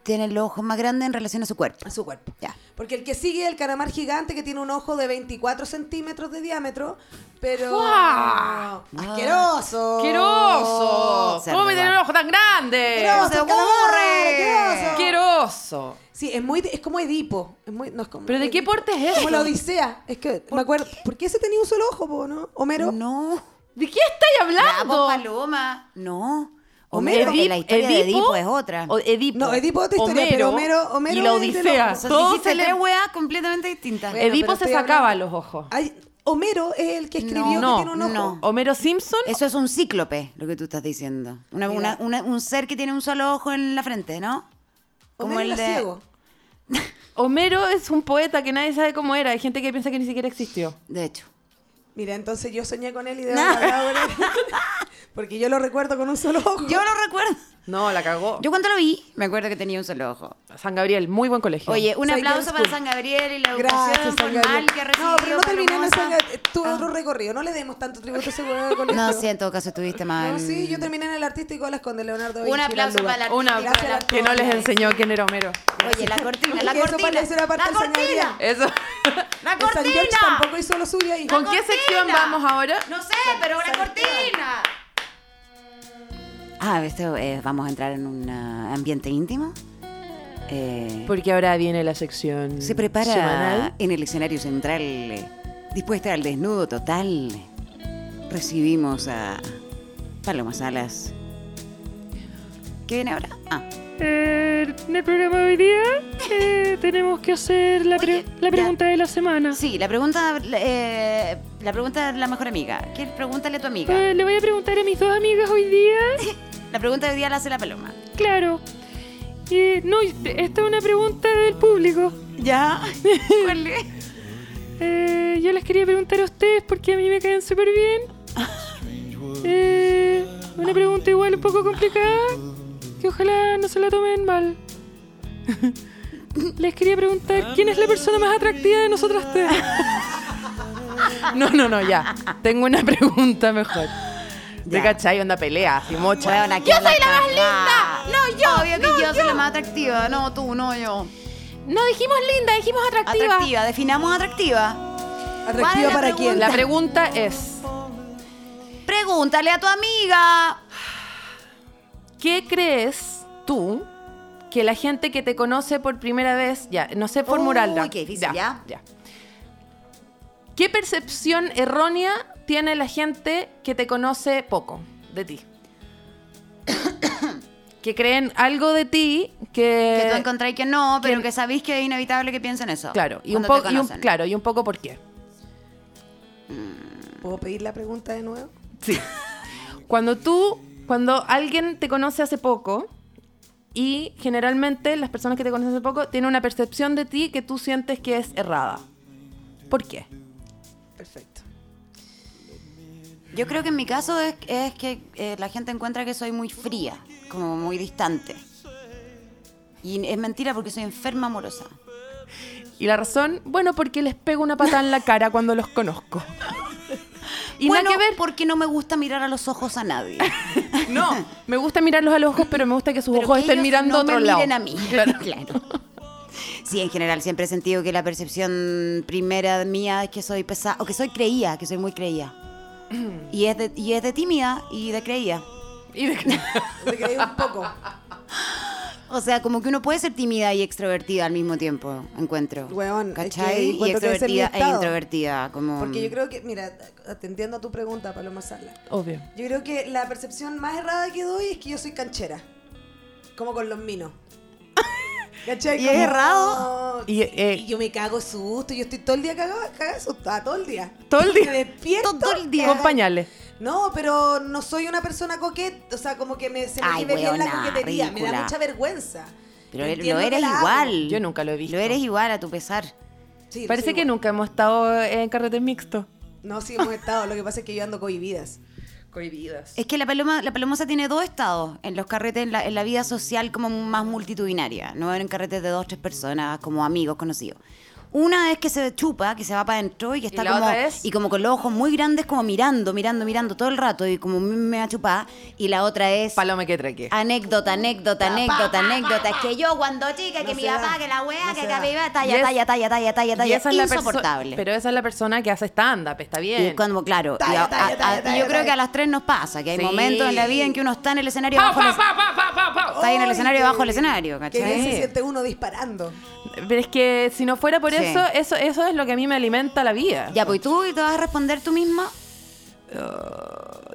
[SPEAKER 2] tiene el ojo más grande en relación a su cuerpo.
[SPEAKER 4] a su cuerpo.
[SPEAKER 2] Ya.
[SPEAKER 4] Porque el que sigue es el calamar gigante, que tiene un ojo de 24 centímetros de diámetro, pero... ¡Ah!
[SPEAKER 5] ¡Guau!
[SPEAKER 4] ¡Asqueroso!
[SPEAKER 5] ¡Queroso!
[SPEAKER 2] cerdo,
[SPEAKER 5] ¿Cómo me tienen
[SPEAKER 2] va.
[SPEAKER 5] un ojo tan grande?
[SPEAKER 4] ¡Asqueroso,
[SPEAKER 2] ¡Se
[SPEAKER 4] calamar!
[SPEAKER 2] aburre!
[SPEAKER 4] ¡Asqueroso!
[SPEAKER 5] ¡Queroso!
[SPEAKER 4] Sí, es, muy, es como Edipo. Es muy, no, es como-
[SPEAKER 5] ¿Pero de qué
[SPEAKER 4] Edipo.
[SPEAKER 5] porte es
[SPEAKER 4] Como la
[SPEAKER 5] eso?
[SPEAKER 4] Odisea. Es que me acuerdo. ¿Por qué se tenía un solo ojo, po, no? Homero.
[SPEAKER 2] No.
[SPEAKER 5] ¿De qué estáis hablando?
[SPEAKER 2] Paloma. No.
[SPEAKER 4] Homero.
[SPEAKER 2] Homero, que la historia de
[SPEAKER 5] Edipo-
[SPEAKER 2] Edipo es otra.
[SPEAKER 5] O- eh, Edipo.
[SPEAKER 4] No, Edipo es otra historia, pero Homero- Homero
[SPEAKER 5] y la
[SPEAKER 4] es de los-
[SPEAKER 5] Odisea.
[SPEAKER 4] o
[SPEAKER 2] O sea,
[SPEAKER 5] Todos
[SPEAKER 2] dijiste
[SPEAKER 5] se le-
[SPEAKER 2] tres weas completamente distintas.
[SPEAKER 4] Bueno,
[SPEAKER 5] Edipo
[SPEAKER 4] pero
[SPEAKER 5] se
[SPEAKER 4] estoy
[SPEAKER 5] sacaba
[SPEAKER 4] hablando- Ah,
[SPEAKER 5] los ojos.
[SPEAKER 4] Ay, Homero es el que escribió
[SPEAKER 5] No,
[SPEAKER 4] que tiene un ojo.
[SPEAKER 2] no.
[SPEAKER 5] Homero Simpson.
[SPEAKER 2] Eso es un cíclope, lo que tú estás diciendo. Una-
[SPEAKER 4] Mira.
[SPEAKER 2] una- una- un ser que tiene un solo ojo en la frente, ¿no?
[SPEAKER 4] Homero era ciego.
[SPEAKER 5] Homero es un poeta que nadie sabe cómo era. Hay gente que piensa que ni siquiera existió.
[SPEAKER 2] De hecho.
[SPEAKER 4] Mira, entonces yo soñé con él y debo haber hablado con él. Porque yo lo recuerdo con un solo ojo.
[SPEAKER 2] Yo lo recuerdo.
[SPEAKER 5] No, la cagó.
[SPEAKER 2] Yo cuando lo vi, me acuerdo que tenía un solo ojo.
[SPEAKER 5] San Gabriel, muy buen colegio.
[SPEAKER 2] Oye, un
[SPEAKER 4] Soy
[SPEAKER 2] aplauso
[SPEAKER 4] girl
[SPEAKER 2] para
[SPEAKER 4] school.
[SPEAKER 2] San Gabriel y la educación
[SPEAKER 4] Gracias, San
[SPEAKER 2] formal
[SPEAKER 4] Gabriel.
[SPEAKER 2] que recibió.
[SPEAKER 4] No, pero no eh, terminamos
[SPEAKER 2] Paloma.
[SPEAKER 4] San Gabriel. Tuve otro recorrido. No le demos tanto tributo a ese hueón de colegio.
[SPEAKER 2] Ah. No, sí, en todo caso estuviste mal.
[SPEAKER 4] No, sí, yo terminé en el artístico de las con de Leonardo
[SPEAKER 2] Un aplauso para la
[SPEAKER 5] Una
[SPEAKER 2] artística,
[SPEAKER 4] Gracias a
[SPEAKER 5] que no
[SPEAKER 4] todos.
[SPEAKER 5] les enseñó quién era Homero.
[SPEAKER 2] Oye, la cortina, la
[SPEAKER 4] Porque eso
[SPEAKER 2] cortina.
[SPEAKER 4] parece la parte
[SPEAKER 2] la
[SPEAKER 4] del San
[SPEAKER 2] cortina.
[SPEAKER 4] Gabriel.
[SPEAKER 5] Eso.
[SPEAKER 2] La
[SPEAKER 4] San George
[SPEAKER 2] cortina.
[SPEAKER 4] tampoco hizo lo suyo ahí.
[SPEAKER 5] ¿Con
[SPEAKER 2] La
[SPEAKER 5] qué
[SPEAKER 2] cortina.
[SPEAKER 5] sección vamos ahora?
[SPEAKER 2] No sé, pero una cortina. Ah, esto, eh, vamos a entrar en un ah, ambiente íntimo. Eh,
[SPEAKER 5] Porque ahora viene la sección
[SPEAKER 2] se prepara
[SPEAKER 5] semanal.
[SPEAKER 2] en el escenario central, eh, dispuesta al desnudo total. Recibimos a Paloma Salas. ¿Qué viene ahora? Ah,
[SPEAKER 6] en el programa de hoy día eh, tenemos que hacer la, pre-
[SPEAKER 2] Oye,
[SPEAKER 6] la
[SPEAKER 2] ya.
[SPEAKER 6] pregunta de la semana.
[SPEAKER 2] sí, la pregunta, eh, la pregunta de la mejor amiga. ¿Qué pregúntale a tu amiga?
[SPEAKER 6] Eh, le voy a preguntar a mis dos amigas hoy día.
[SPEAKER 2] La pregunta de hoy día la hace la Paloma.
[SPEAKER 6] Claro. Eh, no, esta es una pregunta del público.
[SPEAKER 2] ¿Ya?
[SPEAKER 6] Eh, yo les quería preguntar a ustedes porque a mí me caen súper bien. Eh, una pregunta igual un poco complicada que ojalá no se la tomen mal. Les quería preguntar quién es la persona más atractiva de nosotras tres.
[SPEAKER 5] No, no, no, ya. Tengo una pregunta mejor. ¿Te
[SPEAKER 2] Ya.
[SPEAKER 5] cachai? Onda pelea, así mocha.
[SPEAKER 2] yo soy la más linda. No, yo. Obvio que yo, soy la más atractiva. No, tú, no, yo.
[SPEAKER 5] No dijimos linda, dijimos
[SPEAKER 2] Atractiva. Definamos atractiva. ¿Cuál es
[SPEAKER 4] ¿Atractiva
[SPEAKER 2] la
[SPEAKER 4] para quién?
[SPEAKER 5] La pregunta es,
[SPEAKER 2] Pregúntale a tu amiga.
[SPEAKER 5] ¿qué crees tú que la gente que te conoce por primera vez, ya, no sé
[SPEAKER 2] Uy,
[SPEAKER 5] formularla.
[SPEAKER 2] qué difícil, ya.
[SPEAKER 5] ¿Qué percepción errónea tiene la gente que te conoce poco de ti? que creen algo de ti que...
[SPEAKER 2] Que tú encontráis que no, pero
[SPEAKER 5] Eh, ¿Quién?
[SPEAKER 2] que sabéis que es inevitable que piensen eso.
[SPEAKER 5] Claro, y un
[SPEAKER 2] cuando te
[SPEAKER 5] poco, y un-
[SPEAKER 2] conocen.
[SPEAKER 5] claro, y un poco por qué.
[SPEAKER 4] ¿Puedo pedir la pregunta de nuevo?
[SPEAKER 5] Cuando tú, cuando alguien te conoce hace poco y generalmente las personas que te conocen hace poco tienen una percepción de ti que tú sientes que es errada. ¿Por qué?
[SPEAKER 4] Perfecto.
[SPEAKER 2] Yo creo que en mi caso es, es que eh, la gente encuentra que soy muy fría, como muy distante. Y es mentira porque soy enferma amorosa.
[SPEAKER 5] Y la razón, bueno, porque les pego una pata en la cara cuando los conozco. Y
[SPEAKER 2] bueno,
[SPEAKER 5] nada que ver.
[SPEAKER 2] porque no me gusta mirar a los ojos a nadie.
[SPEAKER 5] No, me gusta mirarlos a los ojos, pero me gusta que sus
[SPEAKER 2] Pero
[SPEAKER 5] ojos
[SPEAKER 2] que
[SPEAKER 5] estén
[SPEAKER 2] ellos
[SPEAKER 5] mirando
[SPEAKER 2] no
[SPEAKER 5] a otro
[SPEAKER 2] me
[SPEAKER 5] lado.
[SPEAKER 2] Miren a mí. Claro. Sí, en general siempre he sentido que la percepción primera mía es que soy pesada, o que soy creía, que soy muy creía. Y es de, y es de tímida y de creía.
[SPEAKER 5] Y de-
[SPEAKER 4] Te creí un poco.
[SPEAKER 2] O sea, como que uno puede ser tímida y extrovertida al mismo tiempo, encuentro.
[SPEAKER 4] Weón, es que
[SPEAKER 2] ¿Cachai? y
[SPEAKER 4] encuentro que ese es mi
[SPEAKER 2] extrovertida e
[SPEAKER 4] estado.
[SPEAKER 2] introvertida. Como...
[SPEAKER 4] Porque yo creo que, mira, atendiendo a tu pregunta, Paloma Sala,
[SPEAKER 5] Obvio.
[SPEAKER 4] yo creo que la percepción más errada que doy es que yo soy canchera. Como con los minos. ¿Cachai?
[SPEAKER 2] ¿Y es
[SPEAKER 4] Como-
[SPEAKER 2] errado?
[SPEAKER 5] Y, eh,
[SPEAKER 4] Y yo me cago de susto, yo estoy todo el día cagada, cagada de susto, ah, todo el día.
[SPEAKER 5] Todo el día.
[SPEAKER 4] Me despierto.
[SPEAKER 2] Todo el día.
[SPEAKER 5] con pañales.
[SPEAKER 4] No, pero no soy una persona coqueta, o sea, como que me, se me
[SPEAKER 2] Ay,
[SPEAKER 4] vive bien la
[SPEAKER 2] weona,
[SPEAKER 4] coquetería, me da
[SPEAKER 2] ridícula.
[SPEAKER 4] mucha vergüenza.
[SPEAKER 2] Pero
[SPEAKER 4] Yo
[SPEAKER 2] er- lo
[SPEAKER 4] entiendo que
[SPEAKER 2] eres
[SPEAKER 4] la amo.
[SPEAKER 2] igual.
[SPEAKER 5] Yo nunca lo he visto.
[SPEAKER 2] Lo eres igual a tu pesar.
[SPEAKER 4] Sí, lo
[SPEAKER 5] Parece
[SPEAKER 4] soy
[SPEAKER 5] que
[SPEAKER 4] igual.
[SPEAKER 5] nunca hemos estado en carretes mixtos.
[SPEAKER 4] No, sí hemos estado, lo que pasa es que yo ando cohibidas.
[SPEAKER 5] Cohibidas.
[SPEAKER 2] Es que la paloma, la palomosa tiene dos estados en los carretes, en la, en la vida social como más multitudinaria, no en carretes de dos, tres personas, como amigos, conocidos. Una es que se chupa, que se va para adentro y que está
[SPEAKER 5] la
[SPEAKER 2] como,
[SPEAKER 5] otra es?
[SPEAKER 2] y como con los ojos muy grandes, como mirando, mirando, mirando todo el rato y como me va a chupar. Y la otra es
[SPEAKER 5] Paloma que traque.
[SPEAKER 2] anécdota, anécdota, anécdota, anécdota. Es que yo cuando chica, que
[SPEAKER 4] No
[SPEAKER 2] mi
[SPEAKER 4] se
[SPEAKER 2] papá,
[SPEAKER 4] da,
[SPEAKER 2] que la weá,
[SPEAKER 4] no
[SPEAKER 2] que
[SPEAKER 4] se
[SPEAKER 2] la
[SPEAKER 4] da.
[SPEAKER 2] bebé,
[SPEAKER 5] Y
[SPEAKER 2] talla,
[SPEAKER 5] es-
[SPEAKER 2] talla, talla, talla, talla, talla.
[SPEAKER 5] es la perso-
[SPEAKER 2] insoportable.
[SPEAKER 5] Pero esa es la persona que hace stand-up, está bien.
[SPEAKER 2] Y cuando, claro, y a- a-
[SPEAKER 4] talla, talla,
[SPEAKER 2] a-
[SPEAKER 4] talla,
[SPEAKER 2] yo creo
[SPEAKER 4] talla.
[SPEAKER 2] que a las tres nos pasa, que hay
[SPEAKER 5] Sí.
[SPEAKER 2] momentos en la vida en que uno está en el escenario bajo el- Está ahí en el
[SPEAKER 4] Ay,
[SPEAKER 2] escenario,
[SPEAKER 4] qué
[SPEAKER 2] bajo el
[SPEAKER 4] bien.
[SPEAKER 2] escenario,
[SPEAKER 4] Qué bien
[SPEAKER 2] ¿cachai?
[SPEAKER 4] se siente uno disparando.
[SPEAKER 5] Pero es que si no fuera por
[SPEAKER 2] Sí.
[SPEAKER 5] eso, eso, eso es lo que a mí me alimenta la vida.
[SPEAKER 2] Ya, pues ¿y tú y te vas a responder tú misma.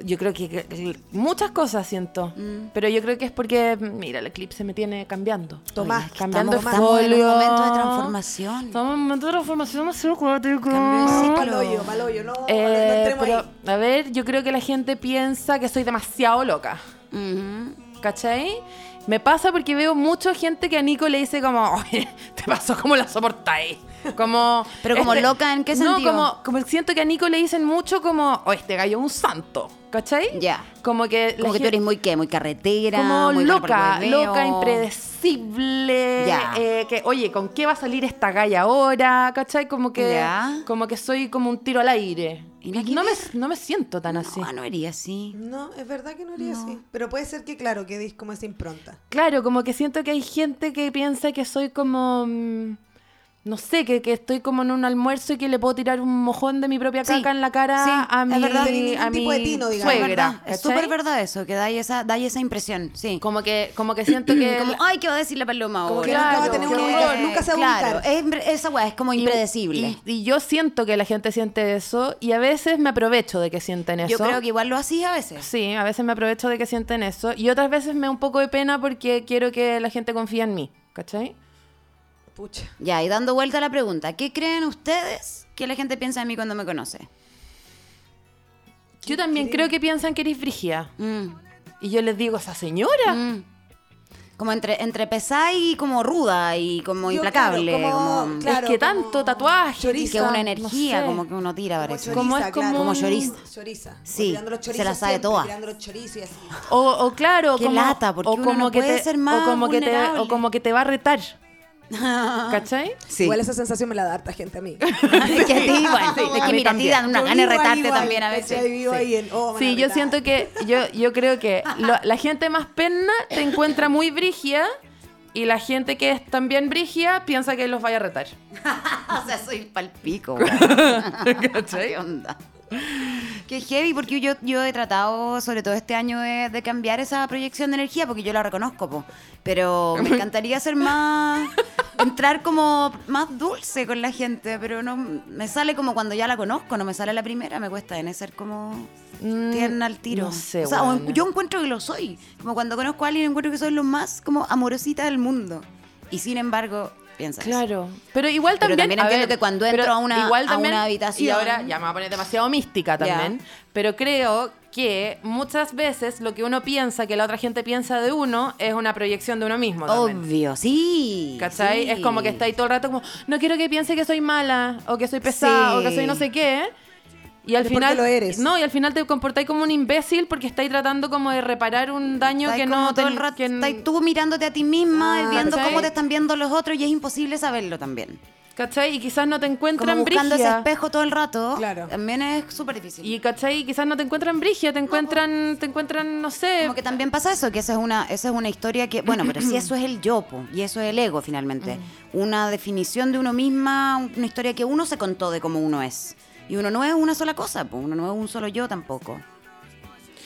[SPEAKER 5] Yo creo que, que- muchas cosas siento,
[SPEAKER 2] Mm.
[SPEAKER 5] pero yo creo que es porque, mira, el eclipse me tiene cambiando.
[SPEAKER 4] Tomás,
[SPEAKER 5] Oye,
[SPEAKER 4] que
[SPEAKER 5] cambiando
[SPEAKER 4] estamos-
[SPEAKER 2] estamos
[SPEAKER 5] el
[SPEAKER 2] en un
[SPEAKER 5] folio.
[SPEAKER 2] momento de transformación.
[SPEAKER 5] Estamos en un momento de transformación más acuático.
[SPEAKER 2] Cambio de ciclo.
[SPEAKER 4] Mal hoyo, mal hoyo, no,
[SPEAKER 5] Eh,
[SPEAKER 4] no entremos
[SPEAKER 5] pero,
[SPEAKER 4] ahí.
[SPEAKER 5] a ver, yo creo que la gente piensa que soy demasiado loca.
[SPEAKER 2] Ujú.
[SPEAKER 5] ¿Cachai? Me pasa porque veo mucha gente que a Nico le dice como, oye, te pasó como la soportáis. Como, este,
[SPEAKER 2] Pero como loca, ¿en qué sentido?
[SPEAKER 5] No, como, como siento que a Nico le dicen mucho como, oh, este gallo es un santo, ¿cachai?
[SPEAKER 2] Ya.
[SPEAKER 5] Como que... la
[SPEAKER 2] Como que tú
[SPEAKER 5] gen-
[SPEAKER 2] eres muy qué, muy carretera,
[SPEAKER 5] como
[SPEAKER 2] muy
[SPEAKER 5] loca,
[SPEAKER 2] buena para el hueveo.
[SPEAKER 5] loca, impredecible.
[SPEAKER 2] Ya.
[SPEAKER 5] eh, que, oye, ¿con qué va a salir esta galla ahora? ¿Cachai? Como que,
[SPEAKER 2] Ya.
[SPEAKER 5] como que soy como un tiro al aire.
[SPEAKER 2] Y
[SPEAKER 5] Y
[SPEAKER 2] no hay que
[SPEAKER 5] no, me,
[SPEAKER 2] ver.
[SPEAKER 5] no me siento tan así.
[SPEAKER 2] No, no iría así.
[SPEAKER 4] No, es verdad que no haría así. Pero puede ser que, claro, que dis como esa impronta.
[SPEAKER 5] Claro, como que siento que hay gente que piensa que soy como... mm, No sé, que, que estoy como en un almuerzo y que le puedo tirar un mojón de mi propia
[SPEAKER 2] Sí,
[SPEAKER 5] caca en la cara
[SPEAKER 2] sí,
[SPEAKER 5] a
[SPEAKER 2] es
[SPEAKER 5] mi,
[SPEAKER 2] verdad.
[SPEAKER 4] Ni ningún
[SPEAKER 5] a
[SPEAKER 4] tipo de
[SPEAKER 5] mi
[SPEAKER 4] tino, digamos.
[SPEAKER 2] Es
[SPEAKER 5] suegra.
[SPEAKER 2] verdad, es
[SPEAKER 5] ¿cachai?
[SPEAKER 2] súper verdad eso, que da esa, da esa impresión, sí. Como,
[SPEAKER 5] Como que, como que siento que...
[SPEAKER 2] Mm, ay, ¿qué va a decir la paloma ahora?
[SPEAKER 4] Como que
[SPEAKER 5] Claro,
[SPEAKER 4] nunca va a tener una
[SPEAKER 5] qué
[SPEAKER 4] ubicación,
[SPEAKER 5] horror.
[SPEAKER 4] nunca se va a
[SPEAKER 2] Claro,
[SPEAKER 4] ubicar.
[SPEAKER 2] es, impre- esa weá es como
[SPEAKER 5] Y-
[SPEAKER 2] impredecible.
[SPEAKER 5] Y, y yo siento que la gente siente eso y a veces me aprovecho de que sienten eso.
[SPEAKER 2] Yo creo que igual lo hacís a veces.
[SPEAKER 5] Sí, a veces me aprovecho de que sienten eso y otras veces me da un poco de pena porque quiero que la gente confíe en mí, ¿cachai?
[SPEAKER 4] Pucha.
[SPEAKER 2] Ya, y dando vuelta a la pregunta, ¿qué creen ustedes que la gente piensa de mí cuando me conoce?
[SPEAKER 5] Yo también creo que piensan que eres frigia
[SPEAKER 2] Mm,
[SPEAKER 5] y yo les digo, esa señora.
[SPEAKER 2] mm. Como entre, entre pesada y como ruda y como
[SPEAKER 4] Yo,
[SPEAKER 2] implacable.
[SPEAKER 4] claro, como-
[SPEAKER 2] como,
[SPEAKER 4] claro,
[SPEAKER 5] es que
[SPEAKER 4] como
[SPEAKER 5] tanto tatuaje,
[SPEAKER 2] y
[SPEAKER 4] chorizo,
[SPEAKER 2] que
[SPEAKER 5] quizá,
[SPEAKER 2] una
[SPEAKER 5] no
[SPEAKER 2] energía
[SPEAKER 5] sé.
[SPEAKER 2] como que uno tira parece.
[SPEAKER 5] Como es
[SPEAKER 4] choriza,
[SPEAKER 5] como
[SPEAKER 4] claro.
[SPEAKER 5] un- Como
[SPEAKER 2] choriza.
[SPEAKER 4] Choriza.
[SPEAKER 2] Sí,
[SPEAKER 4] Tirando los
[SPEAKER 2] se la
[SPEAKER 4] chorizos
[SPEAKER 2] sabe
[SPEAKER 4] siempre,
[SPEAKER 2] toda.
[SPEAKER 4] Tirando los chorizos y así.
[SPEAKER 5] O, o claro,
[SPEAKER 2] Qué
[SPEAKER 5] como,
[SPEAKER 2] lata, porque
[SPEAKER 5] o
[SPEAKER 2] uno
[SPEAKER 5] como
[SPEAKER 2] no
[SPEAKER 5] que
[SPEAKER 2] puede
[SPEAKER 5] te,
[SPEAKER 2] ser más
[SPEAKER 5] o como que te,
[SPEAKER 2] vulnerable.
[SPEAKER 5] o como que te va a retar, ¿cachai?
[SPEAKER 2] Sí.
[SPEAKER 4] Igual esa sensación me la da harta gente a mí.
[SPEAKER 2] Es que a ti, bueno, es que mira, a ti dan una
[SPEAKER 4] Yo
[SPEAKER 2] gana de
[SPEAKER 4] vivo ahí
[SPEAKER 2] retarte
[SPEAKER 4] igual,
[SPEAKER 2] también a veces.
[SPEAKER 4] ¿cachai? Vivo
[SPEAKER 2] Sí.
[SPEAKER 4] ahí en, oh, van a
[SPEAKER 5] Sí, yo
[SPEAKER 4] retar.
[SPEAKER 5] siento que yo, yo creo que lo- la gente más perna te encuentra muy brigia y la gente que es también brigia piensa que los vaya a retar.
[SPEAKER 2] O sea, soy palpico. weón. ¿Qué onda? Qué heavy, porque yo, yo he tratado, sobre todo este año, de, de cambiar esa proyección de energía, porque yo la reconozco, po. pero me encantaría ser más, entrar como más dulce con la gente, pero no me sale como cuando ya la conozco, no me sale la primera, me cuesta en ser como tierna al tiro.
[SPEAKER 5] no sé,
[SPEAKER 2] o sea, o en-
[SPEAKER 5] weona.
[SPEAKER 2] yo encuentro que lo soy, como cuando conozco a alguien encuentro que soy lo más como amorosita del mundo, y sin embargo, piensa eso.
[SPEAKER 5] Claro, pero igual
[SPEAKER 2] Pero
[SPEAKER 5] también,
[SPEAKER 2] también entiendo
[SPEAKER 5] ver,
[SPEAKER 2] que cuando entro
[SPEAKER 5] pero
[SPEAKER 2] a una-
[SPEAKER 5] igual
[SPEAKER 2] a
[SPEAKER 5] también-
[SPEAKER 2] una habitación-
[SPEAKER 5] y ahora ya me va a poner demasiado mística
[SPEAKER 2] Ya.
[SPEAKER 5] también, pero creo que muchas veces lo que uno piensa que la otra gente piensa de uno es una proyección de uno mismo. también.
[SPEAKER 2] Obvio, sí.
[SPEAKER 5] ¿Cachai?
[SPEAKER 2] sí.
[SPEAKER 5] Es como que está ahí todo el rato como, no quiero que piense que soy mala, o que soy pesada, o que soy no sé qué. Y al
[SPEAKER 4] Pero
[SPEAKER 5] final.
[SPEAKER 4] porque lo eres.
[SPEAKER 5] No, y al final te comportáis como un imbécil porque estáis tratando como de reparar un daño
[SPEAKER 2] Está ahí
[SPEAKER 5] que
[SPEAKER 2] como
[SPEAKER 5] no.
[SPEAKER 2] todo
[SPEAKER 5] ten-
[SPEAKER 2] el rato,
[SPEAKER 5] que n-
[SPEAKER 2] está ahí tú mirándote a ti misma,
[SPEAKER 4] Ah,
[SPEAKER 2] y viendo
[SPEAKER 5] ¿cachai?
[SPEAKER 2] cómo te están viendo los otros y es imposible saberlo también.
[SPEAKER 5] ¿Cachai? Y quizás no te
[SPEAKER 2] Como
[SPEAKER 5] encuentran
[SPEAKER 2] buscando ese
[SPEAKER 5] brígida.
[SPEAKER 2] espejo todo el rato,
[SPEAKER 4] Claro.
[SPEAKER 2] también es súper difícil.
[SPEAKER 5] Y ¿cachai? Quizás no te encuentran brigia, te encuentran, te encuentran, no sé.
[SPEAKER 2] Como que también pasa eso, que esa es una, esa es una historia que, bueno, pero si eso es el yo, po, y eso es el ego finalmente.
[SPEAKER 5] Mm.
[SPEAKER 2] Una definición de uno misma, un- una historia que uno se contó de cómo uno es. Y uno no es una sola cosa, po, uno no es un solo yo tampoco.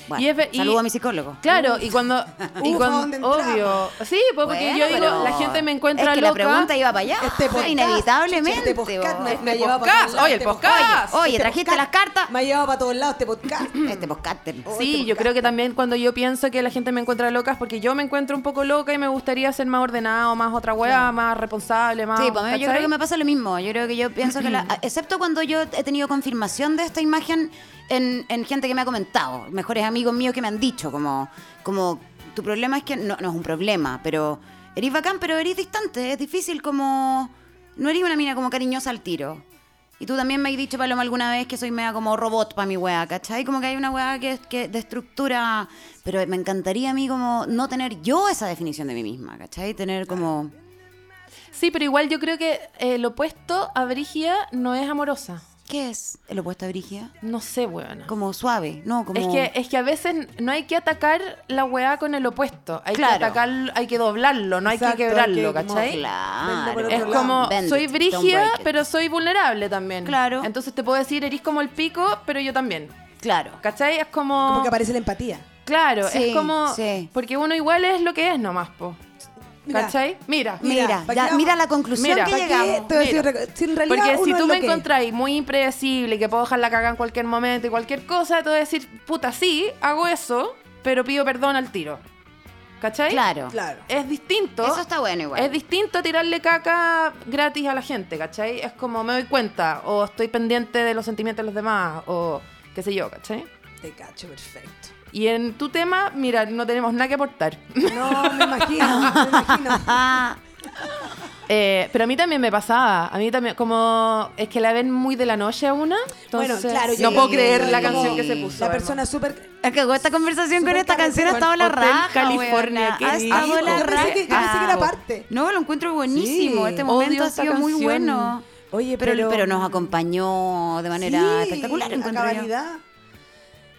[SPEAKER 2] Bueno,
[SPEAKER 5] Y es ve- y-
[SPEAKER 2] saludo a mi psicólogo.
[SPEAKER 5] Claro, y cuando. y
[SPEAKER 4] Uf, ¿a
[SPEAKER 5] cuando-
[SPEAKER 4] dónde entramos?
[SPEAKER 5] obvio. Sí, pues porque
[SPEAKER 2] Bueno,
[SPEAKER 5] yo digo,
[SPEAKER 2] pero
[SPEAKER 5] la gente me encuentra
[SPEAKER 2] Es que
[SPEAKER 5] loca.
[SPEAKER 2] la pregunta iba para allá. Ah,
[SPEAKER 4] Este
[SPEAKER 5] ah,
[SPEAKER 4] podcast,
[SPEAKER 2] inevitablemente.
[SPEAKER 4] chucha, Este podcast
[SPEAKER 2] bo.
[SPEAKER 4] me, me ha
[SPEAKER 5] Este
[SPEAKER 4] llevado para
[SPEAKER 5] podcast,
[SPEAKER 4] todos lados,
[SPEAKER 5] oye, el
[SPEAKER 4] este
[SPEAKER 5] podcast.
[SPEAKER 2] Oye,
[SPEAKER 4] este
[SPEAKER 2] trajiste
[SPEAKER 4] podcast.
[SPEAKER 2] las cartas.
[SPEAKER 4] Me ha llevado para todos lados este podcast.
[SPEAKER 2] Este podcast.
[SPEAKER 5] Sí,
[SPEAKER 4] este
[SPEAKER 5] yo
[SPEAKER 4] podcast.
[SPEAKER 5] creo que también cuando yo pienso que la gente me encuentra loca es porque yo me encuentro un poco loca y me gustaría ser más ordenado, más otra weá, más responsable, más.
[SPEAKER 2] Sí, pues a mí yo
[SPEAKER 5] ¿cachai?
[SPEAKER 2] creo que me pasa lo mismo. Yo creo que yo pienso que la- Excepto cuando yo he tenido confirmación de esta imagen en, en gente que me ha comentado, mejores amigos míos que me han dicho, como, como tu problema es que no, no es un problema, pero eres bacán, pero eres distante. Es difícil como... No eres una mina como cariñosa al tiro. Y tú también me has dicho, Paloma, alguna vez que soy media como robot para mi weá, ¿cachai? Como que hay una weá que, que de estructura... Pero me encantaría a mí como no tener yo esa definición de mí misma, ¿cachai? Tener como...
[SPEAKER 5] Sí, pero igual yo creo que eh, lo opuesto a Brigia no es amorosa.
[SPEAKER 2] ¿Qué es el opuesto a Brigia?
[SPEAKER 5] No sé, weona.
[SPEAKER 2] Como suave, ¿no? Como...
[SPEAKER 5] Es que, es que a veces no hay que atacar la weá con el opuesto. Hay
[SPEAKER 2] Claro.
[SPEAKER 5] que atacar, hay que doblarlo, no hay
[SPEAKER 4] Exacto,
[SPEAKER 5] que
[SPEAKER 4] hay que
[SPEAKER 5] quebrarlo,
[SPEAKER 4] como-
[SPEAKER 5] ¿cachai?
[SPEAKER 4] Venga por
[SPEAKER 2] Claro.
[SPEAKER 5] Es
[SPEAKER 4] otro lado.
[SPEAKER 5] como,
[SPEAKER 2] Bend
[SPEAKER 5] soy
[SPEAKER 2] it, don't
[SPEAKER 5] brigia,
[SPEAKER 2] break it.
[SPEAKER 5] pero soy vulnerable también.
[SPEAKER 2] Claro.
[SPEAKER 5] Entonces te puedo decir, eres como el pico, pero yo también.
[SPEAKER 2] Claro.
[SPEAKER 5] ¿Cachai? Es
[SPEAKER 4] Como que aparece la empatía.
[SPEAKER 5] Claro,
[SPEAKER 2] Sí,
[SPEAKER 5] es como.
[SPEAKER 2] sí.
[SPEAKER 5] Porque uno igual es lo que es nomás, po.
[SPEAKER 4] Mira.
[SPEAKER 5] ¿Cachai? Mira.
[SPEAKER 4] Mi-
[SPEAKER 2] Mira,
[SPEAKER 4] Mira,
[SPEAKER 2] ya-
[SPEAKER 4] ¿pa' qué
[SPEAKER 2] mira,
[SPEAKER 4] vamos?
[SPEAKER 2] la conclusión
[SPEAKER 5] Mira,
[SPEAKER 2] que
[SPEAKER 5] ¿pa' qué?
[SPEAKER 2] llegamos.
[SPEAKER 4] Te voy a decir
[SPEAKER 5] Mira.
[SPEAKER 4] otra cosa. Si en realidad
[SPEAKER 5] Porque si
[SPEAKER 4] uno
[SPEAKER 5] tú
[SPEAKER 4] es lo
[SPEAKER 5] me
[SPEAKER 4] que es.
[SPEAKER 5] encontráis muy impredecible, que puedo dejar la caga en cualquier momento y cualquier cosa, te voy a decir, puta, sí, hago eso, pero pido perdón al tiro. ¿Cachai?
[SPEAKER 2] Claro.
[SPEAKER 4] Claro.
[SPEAKER 5] Es distinto.
[SPEAKER 2] Eso está bueno igual.
[SPEAKER 5] Es distinto a tirarle caca gratis a la gente, ¿cachai? Es como me doy cuenta, o estoy pendiente de los sentimientos de los demás, o qué sé yo, ¿cachai?
[SPEAKER 4] Te cacho, perfecto.
[SPEAKER 5] Y en tu tema, mira, no tenemos nada que aportar.
[SPEAKER 4] No, me imagino, me imagino.
[SPEAKER 2] Ah.
[SPEAKER 5] Eh, pero a mí también me pasaba. A mí también, como es que la ven muy de la noche a una. Entonces,
[SPEAKER 4] bueno, claro,
[SPEAKER 5] no
[SPEAKER 4] yo-
[SPEAKER 5] puedo
[SPEAKER 4] yo-
[SPEAKER 5] creer
[SPEAKER 4] yo-
[SPEAKER 5] la
[SPEAKER 4] yo-
[SPEAKER 5] canción que se puso.
[SPEAKER 4] La
[SPEAKER 5] hermano.
[SPEAKER 4] persona súper
[SPEAKER 2] Es que con esta conversación con
[SPEAKER 4] Súper
[SPEAKER 2] esta canción ha estado la
[SPEAKER 5] Hotel
[SPEAKER 2] raja.
[SPEAKER 5] California,
[SPEAKER 2] weona.
[SPEAKER 5] qué
[SPEAKER 2] Ha
[SPEAKER 5] rico.
[SPEAKER 2] estado la
[SPEAKER 4] Yo pensé que- yo pensé que era
[SPEAKER 2] raja.
[SPEAKER 4] parte.
[SPEAKER 2] No, lo encuentro buenísimo.
[SPEAKER 4] Sí.
[SPEAKER 2] Este
[SPEAKER 5] Odio
[SPEAKER 2] momento ha
[SPEAKER 5] esta
[SPEAKER 2] sido muy
[SPEAKER 5] canción.
[SPEAKER 2] bueno.
[SPEAKER 4] Oye,
[SPEAKER 2] pero,
[SPEAKER 4] pero-
[SPEAKER 2] pero, nos acompañó de manera
[SPEAKER 4] Sí,
[SPEAKER 2] espectacular.
[SPEAKER 4] a
[SPEAKER 2] encuentro yo.
[SPEAKER 4] cabalidad.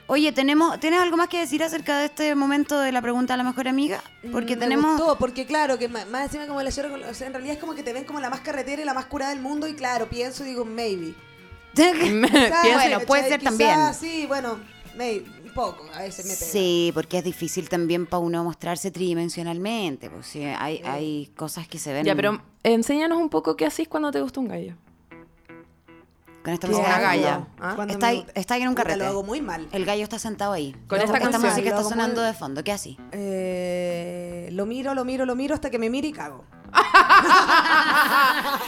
[SPEAKER 2] Oye, tenemos, ¿tienes algo más que decir acerca de este momento de la pregunta a la mejor amiga? Porque
[SPEAKER 4] Mm, Me
[SPEAKER 2] tenemos.
[SPEAKER 4] gustó, porque claro, que ma- más, encima como la lloro, con- o sea, en realidad es como que te ven como la más carretera y la más curada del mundo y claro, pienso y digo, maybe. Quizás,
[SPEAKER 2] bueno,
[SPEAKER 4] ¿cachai?
[SPEAKER 2] puede ser
[SPEAKER 4] Quizás,
[SPEAKER 2] también.
[SPEAKER 4] Sí, bueno, maybe, un poco, a veces me pega.
[SPEAKER 2] Sí, porque es difícil también para uno mostrarse tridimensionalmente. Pues sí, hay, hay cosas que se ven.
[SPEAKER 5] Ya, pero enséñanos un poco qué haces cuando te gusta un gallo.
[SPEAKER 2] Con esta
[SPEAKER 4] Qué
[SPEAKER 2] música
[SPEAKER 5] una
[SPEAKER 2] de
[SPEAKER 5] galla.
[SPEAKER 2] fondo.
[SPEAKER 5] Ah.
[SPEAKER 4] Cuando
[SPEAKER 2] Está
[SPEAKER 4] me-
[SPEAKER 2] ahí- está ahí en un
[SPEAKER 4] Puta,
[SPEAKER 2] carrete.
[SPEAKER 4] Lo hago muy mal.
[SPEAKER 2] El gallo está sentado ahí.
[SPEAKER 5] Con
[SPEAKER 2] Lo-
[SPEAKER 5] esta canción.
[SPEAKER 2] música
[SPEAKER 4] Lo
[SPEAKER 2] está
[SPEAKER 4] hago muy-
[SPEAKER 2] sonando de fondo. ¿Qué así?
[SPEAKER 4] Eh, lo miro, lo miro, lo miro hasta que me mire y cago.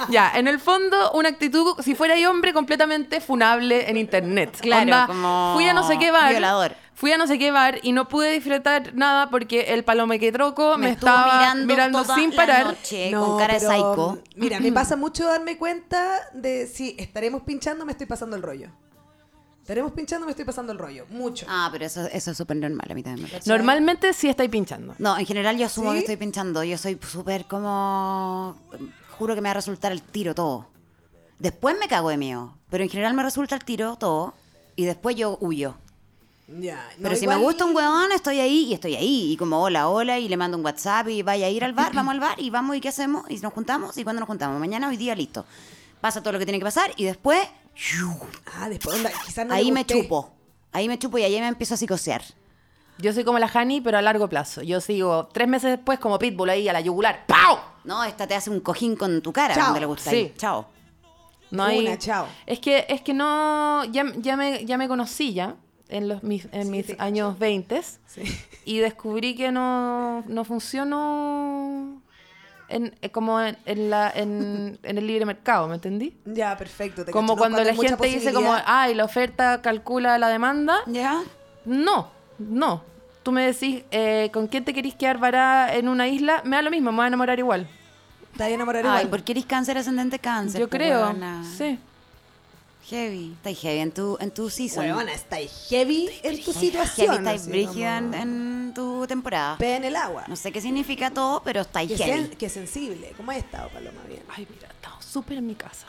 [SPEAKER 5] Ya, en el fondo, una actitud, si fuera ahí hombre, completamente funable en internet.
[SPEAKER 2] Claro,
[SPEAKER 5] Onda,
[SPEAKER 2] como
[SPEAKER 5] fui a no sé qué bar.
[SPEAKER 2] violador.
[SPEAKER 5] Fui a no sé qué bar y no pude disfrutar nada porque el palome que troco me,
[SPEAKER 2] estuvo
[SPEAKER 5] estaba mirando,
[SPEAKER 2] toda
[SPEAKER 5] sin
[SPEAKER 2] la
[SPEAKER 5] parar.
[SPEAKER 2] noche eh, con cara de
[SPEAKER 4] pero, mm,
[SPEAKER 2] psycho.
[SPEAKER 4] Mira, me pasa mucho darme cuenta de si estaremos pinchando, me estoy pasando el rollo. Estaremos pinchando, me estoy pasando el rollo. Mucho.
[SPEAKER 2] Ah, pero eso, eso es súper normal. A mí también me pasa.
[SPEAKER 5] Normalmente sí estáis pinchando.
[SPEAKER 2] No, en general yo asumo
[SPEAKER 4] ¿Sí?
[SPEAKER 2] que estoy pinchando. Yo soy súper como... Juro que me va a resultar el tiro todo. Después me cago de mío. Pero en general me resulta el tiro todo. Y después yo huyo.
[SPEAKER 4] Ya. no,
[SPEAKER 2] Pero si
[SPEAKER 4] igual-
[SPEAKER 2] me gusta un huevón, estoy ahí y estoy ahí. Y como hola, hola, y le mando un WhatsApp y vaya a ir al bar, vamos al bar y vamos y qué hacemos. Y nos juntamos y cuando nos juntamos, mañana, hoy día, listo. Pasa todo lo que tiene que pasar y después ¡shiu!
[SPEAKER 4] Ah, después, onda, quizás no le
[SPEAKER 2] ahí me
[SPEAKER 4] gusté.
[SPEAKER 2] chupo. Ahí me chupo y ahí me empiezo a psicosear.
[SPEAKER 5] Yo soy como la Hani, pero a largo plazo. Yo sigo tres meses después como Pitbull ahí a la yugular. ¡Pau!
[SPEAKER 2] No, esta te hace un cojín con tu cara
[SPEAKER 4] Chao.
[SPEAKER 2] donde le gusta. ahí.
[SPEAKER 5] Sí.
[SPEAKER 2] Chao.
[SPEAKER 5] No hay...
[SPEAKER 4] Una, chao.
[SPEAKER 5] Es que, es que no... Ya, ya, me, ya me conocí ya en, los, mis, en mis
[SPEAKER 4] te cacho.
[SPEAKER 5] años 20
[SPEAKER 4] Sí.
[SPEAKER 5] y descubrí que no, no funciono en, eh, como en, en la, en, en el libre mercado, ¿me entendí?
[SPEAKER 4] Ya, perfecto. te
[SPEAKER 5] Como
[SPEAKER 4] cacho, ¿no?
[SPEAKER 5] cuando la
[SPEAKER 4] hay mucha
[SPEAKER 5] gente dice como,
[SPEAKER 4] posibilidad.
[SPEAKER 5] ay, la oferta calcula la demanda.
[SPEAKER 2] ¿Ya?
[SPEAKER 5] No, no. Tú me decís, eh, ¿con quién te querís quedar varada en una isla? Me da lo mismo, me voy a enamorar igual.
[SPEAKER 4] Te vas a enamorar
[SPEAKER 2] Ay,
[SPEAKER 4] igual.
[SPEAKER 2] porque eres cáncer ascendente cáncer.
[SPEAKER 5] Yo
[SPEAKER 2] pues,
[SPEAKER 5] creo.
[SPEAKER 2] huevona.
[SPEAKER 5] Sí.
[SPEAKER 2] Heavy. Está heavy en tu, en tu season.
[SPEAKER 4] Huevona, está heavy en tu
[SPEAKER 2] Heavy,
[SPEAKER 4] situación.
[SPEAKER 2] estáis
[SPEAKER 4] así
[SPEAKER 2] brígida en,
[SPEAKER 4] como-
[SPEAKER 2] en tu temporada.
[SPEAKER 4] Pea en el agua.
[SPEAKER 2] No sé qué significa todo, pero está
[SPEAKER 4] que,
[SPEAKER 2] heavy.
[SPEAKER 4] sen- que sensible. ¿Cómo has estado, Paloma? Bien.
[SPEAKER 5] Ay, mira, estamos súper en mi casa.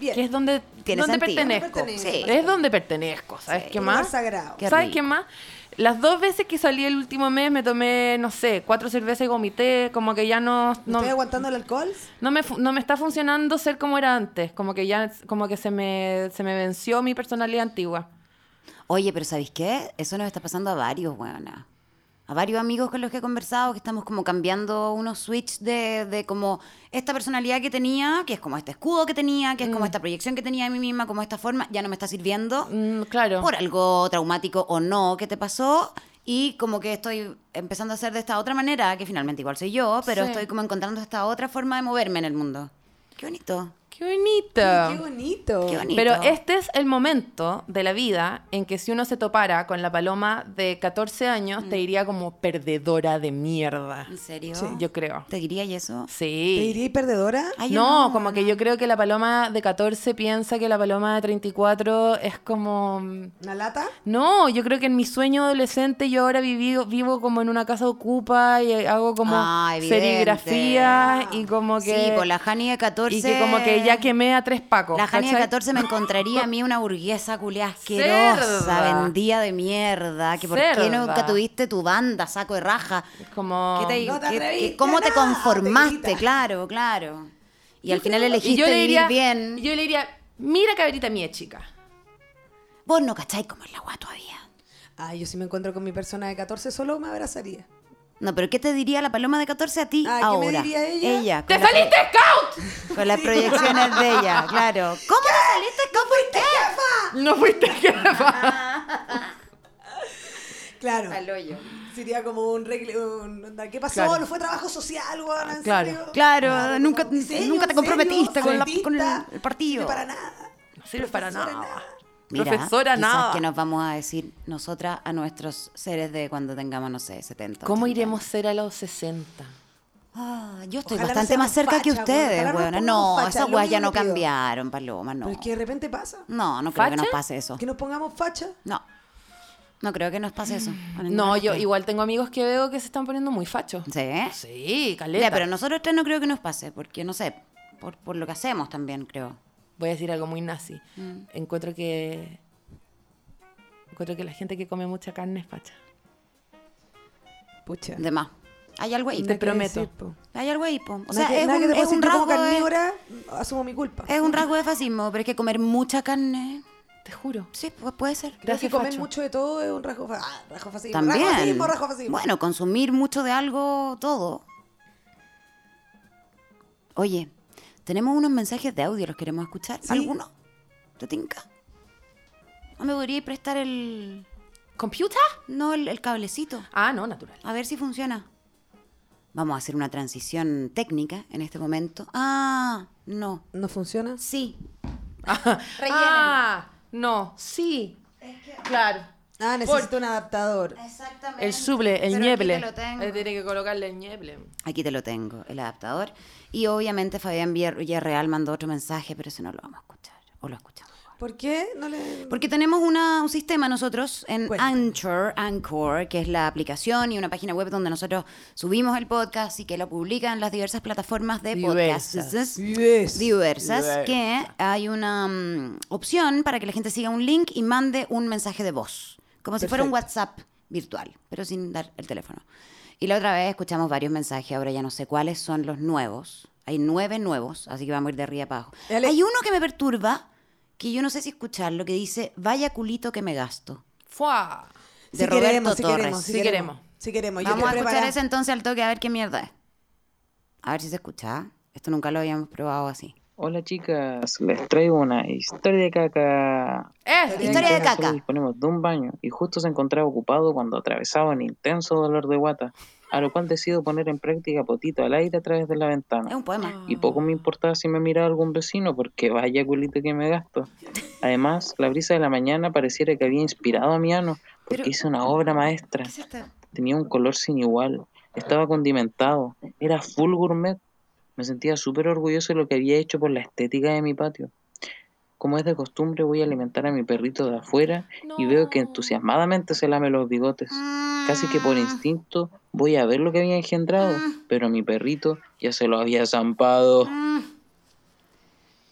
[SPEAKER 4] Bien.
[SPEAKER 5] que es donde,
[SPEAKER 2] Tiene
[SPEAKER 5] donde
[SPEAKER 2] sentido.
[SPEAKER 5] pertenezco.
[SPEAKER 4] Donde
[SPEAKER 2] pertenece.
[SPEAKER 5] Es donde pertenezco, ¿sabes
[SPEAKER 2] Sí.
[SPEAKER 5] qué
[SPEAKER 4] Un
[SPEAKER 5] más?
[SPEAKER 4] lugar sagrado.
[SPEAKER 2] Qué
[SPEAKER 5] ¿Sabes
[SPEAKER 2] rico.
[SPEAKER 5] qué más? Las dos veces que salí el último mes me tomé, no sé, cuatro cervezas y vomité, como que ya no...
[SPEAKER 4] ¿No
[SPEAKER 5] no-
[SPEAKER 4] estoy aguantando el alcohol?
[SPEAKER 5] no me, fu- no me está funcionando ser como era antes, como que ya como que se me, se me venció mi personalidad antigua.
[SPEAKER 2] Oye, pero ¿sabéis qué? Eso nos está pasando a varios, weona. A varios amigos con los que he conversado que estamos como cambiando unos switch de, de como esta personalidad que tenía, que es como este escudo que tenía, que es como esta proyección que tenía de mí misma, como esta forma, ya no me está sirviendo.
[SPEAKER 5] Mm, claro.
[SPEAKER 2] por algo traumático o no que te pasó y como que estoy empezando a hacer de esta otra manera, que finalmente igual soy yo, pero
[SPEAKER 5] Sí.
[SPEAKER 2] estoy como encontrando esta otra forma de moverme en el mundo. Qué bonito.
[SPEAKER 5] Qué bonita.
[SPEAKER 4] Qué bonito.
[SPEAKER 2] Qué bonito.
[SPEAKER 5] Pero este es el momento de la vida en que si uno se topara con la paloma de 14 años, te diría como perdedora de mierda.
[SPEAKER 2] Mm. ¿En serio?
[SPEAKER 5] Yo creo.
[SPEAKER 2] ¿Te diría y eso?
[SPEAKER 4] ¿Te
[SPEAKER 5] Sí.
[SPEAKER 4] diría y perdedora?
[SPEAKER 2] Ay, yo
[SPEAKER 5] No, como que yo creo que la paloma de 14 piensa que la paloma de 34 es como... mm,
[SPEAKER 4] ¿Una lata?
[SPEAKER 5] No, yo creo que en mi sueño adolescente yo ahora viví- vivo como en una casa ocupa y hago como
[SPEAKER 2] Ah, evidente.
[SPEAKER 5] serigrafía y como que...
[SPEAKER 2] Sí, por la Jani de 14.
[SPEAKER 5] Y que como que ya quemé a tres pacos.
[SPEAKER 2] La Jani de
[SPEAKER 5] ¿cachai?
[SPEAKER 2] 14 me encontraría a mí una burguesa culia asquerosa,
[SPEAKER 5] Cerda.
[SPEAKER 2] vendida de mierda, que por qué
[SPEAKER 5] Cerda.
[SPEAKER 2] nunca tuviste tu banda, saco de raja.
[SPEAKER 5] Como...
[SPEAKER 2] ¿Qué te-
[SPEAKER 4] No te
[SPEAKER 2] qué- qué-
[SPEAKER 4] atreviste,
[SPEAKER 2] ¿Cómo te
[SPEAKER 4] no,
[SPEAKER 2] conformaste?
[SPEAKER 4] te grita.
[SPEAKER 2] claro, claro. Y al final
[SPEAKER 5] Y
[SPEAKER 2] elegiste
[SPEAKER 5] yo le diría,
[SPEAKER 2] vivir bien.
[SPEAKER 5] Yo le diría, mira cabrita mía, chica.
[SPEAKER 2] Vos no cacháis cómo es la agua todavía.
[SPEAKER 4] Ay, yo si me encuentro con mi persona de 14 solo me abrazaría.
[SPEAKER 2] No, pero ¿qué te diría la paloma de 14 a ti
[SPEAKER 4] Ah, ¿qué me
[SPEAKER 2] ahora?
[SPEAKER 4] diría ella?
[SPEAKER 2] con
[SPEAKER 5] ¡Te
[SPEAKER 2] la-
[SPEAKER 5] saliste scout!
[SPEAKER 2] Con las proyecciones de ella, claro. ¿Cómo te saliste? ¿Cómo fuiste? Ah.
[SPEAKER 5] No fuiste jefa.
[SPEAKER 4] Claro. Sería como un regle... un- onda, ¿Qué pasó?
[SPEAKER 5] Claro.
[SPEAKER 4] ¿No fue trabajo social, weón? ¿En
[SPEAKER 5] Claro.
[SPEAKER 4] serio?
[SPEAKER 2] Claro,
[SPEAKER 4] Claro,
[SPEAKER 2] nunca,
[SPEAKER 4] como, ¿en serio?
[SPEAKER 2] nunca te
[SPEAKER 4] ¿En
[SPEAKER 2] comprometiste
[SPEAKER 4] serio?
[SPEAKER 2] con, la-
[SPEAKER 4] Artista,
[SPEAKER 2] con el, el
[SPEAKER 4] no
[SPEAKER 2] partido.
[SPEAKER 4] sirve para nada.
[SPEAKER 5] No sirve para
[SPEAKER 4] Profesora,
[SPEAKER 5] nada.
[SPEAKER 2] Mira,
[SPEAKER 5] Profesora,
[SPEAKER 2] quizás
[SPEAKER 5] nada.
[SPEAKER 2] que nos vamos a decir nosotras a nuestros seres de cuando tengamos, no sé, 70.
[SPEAKER 5] ¿Cómo
[SPEAKER 2] 80.
[SPEAKER 5] iremos a ser a los 60?
[SPEAKER 2] Ah, yo estoy
[SPEAKER 4] Ojalá no
[SPEAKER 2] bastante más
[SPEAKER 4] seamos
[SPEAKER 2] cerca que
[SPEAKER 4] fachas, weón.
[SPEAKER 2] ustedes,
[SPEAKER 4] Ojalá no
[SPEAKER 2] weón.
[SPEAKER 4] nos
[SPEAKER 2] No,
[SPEAKER 4] pongamos fachas,
[SPEAKER 2] esas
[SPEAKER 4] lo
[SPEAKER 2] weas ya
[SPEAKER 4] único
[SPEAKER 2] no
[SPEAKER 4] que pido.
[SPEAKER 2] cambiaron, Paloma, no.
[SPEAKER 4] Pero es que de repente pasa.
[SPEAKER 2] No, no creo que nos
[SPEAKER 5] ¿Facha?
[SPEAKER 2] pase eso.
[SPEAKER 4] Que nos pongamos facha.
[SPEAKER 2] No. No creo que nos pase eso. a ninguno
[SPEAKER 5] No,
[SPEAKER 2] de
[SPEAKER 5] yo
[SPEAKER 2] ustedes.
[SPEAKER 5] igual tengo amigos que veo que se están poniendo muy fachos.
[SPEAKER 2] ¿Sí? ¿eh?
[SPEAKER 5] Sí, caleta.
[SPEAKER 2] Ya, pero nosotros tres no creo que nos pase, porque no sé, por, por lo que hacemos también, creo.
[SPEAKER 5] Voy a decir algo muy nazi.
[SPEAKER 2] Mm.
[SPEAKER 5] Encuentro que. Encuentro que la gente que come mucha carne es facha.
[SPEAKER 4] Pucha.
[SPEAKER 2] De más. Hay algo ahí.
[SPEAKER 5] Te
[SPEAKER 4] Nada que
[SPEAKER 5] prometo.
[SPEAKER 4] decir, po.
[SPEAKER 2] Hay algo ahí, po. O
[SPEAKER 4] Nada
[SPEAKER 2] sea,
[SPEAKER 4] que-
[SPEAKER 2] es,
[SPEAKER 4] nada que
[SPEAKER 2] un,
[SPEAKER 4] te puedo
[SPEAKER 2] es un
[SPEAKER 4] decir, yo
[SPEAKER 2] rasgo
[SPEAKER 4] como
[SPEAKER 2] de,
[SPEAKER 4] carnívora asumo mi culpa.
[SPEAKER 2] es un rasgo de fascismo, pero es que comer mucha carne,
[SPEAKER 5] Te juro.
[SPEAKER 2] sí, pu- puede ser.
[SPEAKER 5] Te
[SPEAKER 4] Creo
[SPEAKER 5] hace
[SPEAKER 4] que comer
[SPEAKER 5] facho.
[SPEAKER 4] mucho de todo es un rasgo, fa- ah, rasgo fascismo.
[SPEAKER 2] También.
[SPEAKER 4] Rasgo fascismo, rasgo fascismo.
[SPEAKER 2] Bueno, consumir mucho de algo, todo. Oye, tenemos unos mensajes de audio, los queremos escuchar.
[SPEAKER 4] Sí.
[SPEAKER 2] ¿Alguno? ¿Te tinca? ¿No me podríais prestar el.
[SPEAKER 5] ¿Computa?
[SPEAKER 2] No, el, el cablecito.
[SPEAKER 5] Ah, no, natural.
[SPEAKER 2] A ver si funciona. Vamos a hacer una transición técnica en este momento. Ah, no.
[SPEAKER 4] ¿No funciona?
[SPEAKER 2] Sí.
[SPEAKER 5] Ah, no. Sí. Claro.
[SPEAKER 4] Ah, necesito un adaptador.
[SPEAKER 2] Exactamente.
[SPEAKER 5] El suble, el nieble.
[SPEAKER 2] Aquí te lo tengo.
[SPEAKER 5] Eh, tiene que colocarle el nieble.
[SPEAKER 2] Aquí te lo tengo, el adaptador. Y obviamente Fabián Vier- Villarreal mandó otro mensaje, pero ese no lo vamos a escuchar. O lo escuchamos.
[SPEAKER 4] ¿Por qué no le...?
[SPEAKER 2] Porque tenemos una- un sistema nosotros en
[SPEAKER 4] Cuéntame.
[SPEAKER 2] Anchor, Anchor, que es la aplicación y una página web donde nosotros subimos el podcast y que lo publican las diversas plataformas de
[SPEAKER 5] Diversas.
[SPEAKER 2] podcasts
[SPEAKER 4] Vives.
[SPEAKER 2] diversas que hay una mm, opción para que la gente siga un link y mande un mensaje de voz, como si fuera un WhatsApp virtual, pero sin dar el teléfono. Y la otra vez escuchamos varios mensajes, ahora ya no sé cuáles son los nuevos. Hay nueve nuevos, así que vamos a ir de arriba para abajo.
[SPEAKER 4] Ale-
[SPEAKER 2] Hay uno que me perturba, que yo no sé si escucharlo, que dice, vaya culito que me gasto.
[SPEAKER 5] ¡Fua!
[SPEAKER 2] De
[SPEAKER 4] si
[SPEAKER 2] Roberto
[SPEAKER 4] queremos, si
[SPEAKER 2] Torres.
[SPEAKER 4] queremos,
[SPEAKER 5] Sí
[SPEAKER 4] si queremos.
[SPEAKER 5] queremos.
[SPEAKER 4] Si queremos. Yo
[SPEAKER 2] Vamos a
[SPEAKER 4] estoy
[SPEAKER 2] escuchar
[SPEAKER 4] preparada.
[SPEAKER 2] ese entonces al toque, a ver qué mierda es. A ver si se escucha. Esto nunca lo habíamos probado así.
[SPEAKER 7] Hola chicas, les traigo una historia de caca.
[SPEAKER 5] ¡Eso!
[SPEAKER 2] Historia de
[SPEAKER 7] Nosotros
[SPEAKER 2] caca.
[SPEAKER 7] disponemos de un baño y justo se encontraba ocupado cuando atravesaba un intenso dolor de guata, a lo cual decido poner en práctica potito al aire a través de la
[SPEAKER 2] Es
[SPEAKER 7] ventana.
[SPEAKER 2] un poema.
[SPEAKER 7] Y poco me importaba si me miraba algún vecino porque vaya culito que me gasto. Además, la brisa de la mañana pareciera que había inspirado a mi ano porque
[SPEAKER 2] Pero-
[SPEAKER 7] hice una obra maestra.
[SPEAKER 2] ¿Qué es esto?
[SPEAKER 7] Tenía un color sin igual, estaba condimentado, era full gourmet. Me sentía súper orgulloso de lo que había hecho por la estética de mi patio. Como es de costumbre, voy a alimentar a mi perrito de afuera y veo que entusiasmadamente se lame los bigotes. Casi que por instinto voy a ver lo que había engendrado, pero mi perrito ya se lo había zampado.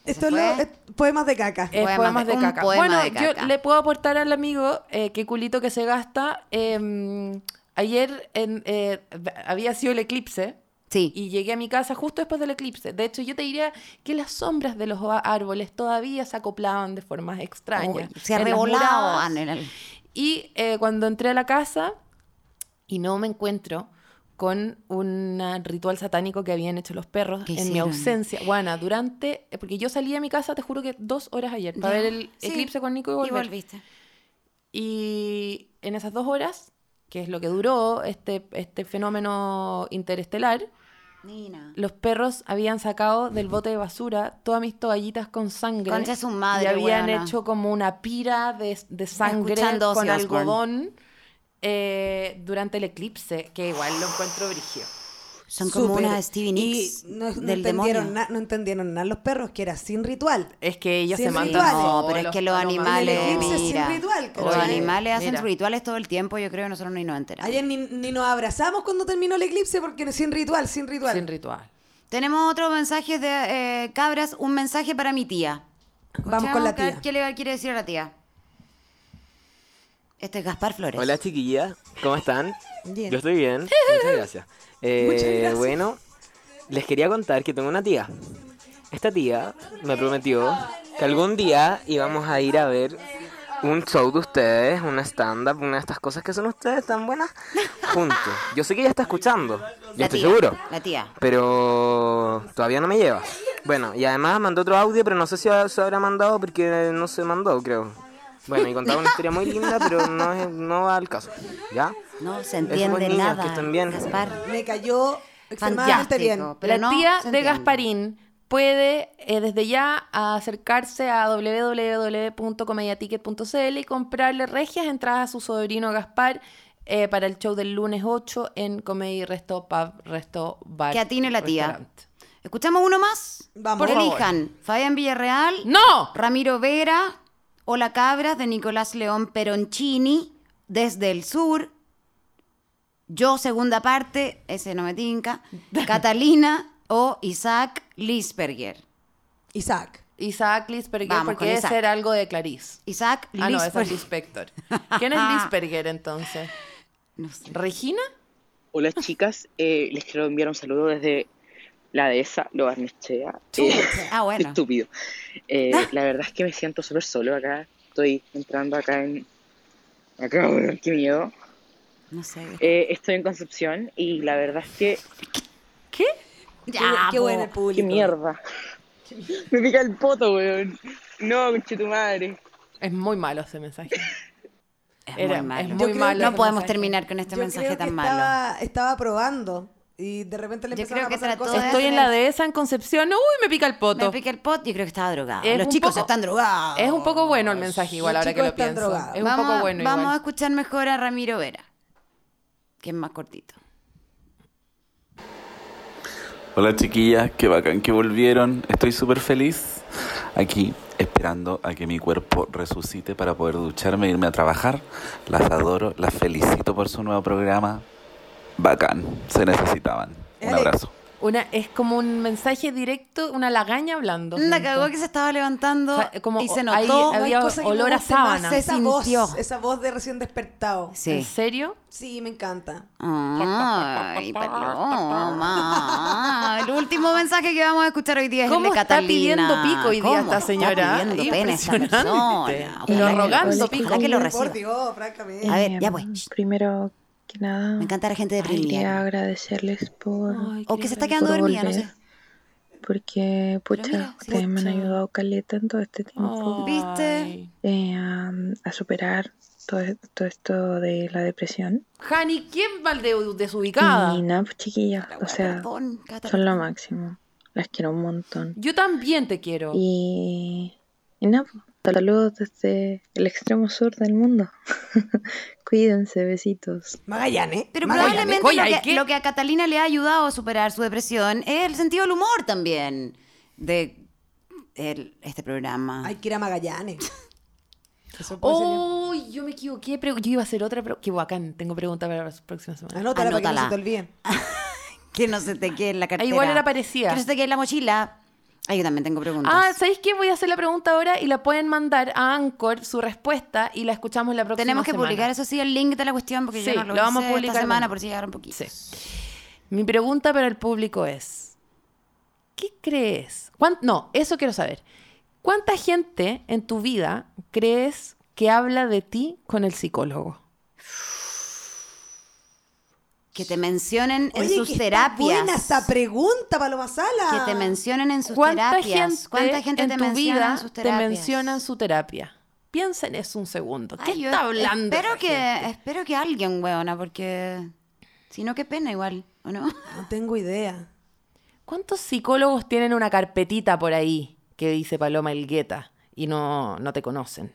[SPEAKER 4] Esto
[SPEAKER 2] fue.
[SPEAKER 4] es lo- es poemas de caca.
[SPEAKER 5] Es
[SPEAKER 2] Poemas
[SPEAKER 5] poemas
[SPEAKER 2] de-
[SPEAKER 5] de,
[SPEAKER 2] un
[SPEAKER 5] caca.
[SPEAKER 2] poema
[SPEAKER 5] bueno,
[SPEAKER 2] de caca.
[SPEAKER 5] yo le puedo aportar al amigo eh, que culito que se gasta. eh, ayer en, eh, había sido el eclipse
[SPEAKER 2] Sí.
[SPEAKER 5] y llegué a mi casa justo después del eclipse. De hecho, yo te diría que las sombras de los a- árboles todavía se acoplaban de formas extrañas.
[SPEAKER 2] Uy, se ha
[SPEAKER 5] en las
[SPEAKER 2] revolado.
[SPEAKER 5] moradas.
[SPEAKER 2] ah, no, en el-
[SPEAKER 5] Y eh, cuando entré a la casa y no me encuentro con un ritual satánico que habían hecho los perros
[SPEAKER 2] ¿Qué
[SPEAKER 5] en mi
[SPEAKER 2] hicieron?
[SPEAKER 5] ausencia. Guana, durante... eh, Porque yo salí de mi casa, te juro que dos horas ayer, para
[SPEAKER 2] Ya,
[SPEAKER 5] ver el
[SPEAKER 2] sí.
[SPEAKER 5] eclipse con Nico y volver. Y,
[SPEAKER 2] volviste.
[SPEAKER 5] en esas dos horas, que es lo que duró este, este fenómeno interestelar,
[SPEAKER 2] Nina.
[SPEAKER 5] los perros habían sacado del bote de basura todas mis toallitas con sangre.
[SPEAKER 2] Concha su madre,
[SPEAKER 5] Y habían
[SPEAKER 2] weona.
[SPEAKER 5] hecho como una pira de, de sangre
[SPEAKER 2] escuchando
[SPEAKER 5] con
[SPEAKER 2] Ozzy Osbourne.
[SPEAKER 5] algodón eh, durante el eclipse, que igual lo encuentro brigio.
[SPEAKER 2] Son como
[SPEAKER 4] Súper.
[SPEAKER 2] una Stevie Nicks
[SPEAKER 4] Y no, no
[SPEAKER 2] del demonio.
[SPEAKER 4] entendieron na- no entendieron nada los perros, que era sin ritual.
[SPEAKER 5] Es que ellos
[SPEAKER 4] Sí,
[SPEAKER 5] se
[SPEAKER 4] es
[SPEAKER 5] mandan.
[SPEAKER 4] ritual.
[SPEAKER 2] No,
[SPEAKER 5] solos,
[SPEAKER 2] pero es que los
[SPEAKER 5] palomas.
[SPEAKER 2] animales,
[SPEAKER 4] El eclipse es sin
[SPEAKER 2] mira,
[SPEAKER 4] ritual,
[SPEAKER 2] los
[SPEAKER 4] ¿cachai?
[SPEAKER 2] animales hacen
[SPEAKER 5] Mira.
[SPEAKER 2] rituales todo el tiempo, yo creo que nosotros ni nos enteramos.
[SPEAKER 4] Ayer ni, ni nos abrazamos cuando terminó el eclipse porque sin ritual, sin ritual.
[SPEAKER 5] Sin ritual.
[SPEAKER 2] Tenemos otro mensaje de eh, Cabras, un mensaje para mi tía.
[SPEAKER 4] Vamos con la
[SPEAKER 2] Escuchemos ¿Qué
[SPEAKER 4] tía.
[SPEAKER 2] le quiere decir a la tía? Este es Gaspar Flores.
[SPEAKER 8] Hola chiquillas, ¿cómo están?
[SPEAKER 4] Bien.
[SPEAKER 8] Yo estoy bien, muchas gracias. Eh,
[SPEAKER 4] Muchas gracias.
[SPEAKER 8] Bueno, les quería contar que tengo una tía. Esta tía me prometió que algún día íbamos a ir a ver un show de ustedes, un stand-up, una de estas cosas que son ustedes tan buenas, juntos. Yo sé que ella está escuchando, yo
[SPEAKER 2] La
[SPEAKER 8] estoy
[SPEAKER 2] tía,
[SPEAKER 8] seguro.
[SPEAKER 2] La tía.
[SPEAKER 8] Pero todavía no me lleva. Bueno, y además mandó otro audio, pero no sé si se habrá mandado porque no se mandó, creo. Bueno, y contaba una historia muy linda, pero no, es, no va al caso. ¿Ya?
[SPEAKER 2] No se
[SPEAKER 8] Esos
[SPEAKER 2] entiende
[SPEAKER 8] niños
[SPEAKER 2] nada.
[SPEAKER 8] que están bien.
[SPEAKER 2] Gaspar.
[SPEAKER 4] Me cayó extremadamente
[SPEAKER 2] Fantástico.
[SPEAKER 4] bien.
[SPEAKER 2] Pero
[SPEAKER 5] la
[SPEAKER 2] no
[SPEAKER 5] tía
[SPEAKER 2] se
[SPEAKER 5] de
[SPEAKER 2] entiende.
[SPEAKER 5] Gasparín puede eh, desde ya acercarse a www.comediaticket.cl y comprarle regias entradas a su sobrino Gaspar eh, para el show del lunes 8 en Comedy Resto Pub, Resto Bar.
[SPEAKER 2] Que atine la tía.
[SPEAKER 5] Restaurant.
[SPEAKER 2] ¿Escuchamos uno más?
[SPEAKER 4] Vamos.
[SPEAKER 2] Por
[SPEAKER 4] Por favor.
[SPEAKER 2] Elijan. Fabián Villarreal.
[SPEAKER 5] ¡No!
[SPEAKER 2] Ramiro Vera. Hola Cabras de Nicolás León Peroncini. Desde el sur. Yo, segunda parte. Ese no me tinca. Catalina o Isaac Lisperger.
[SPEAKER 4] Isaac.
[SPEAKER 5] Isaac Lisperger,
[SPEAKER 2] Vamos
[SPEAKER 5] porque
[SPEAKER 2] con
[SPEAKER 5] debe
[SPEAKER 2] Isaac.
[SPEAKER 5] ser algo de Clarice.
[SPEAKER 2] Isaac
[SPEAKER 5] Ah, no, esa
[SPEAKER 2] Lisperger.
[SPEAKER 5] es Lispector. ¿Quién es Lisperger entonces?
[SPEAKER 2] No sé.
[SPEAKER 5] ¿Regina?
[SPEAKER 7] Hola chicas, Eh, les quiero enviar un saludo desde la dehesa, lo Barnechea. Eh,
[SPEAKER 2] Ah, bueno.
[SPEAKER 7] Estúpido. Eh, la verdad es que me siento súper solo acá. Estoy entrando acá en... Acá, weón, qué miedo.
[SPEAKER 2] No sé.
[SPEAKER 7] Eh, estoy en Concepción y la verdad es que...
[SPEAKER 2] Ya,
[SPEAKER 4] qué, qué
[SPEAKER 2] po.
[SPEAKER 4] bueno el público.
[SPEAKER 7] ¡Qué mierda! Me pica el poto, weón. No, conche tu madre.
[SPEAKER 5] Es muy malo ese mensaje.
[SPEAKER 2] Es
[SPEAKER 5] Era-
[SPEAKER 2] muy malo.
[SPEAKER 5] es muy
[SPEAKER 4] Yo creo
[SPEAKER 5] malo.
[SPEAKER 4] que-
[SPEAKER 2] no
[SPEAKER 5] ese
[SPEAKER 2] podemos
[SPEAKER 5] mensaje.
[SPEAKER 2] terminar con este
[SPEAKER 4] Yo
[SPEAKER 2] mensaje
[SPEAKER 4] creo que
[SPEAKER 2] tan malo.
[SPEAKER 4] estaba, estaba probando y de repente le
[SPEAKER 2] Yo creo
[SPEAKER 4] empezaron
[SPEAKER 2] que
[SPEAKER 4] a pasar
[SPEAKER 2] trató
[SPEAKER 4] cosas.
[SPEAKER 2] de-
[SPEAKER 5] Estoy en la dehesa en Concepción. Uy, me pica el poto.
[SPEAKER 2] Me pica el pot y creo que estaba drogado.
[SPEAKER 5] Es
[SPEAKER 2] Los
[SPEAKER 5] un
[SPEAKER 2] chicos
[SPEAKER 5] poco-
[SPEAKER 2] están drogados.
[SPEAKER 5] Es un poco bueno el mensaje igual
[SPEAKER 4] Los
[SPEAKER 5] ahora que
[SPEAKER 4] chicos
[SPEAKER 5] lo
[SPEAKER 4] están
[SPEAKER 5] pienso.
[SPEAKER 4] drogados.
[SPEAKER 5] Es un
[SPEAKER 2] vamos,
[SPEAKER 5] poco bueno
[SPEAKER 2] vamos a
[SPEAKER 5] igual.
[SPEAKER 2] escuchar mejor a Ramiro Vera, que es más cortito.
[SPEAKER 9] Hola chiquillas, qué bacán que volvieron. Estoy súper feliz aquí esperando a que mi cuerpo resucite para poder ducharme e irme a trabajar. Las adoro, las felicito por su nuevo programa. Bacán, se necesitaban. Un
[SPEAKER 4] Alex.
[SPEAKER 9] abrazo.
[SPEAKER 5] Una, es como un mensaje directo, una lagaña hablando.
[SPEAKER 2] La
[SPEAKER 5] junto.
[SPEAKER 2] cagó que se estaba levantando
[SPEAKER 5] O sea, como
[SPEAKER 2] y se
[SPEAKER 5] o-
[SPEAKER 2] notó.
[SPEAKER 5] ahí-
[SPEAKER 4] No hay
[SPEAKER 5] había
[SPEAKER 4] cosa que
[SPEAKER 5] olor
[SPEAKER 4] me
[SPEAKER 5] a
[SPEAKER 4] guste más,
[SPEAKER 5] sábana.
[SPEAKER 4] Esa
[SPEAKER 2] Se
[SPEAKER 4] voz,
[SPEAKER 2] sintió.
[SPEAKER 4] esa voz de recién despertado.
[SPEAKER 5] ¿En
[SPEAKER 2] Sí.
[SPEAKER 5] serio?
[SPEAKER 4] Sí, me encanta.
[SPEAKER 2] Ay, paloma. El último mensaje que vamos a escuchar hoy día es el
[SPEAKER 5] ¿Cómo
[SPEAKER 2] de
[SPEAKER 5] está
[SPEAKER 2] Catalina.
[SPEAKER 5] pidiendo pico hoy
[SPEAKER 2] ¿Cómo
[SPEAKER 5] día esta
[SPEAKER 2] Está
[SPEAKER 5] señora?
[SPEAKER 2] pidiendo pena esta
[SPEAKER 5] Impresionante.
[SPEAKER 2] persona.
[SPEAKER 5] Y lo
[SPEAKER 2] Ojalá que-
[SPEAKER 5] rogando
[SPEAKER 2] ojalá
[SPEAKER 5] pico.
[SPEAKER 2] que lo
[SPEAKER 4] Por
[SPEAKER 2] reciba.
[SPEAKER 4] Dios, francamente.
[SPEAKER 2] A ver, ya voy.
[SPEAKER 10] eh, Primero que nada,
[SPEAKER 2] Me encanta la gente de
[SPEAKER 10] quería
[SPEAKER 2] Primilia.
[SPEAKER 10] agradecerles por,
[SPEAKER 2] O que se está quedando
[SPEAKER 10] por
[SPEAKER 2] dormida, no sé.
[SPEAKER 10] volver. porque, pucha,
[SPEAKER 2] mira, sí,
[SPEAKER 10] ustedes me han
[SPEAKER 5] pucha.
[SPEAKER 10] ayudado caleta en todo este tiempo
[SPEAKER 2] ¿Viste?
[SPEAKER 5] Ay.
[SPEAKER 10] eh, a, a superar todo, e- todo esto de la depresión.
[SPEAKER 5] Hani, ¿quién va al de desubicada?
[SPEAKER 10] Y nada, pues chiquillas, o sea,
[SPEAKER 2] Perdón, Cata.
[SPEAKER 10] son lo máximo. Las quiero un montón.
[SPEAKER 5] Yo también te quiero.
[SPEAKER 10] Y, y nada, pues, saludos desde el extremo sur del mundo. Cuídense, besitos.
[SPEAKER 4] Magallanes.
[SPEAKER 2] Pero
[SPEAKER 4] Magallanes.
[SPEAKER 2] probablemente
[SPEAKER 5] Oye,
[SPEAKER 2] lo,
[SPEAKER 5] ¿y
[SPEAKER 2] que,
[SPEAKER 5] qué?
[SPEAKER 2] lo que a Catalina le ha ayudado a superar su depresión es el sentido del humor también de el- este programa.
[SPEAKER 4] Hay que ir a Magallanes. Eso puede ser yo.
[SPEAKER 5] Oh, yo me equivoqué. pre- Yo iba a hacer otra pregunta. Qué bacán. Tengo pregunta para la próxima semana.
[SPEAKER 4] Anótala, para que no
[SPEAKER 2] Anótala.
[SPEAKER 4] se te olviden.
[SPEAKER 2] que no se te quede en la cartera.
[SPEAKER 5] Ah, igual era parecida.
[SPEAKER 2] Que no se te quede en la mochila. Ay, yo también tengo preguntas.
[SPEAKER 5] Ah, ¿sabéis qué? Voy a hacer la pregunta ahora y la pueden mandar a Anchor su respuesta y la escuchamos la próxima
[SPEAKER 2] Tenemos que
[SPEAKER 5] semana.
[SPEAKER 2] publicar, eso sí, el link de la cuestión porque yo
[SPEAKER 5] Sí,
[SPEAKER 2] no lo,
[SPEAKER 5] lo vamos a
[SPEAKER 2] hice
[SPEAKER 5] publicar
[SPEAKER 2] esta semana
[SPEAKER 5] también.
[SPEAKER 2] por si llegaron poquito.
[SPEAKER 5] Sí. Mi pregunta para el público es: ¿Qué crees? ¿Cuán- no, eso quiero saber. ¿Cuánta gente en tu vida crees que habla de ti con el psicólogo?
[SPEAKER 2] Que te mencionen en
[SPEAKER 4] Oye,
[SPEAKER 2] sus
[SPEAKER 4] que está
[SPEAKER 2] terapias.
[SPEAKER 4] Buena esa pregunta, Paloma Sala.
[SPEAKER 2] Que te mencionen en sus
[SPEAKER 5] ¿Cuánta
[SPEAKER 2] terapias.
[SPEAKER 5] gente,
[SPEAKER 2] ¿Cuánta gente
[SPEAKER 5] en
[SPEAKER 2] te
[SPEAKER 5] tu
[SPEAKER 2] menciona
[SPEAKER 5] vida
[SPEAKER 2] en sus
[SPEAKER 5] te
[SPEAKER 2] terapias?
[SPEAKER 5] mencionan su terapia? Piensa en eso un segundo. ¿Qué
[SPEAKER 2] Ay, yo
[SPEAKER 5] está hablando?
[SPEAKER 2] Espero
[SPEAKER 5] esa
[SPEAKER 2] que,
[SPEAKER 5] gente?
[SPEAKER 2] espero que alguien, weona, porque si no, qué pena igual, ¿o no?
[SPEAKER 4] No tengo idea.
[SPEAKER 5] ¿Cuántos psicólogos tienen una carpetita por ahí que dice Paloma Elgueta y no, no te conocen?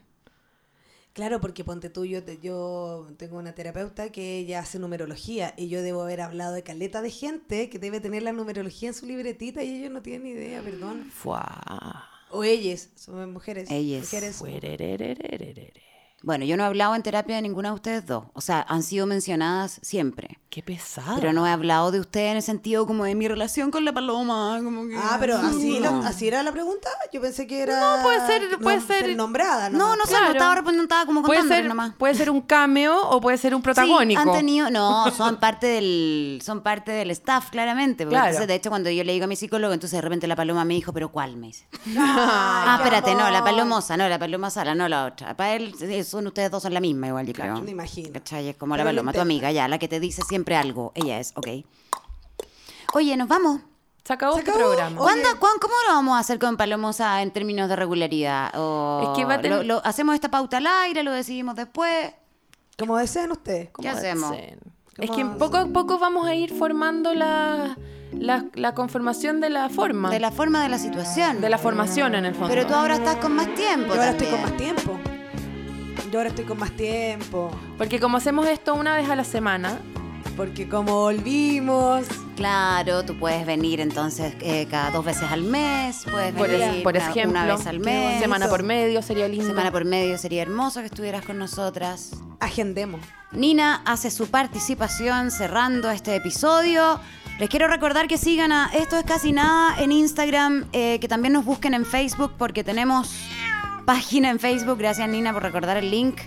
[SPEAKER 4] Claro, porque ponte tú, yo, te- yo tengo una terapeuta que ella hace numerología y yo debo haber hablado de caleta de gente que debe tener la numerología en su libretita y ellos no tienen idea, perdón.
[SPEAKER 5] Fuá.
[SPEAKER 4] O ellas, son mujeres.
[SPEAKER 2] Ellas.
[SPEAKER 4] Mujeres.
[SPEAKER 5] Fuererererererere.
[SPEAKER 2] Bueno, yo no he hablado en terapia de ninguna de ustedes dos. O sea, han sido mencionadas siempre.
[SPEAKER 5] Qué pesado.
[SPEAKER 2] Pero no he hablado de ustedes en el sentido como de mi relación con la paloma. Como que...
[SPEAKER 4] Ah, pero así, lo- así era la pregunta. Yo pensé que era.
[SPEAKER 5] No, puede ser- puede ser-
[SPEAKER 4] nombrada,
[SPEAKER 2] No, no sé, no
[SPEAKER 5] Claro.
[SPEAKER 2] estaba respondiendo, estaba como
[SPEAKER 5] puede
[SPEAKER 2] contando
[SPEAKER 5] ser,
[SPEAKER 2] nomás.
[SPEAKER 5] puede ser un cameo o puede ser un protagónico.
[SPEAKER 2] Sí, han tenido, no, son parte del, son parte del staff, claramente. porque
[SPEAKER 5] Claro.
[SPEAKER 2] Entonces, de hecho, cuando yo le digo a mi psicólogo, entonces de repente la paloma me dijo, pero ¿cuál? Me dice. Ah,
[SPEAKER 4] Ah,
[SPEAKER 2] espérate, no, la palomosa, no, la paloma sala, no la otra. Para él, sí, son ustedes dos son la misma igual, yo creo.
[SPEAKER 4] me imagino.
[SPEAKER 2] ¿Cachai? Es como la
[SPEAKER 4] Pero lo
[SPEAKER 2] paloma, tu
[SPEAKER 4] intenta.
[SPEAKER 2] amiga, ya, la que te dice siempre algo. Ella es, ok. Oye, nos vamos.
[SPEAKER 5] Se acabó
[SPEAKER 4] Se
[SPEAKER 5] este
[SPEAKER 4] acabó.
[SPEAKER 5] programa.
[SPEAKER 4] Oye.
[SPEAKER 2] ¿Cuándo, cuán- ¿Cómo lo vamos a hacer con Palomosa en términos de regularidad? O
[SPEAKER 5] Es que va a tener-
[SPEAKER 2] lo- lo- ¿Hacemos esta pauta al aire? ¿Lo decidimos después?
[SPEAKER 4] Como desean ustedes.
[SPEAKER 2] ¿Qué hacemos?
[SPEAKER 5] dicen? Es que poco a poco vamos a ir formando la, la, la conformación de la forma.
[SPEAKER 2] De la forma de la situación.
[SPEAKER 5] de la formación en el fondo.
[SPEAKER 2] Pero tú ahora estás con más tiempo.
[SPEAKER 4] Yo ahora estoy con
[SPEAKER 2] también.
[SPEAKER 4] más tiempo. Yo ahora estoy con más tiempo.
[SPEAKER 5] Porque como hacemos esto una vez a la semana.
[SPEAKER 4] Porque como volvimos.
[SPEAKER 2] Claro, tú puedes venir entonces eh, cada dos veces al mes, puedes
[SPEAKER 5] Por,
[SPEAKER 2] venir
[SPEAKER 5] es- por
[SPEAKER 2] cada-
[SPEAKER 5] ejemplo,
[SPEAKER 2] una vez al mes.
[SPEAKER 5] semana por medio sería lindo.
[SPEAKER 2] Semana por medio sería hermoso que estuvieras con nosotras.
[SPEAKER 4] Agendemos.
[SPEAKER 2] Nina hace su participación cerrando este episodio. Les quiero recordar que sigan a Esto es casi nada en Instagram, eh, que también nos busquen en Facebook porque tenemos página en Facebook. Gracias Nina por recordar el link.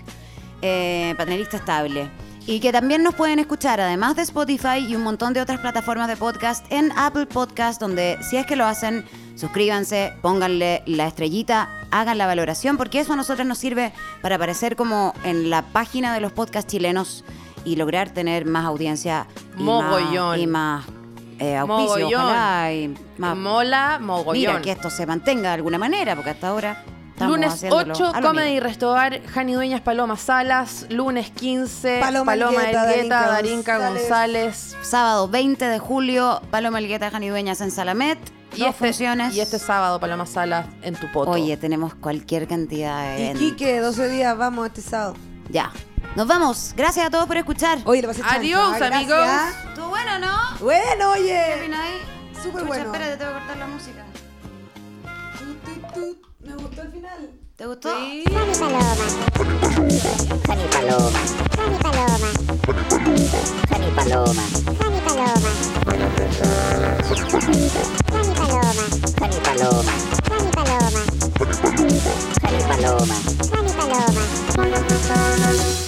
[SPEAKER 2] eh, panelista estable. Y que también nos pueden escuchar, además de Spotify y un montón de otras plataformas de podcast, en Apple Podcast, donde si es que lo hacen, suscríbanse, pónganle la estrellita, hagan la valoración, porque eso a nosotros nos sirve para aparecer como en la página de los podcasts chilenos y lograr tener más audiencia y más,
[SPEAKER 5] Mogollón.
[SPEAKER 2] y más eh, auspicio,
[SPEAKER 5] Mogollón.
[SPEAKER 2] ojalá, y más-
[SPEAKER 5] Mola, mogollón.
[SPEAKER 2] Mira, que esto se mantenga de alguna manera, porque hasta ahora estamos
[SPEAKER 5] Lunes
[SPEAKER 2] haciéndolo Ah,
[SPEAKER 5] 8,
[SPEAKER 2] a lo
[SPEAKER 5] Comedy Restobar, Jani Dueñas, Paloma Salas. Lunes 15,
[SPEAKER 4] Paloma
[SPEAKER 5] Paloma,
[SPEAKER 4] Elgueta,
[SPEAKER 5] Elgueta,
[SPEAKER 4] Darinka
[SPEAKER 5] Darinka González.
[SPEAKER 2] Sábado 20 de julio, Paloma Elgueta, Jani Dueñas en Salamet.
[SPEAKER 5] Y
[SPEAKER 2] dos
[SPEAKER 5] este-
[SPEAKER 2] funciones.
[SPEAKER 5] Y este sábado, Paloma Salas, en tu poto.
[SPEAKER 2] Oye, tenemos cualquier cantidad de...
[SPEAKER 4] Y
[SPEAKER 2] eventos.
[SPEAKER 4] Quique, 12 días, vamos este sábado.
[SPEAKER 2] Ya. Nos vamos. Gracias a todos por escuchar.
[SPEAKER 5] Oh.
[SPEAKER 4] Oye, lo pasé chancho,
[SPEAKER 5] Adiós,
[SPEAKER 4] ¿ah? Gracias.
[SPEAKER 5] amigos.
[SPEAKER 2] Estuvo bueno, ¿no?
[SPEAKER 4] Bueno,
[SPEAKER 2] ¿Qué
[SPEAKER 4] oye.
[SPEAKER 2] opinas ahí?
[SPEAKER 4] Súper
[SPEAKER 2] Chucha,
[SPEAKER 4] bueno.
[SPEAKER 2] espérate, tengo que cortar la música.
[SPEAKER 4] Tut, tut, tut. Me gustó el final.
[SPEAKER 2] ¿Te gustó?
[SPEAKER 1] Honey Paloma. Honey Paloma. Honey Paloma. Honey Paloma. Honey Paloma. Honey Paloma. Honey Paloma. Honey Paloma. Honey Paloma. Honey Paloma.